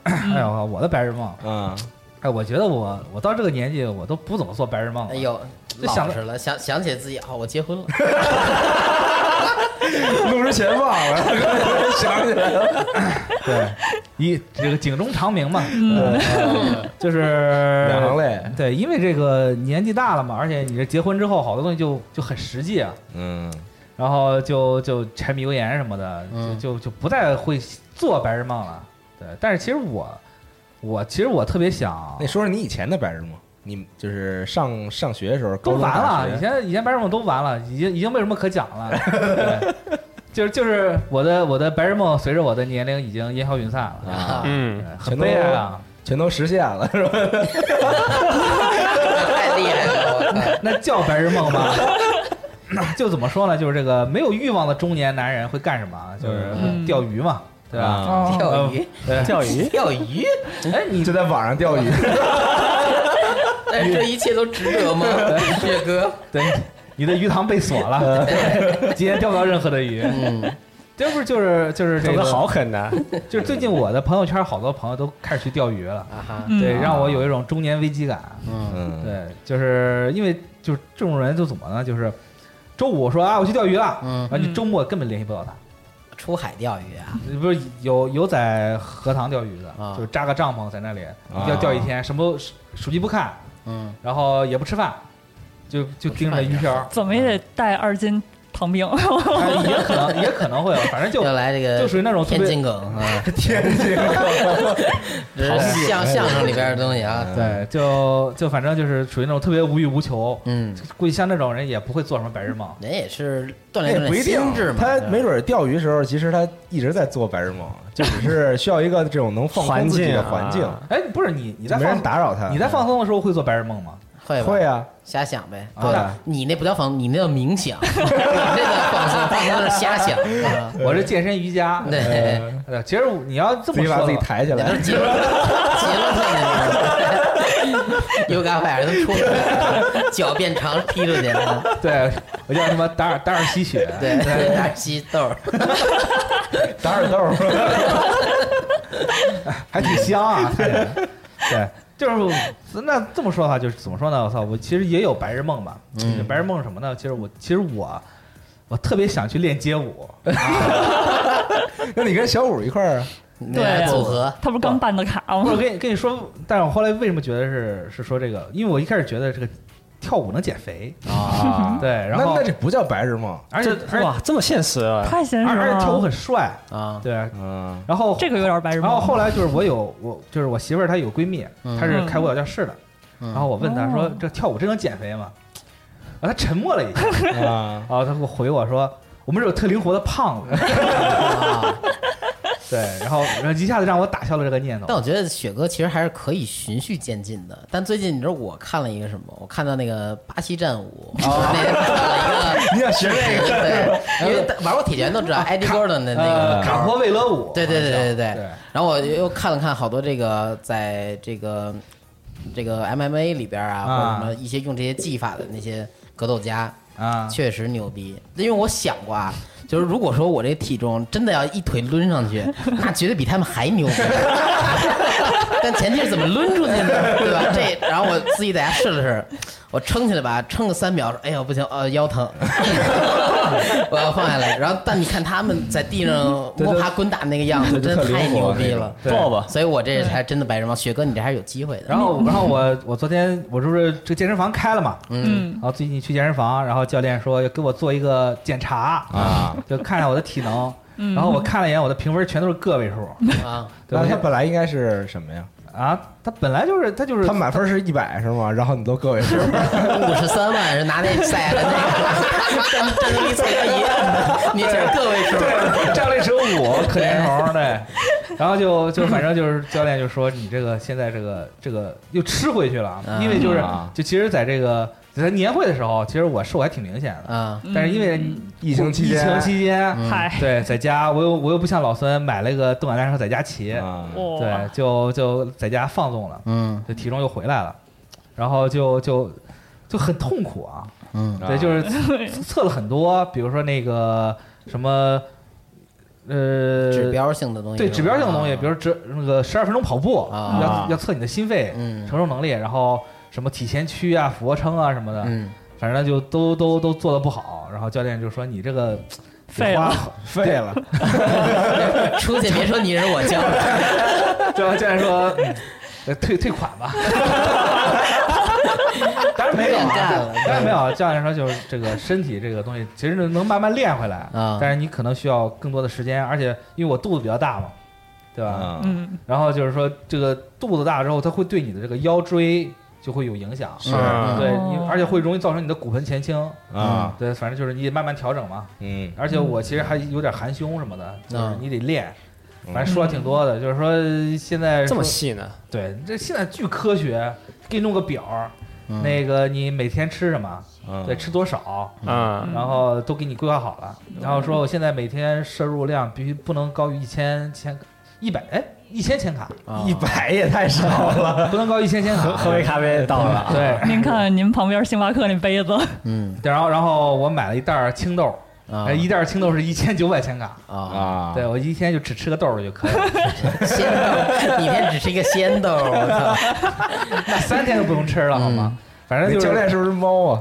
Speaker 3: 哎呦，我的白日梦，
Speaker 6: 嗯，
Speaker 3: 哎，我觉得我我到这个年纪，我都不怎么做白日梦了。
Speaker 2: 哎呦，
Speaker 3: 就想
Speaker 2: 老实了，想想起自己啊，我结婚了，
Speaker 6: 录之前忘 了，想起来了。
Speaker 3: 对，一这个警钟长鸣嘛，嗯， 就是
Speaker 6: 两行泪
Speaker 3: 对，因为这个年纪大了嘛，而且你这结婚之后，好多东西就就很实际啊，
Speaker 6: 嗯，
Speaker 3: 然后就就柴米油盐什么的，
Speaker 2: 嗯
Speaker 3: 就就就不再会做白日梦了。对，但是其实我我其实我特别想
Speaker 6: 那说说你以前的白日梦，你就是上上学的时候，
Speaker 3: 都
Speaker 6: 高中
Speaker 3: 完
Speaker 6: 大
Speaker 3: 了，
Speaker 6: 学
Speaker 3: 以前以前白日梦都完了，已经已经没什么可讲了。对，就是就是我的我的白日梦，随着我的年龄已经烟消云散了，
Speaker 6: 啊，
Speaker 3: 对
Speaker 4: 嗯，
Speaker 3: 很悲哀啊。
Speaker 6: 全都实现了，是吧？
Speaker 2: 太厉害了，我靠
Speaker 3: 那叫白日梦吗？就怎么说呢？就是这个没有欲望的中年男人会干什么啊？就是
Speaker 5: 嗯
Speaker 3: 钓鱼嘛，对吧？
Speaker 6: 啊，
Speaker 2: 钓鱼，
Speaker 3: 对
Speaker 4: 钓鱼，
Speaker 2: 钓鱼，
Speaker 3: 哎，你
Speaker 6: 就在网上钓鱼，
Speaker 2: 但是这一切都值得吗？岳哥，
Speaker 3: 对，你的鱼塘被锁 了，对 今天钓不到任何的鱼。
Speaker 2: 嗯，
Speaker 3: 这不是就是就是这
Speaker 4: 整
Speaker 3: 个
Speaker 4: 的好狠呐！
Speaker 3: 就是最近我的朋友圈好多朋友都开始去钓鱼了，
Speaker 2: 啊哈，
Speaker 5: 嗯
Speaker 3: 对，让我有一种中年危机感。
Speaker 2: 嗯
Speaker 6: 嗯，
Speaker 3: 对，就是因为就是这种人就怎么呢？就是周五我说啊我去钓鱼了，
Speaker 2: 嗯
Speaker 3: 然，后你周末根本联系不到他。
Speaker 2: 出海钓鱼啊，
Speaker 3: 不是有有在荷塘钓鱼的，
Speaker 2: 啊
Speaker 3: 就是扎个帐篷在那里要钓一天，什么都手手机不看，
Speaker 2: 嗯，
Speaker 3: 然后也不吃饭，就就盯着鱼漂儿，
Speaker 5: 怎么也得带二斤糖冰。
Speaker 3: 哎也可能也可能会有，反正就
Speaker 2: 要来这个
Speaker 3: 就属 于那种特
Speaker 2: 天
Speaker 3: 别
Speaker 2: 津梗啊，
Speaker 6: 天津
Speaker 2: 这是相相声里边的东西啊，
Speaker 3: 对，就就反正就是属于那种特别无欲无求，
Speaker 2: 嗯，
Speaker 3: 估计像那种人也不会做什么白日梦。
Speaker 2: 人也是
Speaker 6: 那
Speaker 2: 锻炼
Speaker 6: 也
Speaker 2: 锻
Speaker 6: 不一
Speaker 2: 炼
Speaker 6: 定
Speaker 2: 心智，嘛，
Speaker 6: 他
Speaker 2: 是吧
Speaker 6: 没准儿钓鱼时候，其实他一直在做白日梦，就只是需要一个这种能放空自己的环
Speaker 4: 环
Speaker 6: 境
Speaker 4: 境啊，
Speaker 3: 哎，不是你你
Speaker 6: 你
Speaker 3: 在
Speaker 6: 没人
Speaker 3: 放
Speaker 6: 打扰他。
Speaker 3: 你在放松的时候会做白日梦吗？
Speaker 2: 会吧
Speaker 6: 会啊，
Speaker 2: 瞎想呗，
Speaker 6: 啊
Speaker 2: 对吧？你那不叫放，你那叫冥 想，你那叫放松，放松是瞎想，啊
Speaker 3: 我是健身瑜伽，
Speaker 2: 对
Speaker 3: 呃，其实你要
Speaker 6: 自
Speaker 3: 这么
Speaker 6: 己
Speaker 3: 说
Speaker 6: 把
Speaker 3: 的
Speaker 6: 自己
Speaker 3: 话
Speaker 6: 抬起
Speaker 2: 那
Speaker 6: 来
Speaker 2: 不是。杰伦杰伦特那种，有嘎把人出来，脚变长劈出去，啊
Speaker 3: 对，我叫什么达尔达尔吸血，
Speaker 2: 对对，啊大西豆儿，
Speaker 6: 打耳 豆儿，
Speaker 3: 还挺香啊，看 着对，就是那这么说的话，就是怎么说呢？我操，我其实也有白日梦吧。
Speaker 2: 嗯
Speaker 3: 白日梦是什么呢？其实我其实我我特别想去练街 舞，
Speaker 6: 那你跟小五一块儿啊？
Speaker 2: 那
Speaker 5: 对啊
Speaker 2: 俩组合，
Speaker 5: 他不是刚办的卡
Speaker 3: 我
Speaker 5: 吗？
Speaker 3: 跟你跟你说，但是我后来为什么觉得是是说这个？因为我一开始觉得这个跳舞能减肥，
Speaker 6: 啊，
Speaker 3: 对，然
Speaker 6: 那
Speaker 3: 后
Speaker 6: 那这不叫白日梦，
Speaker 3: 而且
Speaker 4: 这
Speaker 3: 而且
Speaker 4: 哇，这么现实啊！
Speaker 5: 太现实
Speaker 3: 而而且跳舞
Speaker 5: 了，
Speaker 3: 很帅，
Speaker 2: 啊，
Speaker 3: 对，
Speaker 6: 嗯，
Speaker 3: 然后
Speaker 5: 这个有点白日
Speaker 3: 然后
Speaker 5: 梦。
Speaker 3: 后来就是我有我就是我媳妇儿她有闺蜜，
Speaker 2: 嗯
Speaker 3: 她是开舞蹈教室的，
Speaker 2: 然
Speaker 6: 嗯
Speaker 3: 然后我问她说
Speaker 5: 哦
Speaker 3: 这跳舞真能减肥吗？然后她沉默了一下，
Speaker 6: 啊，
Speaker 3: 然后他给我哦回我说：“我们是有特灵活的胖子。
Speaker 2: 啊，”
Speaker 3: 对，然后然后一下子让我打消了这个念头
Speaker 2: 但。我觉得雪哥其实还是可以循序渐进的。但最近你知道我看了一个什么？我看到那个巴西战舞，那天看了一个，
Speaker 6: 你想学这 个？
Speaker 2: 对，因为玩过铁拳都知道 Eddie Gordon 的那
Speaker 3: 呃
Speaker 2: 个
Speaker 3: 卡坡维勒舞，
Speaker 2: 对对对对对
Speaker 3: 对
Speaker 2: 对。然后我又看了看好多这个在这个这个 MMA 里边啊，
Speaker 3: 啊
Speaker 2: 或者什么一些用这些技法的那些格斗家，
Speaker 3: 啊，
Speaker 2: 确实牛逼。因为我想过啊，就是如果说我这体重真的要一腿抡上 去，那绝对比他们还牛逼。但前提是怎么抡出去呢？对吧？这，然后我自己在家试了试，我撑起来吧，撑个三秒，说哎呦不行，呃腰疼， 我要放下来。然后但你看他们在地上摸爬滚打那个样子，
Speaker 6: 对对
Speaker 2: 真
Speaker 6: 特灵
Speaker 2: 的
Speaker 6: 活
Speaker 2: 太牛逼了。
Speaker 3: 对
Speaker 4: 抱吧，
Speaker 2: 所以我这才真的白日梦。雪哥，你这还是有机 会的。
Speaker 3: 然后然后我我昨天我这不是这个健身房开了嘛，
Speaker 2: 嗯，
Speaker 5: 嗯
Speaker 3: 然后最近去健身房，然后教练说要给我做一个检查
Speaker 6: 啊，
Speaker 3: 就看一下我的体能。
Speaker 5: 嗯，
Speaker 3: 然后我看了一眼我的评分，全都是个位数。
Speaker 2: 啊，
Speaker 3: 对
Speaker 6: 那他
Speaker 3: 我
Speaker 6: 本来应该是什么呀？
Speaker 3: 啊，他本来就是他就是
Speaker 6: 他满分是一百是吗？然后你都各位是吗？
Speaker 2: 五十三万是拿那赛的那个战战斗力测一样的，你这个位数。
Speaker 3: 对，站了一尺五，可怜虫，对。然后就就反正就是教练就说你这个现在这个这个又吃回去了啊，
Speaker 2: 嗯
Speaker 3: 因为就是
Speaker 6: 啊
Speaker 3: 就其实在这个在年会的时候，其实我瘦还挺明显的，
Speaker 2: 啊，
Speaker 5: 嗯
Speaker 3: 但是因为
Speaker 6: 疫情期间
Speaker 3: 疫情期间，
Speaker 2: 嗯
Speaker 5: 嗨，
Speaker 3: 对，在家我又我又不像老孙买了一个动感单车在家骑，
Speaker 6: 啊，
Speaker 3: 对
Speaker 5: 哇，，
Speaker 3: 就就在家放纵了，
Speaker 2: 嗯
Speaker 3: 就体重又回来了，然后就就就很痛苦啊，
Speaker 2: 嗯
Speaker 3: 对，就是测测了很多，比如说那个什么，呃，
Speaker 2: 指标性的东西是吧，
Speaker 3: 对指标性的东西，
Speaker 2: 啊
Speaker 3: 比如指那个十二分钟跑步，
Speaker 2: 啊
Speaker 3: 要要测你的心肺
Speaker 2: 嗯
Speaker 3: 承受能力，然后什么体前屈啊、俯卧撑啊什么的，
Speaker 2: 嗯
Speaker 3: 反正就都都都做的不好。然后教练就说你这个
Speaker 5: 废了，
Speaker 6: 废了，
Speaker 2: 出去别说你是我教的，
Speaker 3: 教教练说。嗯呃退退款 吧，当然没有
Speaker 2: 不愿干
Speaker 3: 啊
Speaker 2: 了，
Speaker 3: 当然没有啊。教练说就是这个身体这个东西，其实能慢慢练回来
Speaker 2: 啊
Speaker 3: 但是你可能需要更多的时间，而且因为我肚子比较大嘛，对吧？
Speaker 6: 啊，
Speaker 5: 嗯，
Speaker 3: 然后就是说这个肚子大之后，它会对你的这个腰椎就会有影响，
Speaker 6: 是
Speaker 4: 嗯
Speaker 3: 对，
Speaker 5: 哦
Speaker 3: 你而且会容易造成你的骨盆前倾嗯
Speaker 6: 啊，
Speaker 3: 对，反正就是你得慢慢调整嘛。
Speaker 6: 嗯，
Speaker 3: 而且我其实还有点含胸什么的，就是
Speaker 2: 嗯
Speaker 3: 你得练。
Speaker 6: 嗯
Speaker 3: 反正说挺多的，就是说现在
Speaker 4: 这么
Speaker 3: 哎说
Speaker 4: 细呢？
Speaker 3: 对，这现在巨科学，给你弄个表儿，
Speaker 2: 嗯
Speaker 3: 那个你每天吃什么，
Speaker 6: 啊
Speaker 3: 对，吃多少，
Speaker 4: 啊，
Speaker 3: 然后都给你规划好了。然后说我现在每天摄入量必须不能高于一千千一百哎一千千卡，
Speaker 2: 啊
Speaker 6: 一百也太少了，
Speaker 3: 不能高于一千千卡。
Speaker 4: 喝喝杯咖啡到了啊，
Speaker 3: 对，
Speaker 5: 您看您旁边星巴克那杯 子，
Speaker 2: 嗯
Speaker 3: 对然后然后我买了一袋儿青豆，
Speaker 2: 啊
Speaker 3: 哎一袋儿青豆是一千九百千卡。
Speaker 2: 啊，
Speaker 6: 啊，
Speaker 3: 对，我一天就只吃个豆儿就可 以了，
Speaker 2: 仙豆，你这只是一个仙豆，我操！
Speaker 3: 那三天都不用吃了，好
Speaker 2: 嗯
Speaker 3: 吗？反正
Speaker 6: 那
Speaker 3: 就是
Speaker 6: 教练是不是猫啊？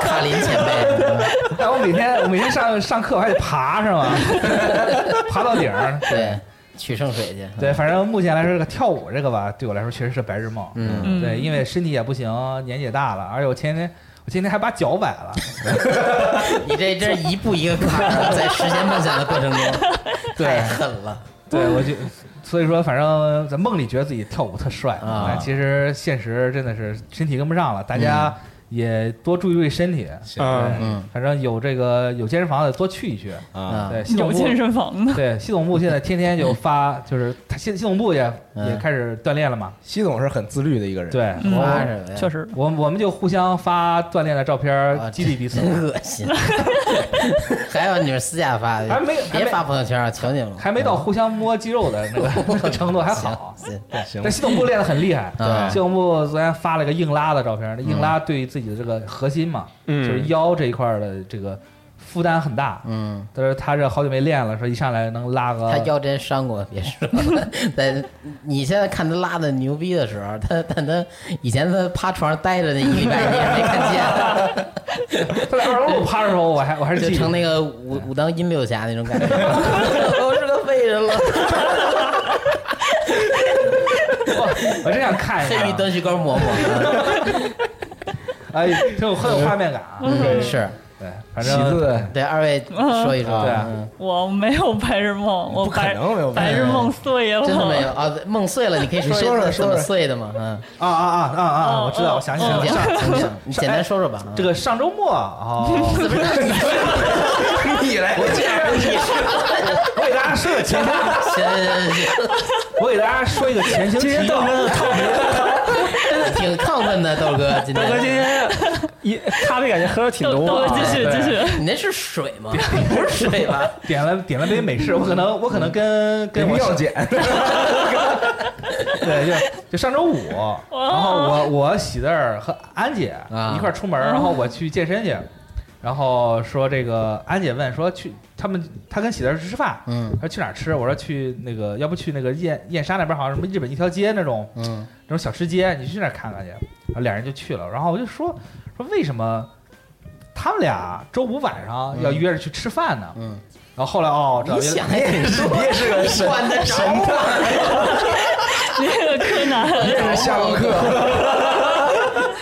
Speaker 2: 卡林前辈，
Speaker 3: 哎，我每天我每天上上课我还得 爬是吗？爬到顶儿。
Speaker 2: 对，取圣水去，
Speaker 3: 对，反正目前来说，这个跳舞这个吧，对我来说确实是白日梦。
Speaker 2: 嗯，
Speaker 5: 嗯
Speaker 3: 对，因为身体也不行，年纪也大了，而且我前天我今天还把脚 崴了。
Speaker 2: 你这这一步一个坎儿，在实现梦想的过程中，太
Speaker 3: 对
Speaker 2: 狠了，
Speaker 3: 对，我就所以说，反正在梦里觉得自己跳舞特帅，
Speaker 2: 啊
Speaker 3: 但其实现实真的是身体跟不上了，大
Speaker 6: 嗯
Speaker 3: 家也多注意注意身体。
Speaker 5: 啊
Speaker 4: 嗯，
Speaker 3: 对
Speaker 2: 嗯，
Speaker 3: 反正有这个有健身房的多去一去。
Speaker 6: 啊，
Speaker 2: 啊
Speaker 3: 对，系统
Speaker 5: 有
Speaker 3: 部
Speaker 5: 健身房的，
Speaker 3: 对，系统部现在天天就 发，就是他系系统部也、
Speaker 2: 嗯
Speaker 3: 也开始锻炼了嘛。
Speaker 6: 西总是很自律的一个人，，
Speaker 3: 对，
Speaker 5: 嗯
Speaker 2: 发什么呀？
Speaker 5: 确实，
Speaker 3: 我我们就互相发锻炼的照片儿
Speaker 2: 啊
Speaker 3: 激励彼此。
Speaker 2: 真 恶心。还有你们私下发的，
Speaker 3: 还没还
Speaker 2: 别
Speaker 3: 没
Speaker 2: 发朋友圈啊，求你们了。
Speaker 3: 还没到互相摸肌肉的那个程度，还好。
Speaker 2: 行，行
Speaker 6: 行
Speaker 3: 但，系统部练得很厉害，
Speaker 2: 啊
Speaker 3: 系统部昨天发了个硬拉的照片，那硬拉对于自己的这个核心嘛，
Speaker 4: 嗯
Speaker 3: 就是腰这一块儿的这个负担很大。
Speaker 2: 嗯，
Speaker 3: 他说他这好久没练了，说一上来能拉个
Speaker 2: 他腰真伤过，别说。 但你现在看他拉的牛逼的时候，他但他以前他趴床上待着那一礼拜，你也没看见，
Speaker 3: 他在二楼趴的时候，我还我还是
Speaker 2: 就
Speaker 3: 记
Speaker 2: 成
Speaker 3: 得。
Speaker 2: 那个武武当阴六侠那种感 觉。我是个废人了，
Speaker 3: 我真想看一
Speaker 2: 黑
Speaker 3: 下
Speaker 2: 玉
Speaker 3: 啊，
Speaker 2: 灯须高啊嬷嬷。
Speaker 3: 哎，挺有很有画面感啊。
Speaker 2: 嗯，是
Speaker 3: 对，反
Speaker 6: 喜
Speaker 3: 正
Speaker 6: 字
Speaker 2: 对二位说一说，
Speaker 3: 对啊
Speaker 2: 嗯
Speaker 5: 我没有白日梦，我
Speaker 6: 不可
Speaker 5: 白
Speaker 6: 能没有
Speaker 5: 白日梦碎了，
Speaker 2: 真的 没有啊，梦碎了，你嗯可以
Speaker 6: 你说
Speaker 2: 一
Speaker 6: 说
Speaker 2: 下
Speaker 6: 说
Speaker 2: 怎么
Speaker 6: 说
Speaker 2: 碎的吗？嗯，
Speaker 3: 啊啊啊啊啊！
Speaker 5: 哦
Speaker 3: 我知道，
Speaker 5: 哦
Speaker 3: 我想起来
Speaker 2: 请
Speaker 3: 了，
Speaker 2: 讲，
Speaker 3: 上
Speaker 2: 请讲，你简单说说吧。嗯
Speaker 3: 这个上周末啊，
Speaker 2: 怎么让你说？
Speaker 6: 你来，
Speaker 3: 我给大家说个前情，
Speaker 2: 行行行行。
Speaker 3: 我给大家说一个前情提要。
Speaker 2: 挺亢奋的，豆哥今
Speaker 4: 大哥今
Speaker 2: 天。
Speaker 4: 天一咖啡感觉喝的挺
Speaker 5: 豆
Speaker 4: 多
Speaker 5: 豆
Speaker 4: 啊
Speaker 5: 继，续
Speaker 3: 对
Speaker 5: 继续，
Speaker 2: 嗯你那是水吗？不是水吧？
Speaker 3: 点了点了杯美式，我可能我可能跟跟我
Speaker 6: 妙姐，
Speaker 3: 对，就就上周五，然后我我喜字儿和安姐
Speaker 2: 啊
Speaker 3: 一块儿出门儿，然后我去健身去，然后说这个安姐问说去他们她跟喜字儿去吃饭，
Speaker 2: 嗯
Speaker 3: 她说去哪儿吃？我说去那个要不去那个燕燕莎那边儿好像什么日本一条街那种
Speaker 2: 嗯
Speaker 3: 那种小吃街，你去那儿看看去。然后俩人就去了，然后我就说说为什么他们俩周五晚上要约着去吃饭呢？
Speaker 2: 嗯，
Speaker 3: 然后后来哦，知道
Speaker 2: 你
Speaker 3: 原来
Speaker 2: 想的挺多，你也是个神管得着吗？
Speaker 5: 那个柯南，
Speaker 6: 夏洛克，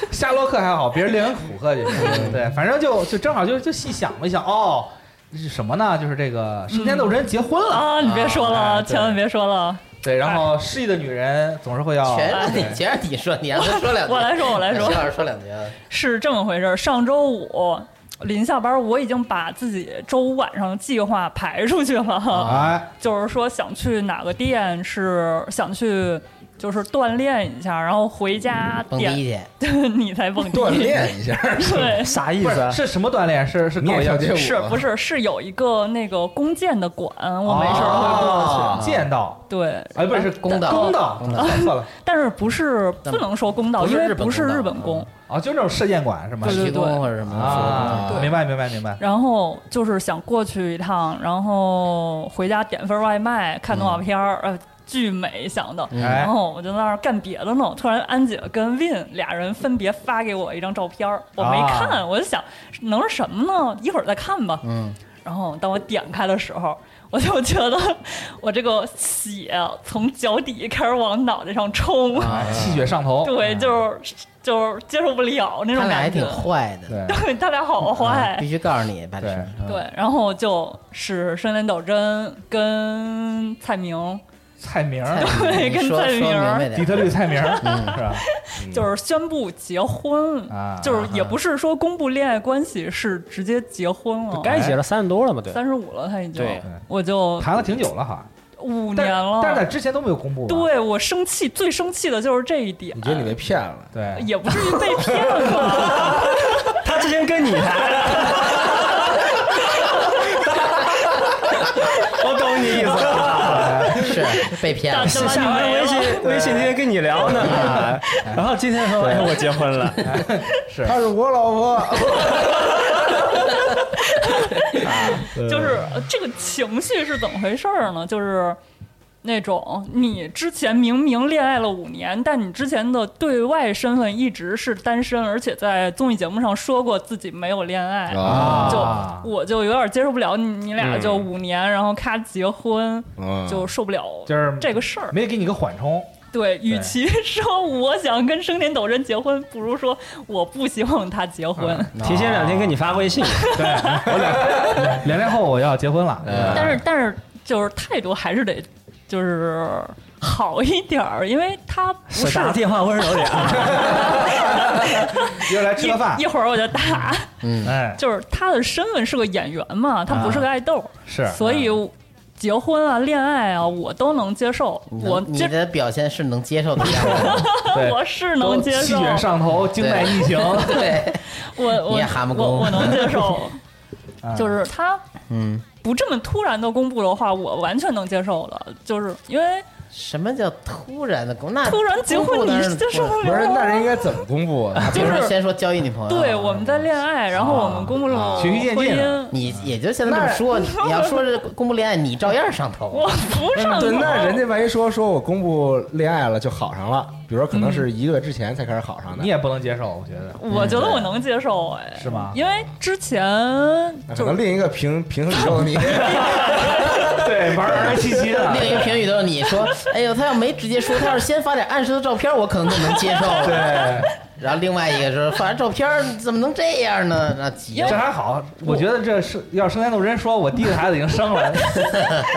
Speaker 3: 夏洛克还好，别人令人苦喝去。对，反正就就正好就就细想了一想，哦，这是什么呢？就是这
Speaker 2: 嗯
Speaker 3: 个神仙斗真结婚了。
Speaker 2: 哦
Speaker 5: 啊，你别说了，
Speaker 3: 啊哎对
Speaker 5: 千万别说了，
Speaker 3: 对，然后失意的女人总是会要
Speaker 2: 全让你，全让你说，你让他说两句。
Speaker 5: 我来说我来说
Speaker 2: 徐老师说两句啊。
Speaker 5: 是这么回事儿。上周五临下班，我已经把自己周五晚上的计划排出去了，
Speaker 6: 啊
Speaker 3: 哎，
Speaker 5: 就是说想去哪个店是想去。就是锻炼一下，然后回家
Speaker 2: 嗯蹦
Speaker 5: 点
Speaker 2: 迪去，
Speaker 5: 你才蹦迪，
Speaker 6: 锻 炼一下，
Speaker 5: 对，
Speaker 4: 啥意
Speaker 3: 不
Speaker 4: 思
Speaker 3: 是
Speaker 4: 啊？
Speaker 3: 是什么锻炼？是是
Speaker 6: 你
Speaker 3: 搞
Speaker 6: 也
Speaker 3: 一
Speaker 6: 跳街舞，
Speaker 5: 是不是是有一个那个弓箭的馆，我没事儿
Speaker 6: 啊
Speaker 5: 会
Speaker 3: 哦
Speaker 4: 啊
Speaker 2: 啊
Speaker 5: 过去。
Speaker 3: 剑道，
Speaker 5: 对，
Speaker 3: 哎，不是是
Speaker 2: 公道
Speaker 3: 公道，
Speaker 2: 公
Speaker 4: 哦
Speaker 3: 啊错了
Speaker 5: 但是不是不能说公道，
Speaker 2: 不是
Speaker 5: 因为
Speaker 2: 日本
Speaker 5: 不是
Speaker 2: 公道嗯
Speaker 5: 日本弓。
Speaker 3: 啊，就那种射箭馆是吗？
Speaker 5: 对对
Speaker 2: 提供或者什么
Speaker 3: 啊
Speaker 2: 说，的
Speaker 3: 明白明白明白。
Speaker 5: 然后就是想过去一趟，然后回家点份外卖，看动画片儿，呃，巨美想的。
Speaker 2: 嗯
Speaker 3: 哎
Speaker 5: 然，后我就在那儿干别的呢，突然安姐跟 Win 俩人分别发给我一张照片儿，我没
Speaker 3: 啊
Speaker 5: 看，我就想能是什么呢？一会儿再看吧。
Speaker 2: 嗯
Speaker 5: 然后当我点开的时候，我就觉得我这个血从脚底开始往脑袋上冲，
Speaker 2: 啊
Speaker 3: 气血上头，
Speaker 5: 对，就是就是接受不了那
Speaker 2: 他
Speaker 5: 种
Speaker 2: 俩还
Speaker 5: 感
Speaker 2: 挺
Speaker 5: 觉。
Speaker 2: 坏的，
Speaker 3: 对，
Speaker 5: 对，他俩好
Speaker 2: 啊
Speaker 5: 坏
Speaker 2: 必。须告诉你把这事儿。啊
Speaker 5: 对，然后就是深蓝斗真跟蔡明，
Speaker 3: 菜名儿，
Speaker 5: 对
Speaker 2: 嗯你
Speaker 5: 跟
Speaker 2: 说
Speaker 5: 蔡
Speaker 2: 说
Speaker 5: 明儿
Speaker 2: 明白点
Speaker 3: 底
Speaker 2: 儿。
Speaker 3: 特律菜名儿，
Speaker 6: 嗯
Speaker 3: 是吧？
Speaker 5: 就是宣布结婚，
Speaker 3: 啊，
Speaker 5: 就是也不是说公布恋爱关系，是直接结婚了。哎
Speaker 4: 该结了三十多了嘛，对，
Speaker 5: 三十五了，他已经
Speaker 4: 对，
Speaker 5: 我就
Speaker 3: 谈了挺久了，好像
Speaker 5: 五嗯
Speaker 3: 但
Speaker 5: 年
Speaker 3: 是
Speaker 5: 了。
Speaker 3: 但是在之前都没有公布吧。
Speaker 5: 对我生气，最生气的就是这一点
Speaker 6: 你。觉得你被骗了？
Speaker 3: 对，
Speaker 5: 也不至于被骗吧？
Speaker 4: 他之前跟你谈的， 我懂你意思。
Speaker 2: 是被骗了，
Speaker 5: 是
Speaker 4: 下完微信
Speaker 3: 哎
Speaker 4: 微信今天跟你聊呢，啊然后今天说哎我结婚了，
Speaker 6: 她是我老
Speaker 3: 啊
Speaker 6: 婆，
Speaker 5: 就是呃这个情绪是怎么回事儿呢？就是那种你之前明明恋爱了五年，但你之前的对外身份一直是单身，而且在综艺节目上说过自己没有恋爱，
Speaker 6: 啊
Speaker 5: 就我就有点接受不了你你俩就五年，然后咔结婚，
Speaker 6: 嗯
Speaker 5: 就受不了
Speaker 3: 就是
Speaker 5: 这个事儿。
Speaker 3: 没给你个缓冲，
Speaker 5: 对，与其 说我想跟生田斗真结婚，不如说我不希望他结婚。
Speaker 3: 啊
Speaker 4: 哦提前两天给你发微信，
Speaker 3: 两年后我要结婚了，
Speaker 6: 嗯
Speaker 2: 呃
Speaker 5: 但是但是就是态度还是得就是好一点儿，因为他不是
Speaker 4: 打电话温柔点啊，
Speaker 3: 又来吃个饭
Speaker 5: 一一，会儿我就打，
Speaker 2: 嗯
Speaker 3: 哎，
Speaker 5: 就是他的身份是个演员嘛，他不是个爱豆，
Speaker 3: 啊是，嗯
Speaker 5: 所以结婚啊、恋爱啊，我都能接受，
Speaker 2: 你
Speaker 5: 我
Speaker 2: 你
Speaker 5: 这
Speaker 2: 的表现是能接 受的样子，
Speaker 3: 对
Speaker 5: 我是
Speaker 3: 都
Speaker 5: 能接
Speaker 3: 气
Speaker 5: 受，
Speaker 3: 血上头，经脉逆行，
Speaker 2: 对，
Speaker 5: 我
Speaker 2: 你
Speaker 5: 我
Speaker 2: 也蛤蟆
Speaker 5: 我
Speaker 2: 功
Speaker 5: 我能接受，
Speaker 3: 啊
Speaker 5: 就是他
Speaker 2: 嗯，
Speaker 5: 不这么突然的公布的话，我完全能接受了，就是因为
Speaker 2: 什么叫突然的公？那
Speaker 5: 突然结婚
Speaker 2: 公布当然
Speaker 5: 你接受不
Speaker 6: 不是
Speaker 5: 了，啊
Speaker 6: 那人应该怎么公布 啊？
Speaker 2: 比如说先说交一女朋友，啊
Speaker 5: 对，我们在恋爱，然后我们公布了
Speaker 3: 啊
Speaker 5: 婚
Speaker 3: 循序渐进
Speaker 5: 姻
Speaker 3: 了，
Speaker 2: 你也就现在这么 说，你你要说是公布恋爱，你照样上头
Speaker 5: 我。不上
Speaker 6: 对，那人
Speaker 5: 头。
Speaker 6: 家万一说说我公布恋爱了就好上了，比如说可能
Speaker 5: 嗯
Speaker 6: 是一个月之前才开始好上的，
Speaker 3: 你也不能接受，我觉得
Speaker 5: 我觉得我能接受哎，
Speaker 3: 是吗？
Speaker 5: 因为之前
Speaker 6: 那可
Speaker 5: 就是
Speaker 6: 能另一个平平衡宇宙的 你，
Speaker 3: 哎对，玩儿气息的，
Speaker 2: 另一个评语都 是你说，哎呦，他要没直接说，他要是先发点暗示的照片，我可能就能接受了。
Speaker 3: 对，
Speaker 2: 然后另外一个说，发完照片怎么能这样呢？那急
Speaker 3: 这
Speaker 2: 了，
Speaker 3: 还好，我觉得这是要生天斗真说，我第一个孩子已经生了，那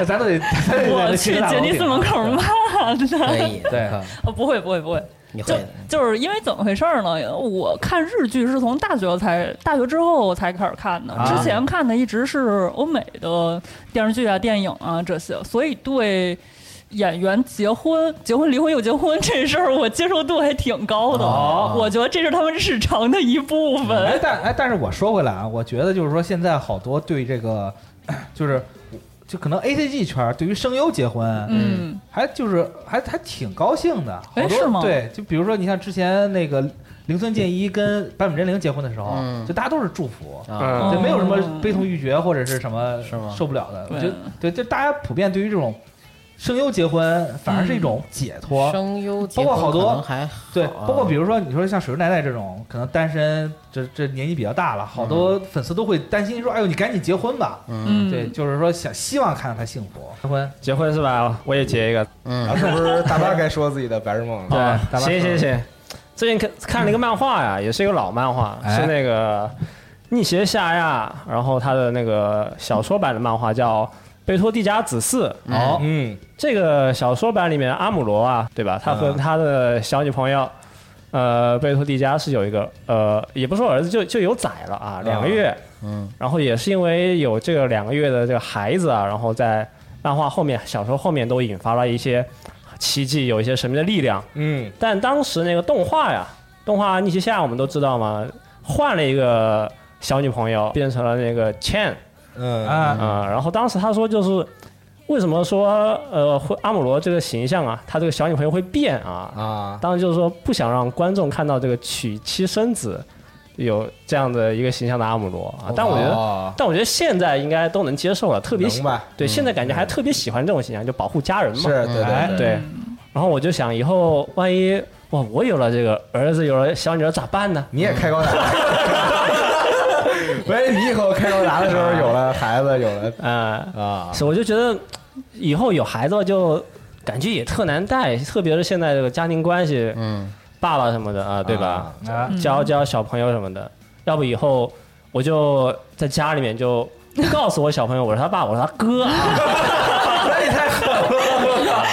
Speaker 3: 哎咱都得，咱得在
Speaker 5: 我去
Speaker 3: 这气势大
Speaker 5: 杰
Speaker 3: 楼
Speaker 5: 尼斯
Speaker 3: 顶
Speaker 5: 门口骂
Speaker 2: 可
Speaker 5: 的，
Speaker 2: 以，
Speaker 3: 对
Speaker 5: 哦 不会不会不会，
Speaker 2: 你会
Speaker 5: 就
Speaker 2: 的。
Speaker 5: 就是因为怎么回事儿呢？我看日剧是从大学才大学之后才开始看
Speaker 3: 啊
Speaker 5: 的，之前看的一直是欧美的电视剧啊、电影啊这些，所以对演员结婚、结婚、离婚又结婚这事儿，我接受度还挺高的。
Speaker 3: 哦
Speaker 5: 我觉得这是他们日常的一部
Speaker 3: 哎
Speaker 5: 分，。
Speaker 3: 但哎，但是我说回来啊，我觉得就是说，现在好多对这个， 就是就可能 A C G 圈儿对于声优结婚，
Speaker 5: 嗯，
Speaker 3: 还就是还还挺高兴的，好
Speaker 5: 哎
Speaker 3: 多
Speaker 5: 是吗
Speaker 3: 对，就比如说你像之前那个铃村健一跟坂本真绫结婚的时候，
Speaker 2: 嗯
Speaker 3: 就大家都是祝福。
Speaker 2: 啊，
Speaker 5: 嗯
Speaker 3: 就没有什么悲痛欲绝或者是什么
Speaker 2: 是吗
Speaker 3: 受不了的，我
Speaker 5: 对
Speaker 3: 觉得对，就大家普遍对于这种声优结婚反而是一种解脱，
Speaker 2: 声优结
Speaker 3: 包括
Speaker 2: 婚
Speaker 3: 好多
Speaker 2: 可能还好
Speaker 3: 对，
Speaker 6: 哦
Speaker 2: 啊
Speaker 3: 包括比如说你说像水树奈奈这种，可能单身，这这年纪比较大了，好
Speaker 6: 嗯
Speaker 3: 多粉丝都会担心说：“哎呦，你赶紧结婚吧。
Speaker 5: 嗯，
Speaker 3: 对，就是说想希望看到他幸 福结婚。
Speaker 4: 结婚是吧？我也结一个，
Speaker 2: 嗯
Speaker 6: 然后 是不是大巴该说自己的白日梦了？
Speaker 3: 啊大巴
Speaker 4: 对，行
Speaker 3: 说
Speaker 4: 行行，最近看看了一个漫画呀，也是一个老漫画，
Speaker 3: 哎
Speaker 4: 是那个逆邪夏亚，然后他的那个小说版的漫画叫《贝托蒂加子嗣》。
Speaker 3: 哦，
Speaker 6: 嗯，
Speaker 4: 这个小说版里面阿姆罗啊，对吧？他和
Speaker 6: 嗯
Speaker 4: 他的小女朋友，呃，贝托蒂加是有一个呃，也不说儿子就就有崽了啊，两个月。
Speaker 2: 嗯，
Speaker 4: 然后也是因为有这个两个月的这个孩子啊，然后在漫画后面、小说后面都引发了一些奇迹，有一些神秘的力量。
Speaker 6: 嗯，
Speaker 4: 但当时那个动画呀，动画《逆袭下》我们都知道嘛，换了一个小女朋友，变成了那个 Chan
Speaker 6: 嗯
Speaker 3: 啊
Speaker 4: 啊、然后当时他说就是。为什么说呃会阿姆罗这个形象啊，他这个小女朋友会变啊？
Speaker 6: 啊，
Speaker 4: 当时就是说不想让观众看到这个娶妻生子有这样的一个形象的阿姆罗啊。但我觉得，
Speaker 6: 哦
Speaker 4: 但我觉得现在应该都能接受了，特别喜
Speaker 6: 明白
Speaker 4: 对，现在感觉还特别喜欢这种形象，就保护家人嘛。
Speaker 6: 嗯是对
Speaker 3: 哎
Speaker 6: 对嗯对，
Speaker 4: 对，然后我就想，以后万一哇，我有了这个儿子，有了小女儿咋办呢？
Speaker 6: 你也开高达，
Speaker 3: 喂，你以后开高达的时候有了孩子，有了
Speaker 4: 啊、
Speaker 3: 啊，
Speaker 4: 是，我就觉得以后有孩子就感觉也特难带，特别是现在这个家庭关系，
Speaker 2: 嗯，
Speaker 4: 爸爸什么的啊，对吧？
Speaker 6: 啊，
Speaker 4: 教教小朋友什么的，要不以后我就在家里面就告诉我小朋友，我是他爸，我是他哥啊。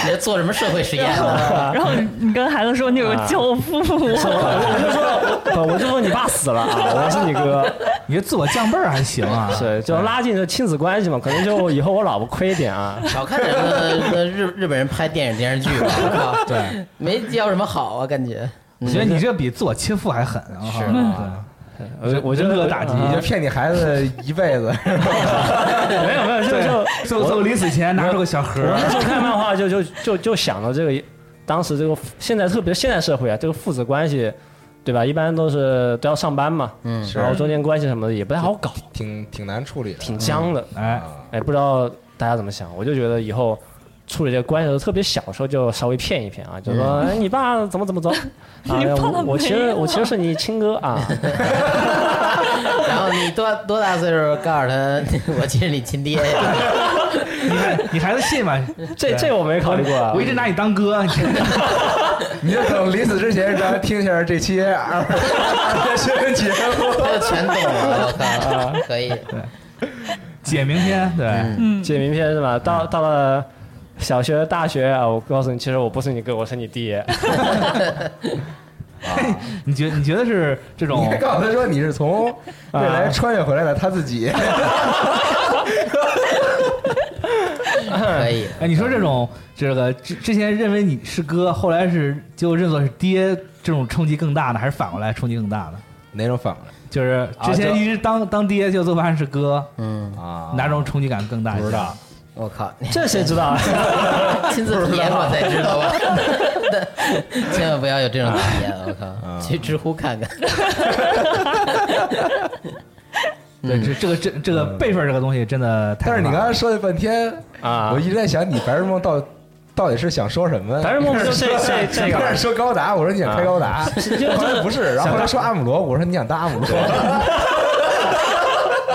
Speaker 2: 你这做什么社会实验 呢？
Speaker 3: 啊
Speaker 5: 嗯然后你你跟孩子说你有个教父，
Speaker 4: 我就说，我就说你爸死了啊，我是你哥，
Speaker 6: 你这自我降辈儿还行啊，
Speaker 4: 是就拉近这亲子关系嘛，可能就以后我老婆亏一点啊。
Speaker 2: 少看人家日日本人拍电影电视剧吧，我靠
Speaker 6: 对，
Speaker 2: 没教什么好啊，感觉。
Speaker 6: 我觉得你这比自我切腹还狠啊！
Speaker 2: 是
Speaker 6: 对
Speaker 2: 啊
Speaker 4: 我我觉
Speaker 6: 人格
Speaker 4: 得
Speaker 6: 打击
Speaker 3: 你
Speaker 4: 啊
Speaker 3: 就骗你孩子一辈子，
Speaker 4: 没有没有，就就
Speaker 6: 最后最后临死前拿出个小盒
Speaker 4: 我
Speaker 6: 儿，
Speaker 4: 那时候看漫画就就就就想到这个，当时这个现在特别现在社会啊，这个父子关系，对吧？一般都是都要上班嘛，
Speaker 2: 嗯，
Speaker 4: 然后中间关系什么的也不太好搞，
Speaker 3: 挺挺难处理的，
Speaker 4: 挺僵的。
Speaker 6: 哎，
Speaker 4: 哎，不知道大家怎么想？我就觉得以后处理这个关系的时候，特别小时候就稍微骗一骗啊，就说、哎、你爸怎么怎么着，啊，
Speaker 5: 爸
Speaker 4: 我我其
Speaker 5: 没
Speaker 4: 实
Speaker 5: 有
Speaker 4: 我其实是你亲哥啊，
Speaker 2: 然后你多多大岁数告诉他， 我其实你亲爹呀？
Speaker 6: 你看你孩子信吗？
Speaker 4: 这这我没考虑过 啊
Speaker 6: 我。一直拿你当哥，你
Speaker 3: 你就等临死之前让他听一下这期二 二新闻节目。
Speaker 2: 他就全懂了，我
Speaker 3: 啊
Speaker 2: 靠，可以。嗯
Speaker 6: 姐明天对，
Speaker 4: 借名片是吧？到到了小学、大学啊，我告诉你，其实我不是你哥，我是你爹。
Speaker 6: 你觉你觉得是这
Speaker 3: 你
Speaker 6: 种啊
Speaker 3: 还告诉他说你是从未来穿越回来的，他自 己
Speaker 2: 可以，
Speaker 3: 嗯
Speaker 6: 哎， 你说这种这
Speaker 3: 呃
Speaker 6: 个之之前认为你是哥，后来是结果认作是爹，这种冲击更大呢，还是反过来冲击更大呢？
Speaker 3: 哪种反过
Speaker 6: 就是之
Speaker 3: 啊
Speaker 6: 前
Speaker 3: 就
Speaker 6: 一直当当爹，就做饭是哥，
Speaker 2: 嗯，
Speaker 3: 来啊
Speaker 6: 哪种冲击感更大？
Speaker 3: 不知道，
Speaker 2: 我靠，你
Speaker 4: 这谁知道 啊？
Speaker 2: 亲自体验过才知道 吧？千万不要有这种体验，我
Speaker 3: 嗯
Speaker 2: 靠，去知乎看 看。
Speaker 6: 对，这这个这这个辈分这个东西真的太可怕了。
Speaker 3: 但是你刚才说了半天，
Speaker 4: 啊
Speaker 3: 我一直在想你白日梦到到底是想说什么？
Speaker 4: 白日梦不就这这这
Speaker 3: 你 开
Speaker 4: 个
Speaker 3: 始？说高达，我说你想开高 达，
Speaker 4: 是就
Speaker 3: 后
Speaker 4: 就
Speaker 3: 来不是，然后后来说阿姆罗，我说你想当阿姆罗，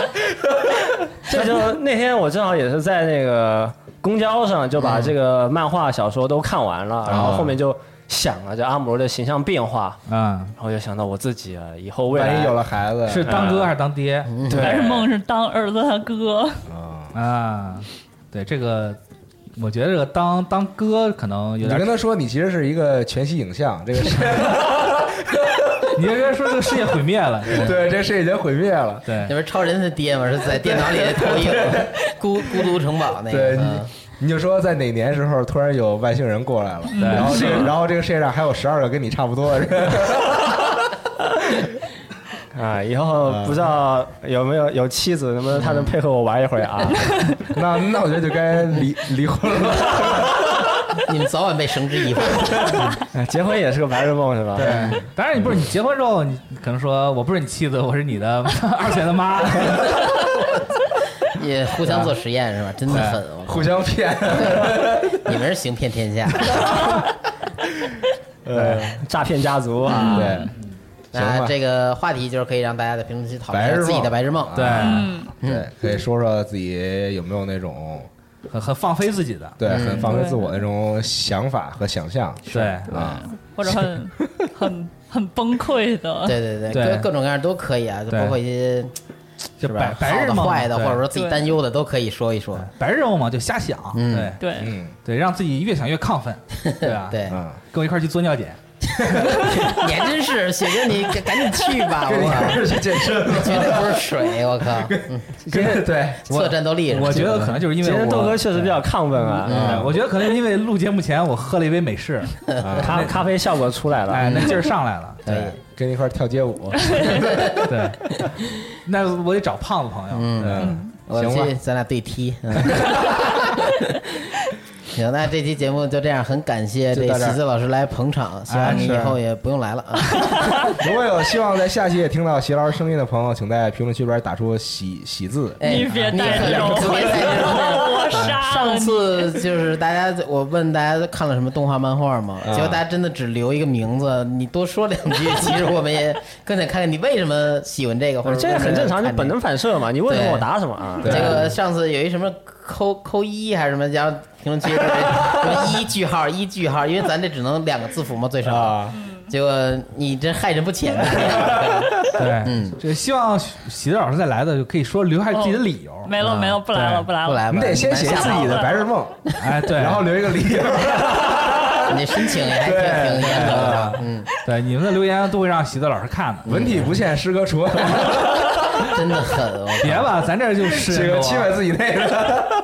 Speaker 4: 这就那天我正好也是在那个公交上就
Speaker 6: 嗯
Speaker 4: 把这个漫画小说都看完了，然后后面就想了这阿姆罗的形象变化，
Speaker 6: 啊，
Speaker 4: 然后就想到我自己啊，以后 未
Speaker 3: 万
Speaker 4: 来嗯
Speaker 3: 一有了孩子啊
Speaker 6: 是当哥还是当爹
Speaker 5: 白日
Speaker 4: 对
Speaker 5: 梦是当儿子他哥，
Speaker 3: 啊，
Speaker 6: 啊？对这个，我觉得这个当当哥可能有
Speaker 3: 你就跟
Speaker 6: 点，
Speaker 3: 他说你其实是一个全息影像，这个世
Speaker 6: 你应该说这个世界毁灭了。
Speaker 3: 对这个世界已经毁灭了。
Speaker 6: 对
Speaker 2: 嗯那，边超人的爹嘛，是在电脑里投影《孤孤独城堡》那
Speaker 3: 对
Speaker 2: 个
Speaker 3: 你
Speaker 2: 嗯，
Speaker 3: 你就说在哪年时候突然有外星人过来了，然后这个然后这个世界上还有十二个跟你差不多的人，
Speaker 4: 啊，以后不知道有没有有妻子，能不能她
Speaker 6: 嗯
Speaker 4: 能配合我玩一会儿啊？
Speaker 3: 那那我觉得就该离离婚了。
Speaker 2: 你们早晚被绳之以 法。
Speaker 4: 哎结婚也是个白日梦是吧？
Speaker 6: 对，当然你不是你结婚之后，你你可能说我不是你妻子，我是你的二选的妈。
Speaker 2: 也互相做实验是吧？真的狠，我靠
Speaker 3: 互相骗，
Speaker 2: 你们是行骗天 下。
Speaker 4: 呃，诈骗家族啊，
Speaker 3: 对，行
Speaker 2: 那
Speaker 3: 吧，
Speaker 2: 这个话题就是可以让大家在评论区讨论
Speaker 3: 白
Speaker 2: 一
Speaker 3: 日
Speaker 2: 下
Speaker 3: 梦啊
Speaker 2: 自己的白日梦。
Speaker 6: 对，
Speaker 5: 嗯
Speaker 3: 对，可以说说自己有没有那种
Speaker 6: 很很放飞自己的，
Speaker 3: 对很放飞自我那种想法和想象
Speaker 6: 对，
Speaker 3: 啊，
Speaker 5: 或者很 很很崩溃的，
Speaker 2: 对对
Speaker 6: 对
Speaker 2: 各各种各样都可以啊，就
Speaker 6: 对
Speaker 2: 包括一些
Speaker 6: 就是白
Speaker 2: 吧
Speaker 6: 白日
Speaker 2: 好的、
Speaker 6: 梦
Speaker 2: 坏的，
Speaker 6: 对
Speaker 2: 或者说自己
Speaker 5: 对
Speaker 2: 担忧的都可以说一说。
Speaker 6: 白日梦嘛，就瞎想，
Speaker 2: 嗯
Speaker 6: 对
Speaker 5: 对
Speaker 3: 嗯
Speaker 6: 对，让自己越想越亢 奋，对吧？，
Speaker 2: 对，
Speaker 3: 啊，
Speaker 6: 跟我一块儿去做尿检，
Speaker 2: 你还真是雪哥，你赶赶紧去吧，
Speaker 3: 跟你
Speaker 2: 我
Speaker 3: 还
Speaker 2: 靠，
Speaker 3: 是去健身，
Speaker 2: 绝对不是水，我靠，嗯
Speaker 3: 跟对
Speaker 2: 测战斗力是吧，嗯
Speaker 6: 我觉得可能就是因为
Speaker 4: 今天
Speaker 6: 我
Speaker 4: 豆哥确实比较亢奋
Speaker 3: 嗯
Speaker 6: 对
Speaker 4: 啊，
Speaker 6: 我觉得可能因为录节目前我喝了一杯美式，
Speaker 4: 嗯咖咖啡效果出来了。
Speaker 6: 哎，那劲儿上来 了。
Speaker 2: 可以。
Speaker 3: 跟你一块儿跳街舞，
Speaker 6: 对，那我得找胖子朋友。对
Speaker 3: 嗯，
Speaker 2: 我
Speaker 3: 行吧
Speaker 2: 去，咱俩对踢。嗯 行，那这期节目就这样，很感谢这
Speaker 3: 就到这儿
Speaker 2: 喜子老师来捧场，希望你
Speaker 3: 是
Speaker 2: 以后也不用来了啊。
Speaker 3: 如果有希望在下期也听到席老师声音的朋友，请在评论区边打出喜喜字，
Speaker 2: 哎
Speaker 5: 你别带这种
Speaker 2: 你可别带这种
Speaker 5: 我 杀了
Speaker 2: 上
Speaker 5: 你
Speaker 2: 次就是大家，我问大家看了什么动画漫画嘛，
Speaker 6: 啊
Speaker 2: 结果大家真的只留一个名字，你多说两句，其实我们也更想看看你为什么喜欢这个，或者
Speaker 4: 这也很正常，
Speaker 2: 为什么看
Speaker 4: 就
Speaker 2: 这个
Speaker 4: 本能反射嘛。你问什么
Speaker 2: 对
Speaker 4: 我答什么啊？
Speaker 2: 这个上次有一什么扣扣一还是什么，然后评论区特别有一句号一句号，因为咱这只能两个字符嘛，最少。
Speaker 6: 啊，
Speaker 2: 结果你这害人不浅。
Speaker 3: 对，
Speaker 2: 嗯，
Speaker 3: 这希望喜子老师再来的就可以说
Speaker 5: 哦
Speaker 3: 留下自己的理由。
Speaker 5: 没了没了，不来了
Speaker 3: 对
Speaker 5: 不来
Speaker 2: 不
Speaker 5: 了。
Speaker 2: 来吧，
Speaker 6: 你得先写
Speaker 2: 蛮吓
Speaker 6: 自己的白日梦，
Speaker 3: 哎，对，
Speaker 6: 然后留一个理 由。
Speaker 2: 人，你申请也还挺挺严
Speaker 6: 啊
Speaker 2: 格的。嗯，
Speaker 3: 对你们的留言都会让喜子老师看的。嗯
Speaker 6: 文体不限，诗歌除，
Speaker 2: 真的狠，我靠
Speaker 3: 别吧，咱这就是
Speaker 6: 写个七百字以内的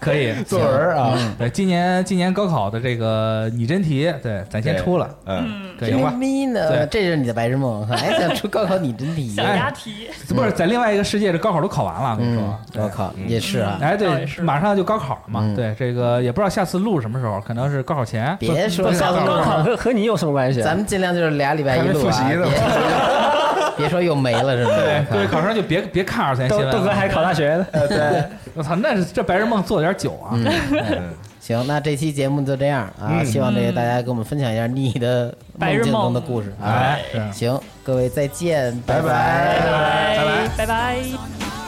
Speaker 3: 可 以。嗯
Speaker 6: 作文啊。
Speaker 3: 对，今年今年高考的这个拟真题，对，咱先出了，
Speaker 6: 嗯，
Speaker 3: 可以
Speaker 2: 真
Speaker 3: 吧？
Speaker 2: 咪呢？这就是你的白日梦，还想出高考拟真题？
Speaker 5: 小答题，
Speaker 3: 不是，在另外一个世界，这高考都考完了，我跟你
Speaker 2: 嗯
Speaker 3: 说，，
Speaker 2: 我靠，也是啊，
Speaker 3: 哎，
Speaker 5: 倒
Speaker 3: 对
Speaker 5: 也，是
Speaker 3: 马上就高考了嘛
Speaker 2: 嗯。
Speaker 3: 对，这个也不知道下次录什么时候，可能是高考前。
Speaker 2: 别说
Speaker 4: 高
Speaker 2: 下次
Speaker 4: 高考和和你有什么关系？啊
Speaker 2: 咱们尽量就是俩礼拜一路啊，
Speaker 6: 还没复习呢
Speaker 2: 别别说又没了是吗？
Speaker 3: 对，各位
Speaker 2: 我靠
Speaker 3: 考生就别别看二次元
Speaker 4: 豆
Speaker 3: 新闻
Speaker 4: 豆哥
Speaker 3: 了。
Speaker 4: 还考大学呢。
Speaker 3: 我操，那是这白日梦做的有点久啊。
Speaker 2: 嗯嗯行，那这期节目就这样啊，
Speaker 3: 嗯
Speaker 2: 希望这个大家给我们分享一下你的
Speaker 5: 嗯白日
Speaker 2: 梦境
Speaker 5: 梦
Speaker 2: 中的故事啊。
Speaker 3: 哎，是。
Speaker 2: 行，各位再见，拜
Speaker 6: 拜拜
Speaker 5: 拜拜拜拜。
Speaker 8: Sometimes
Speaker 6: Oh,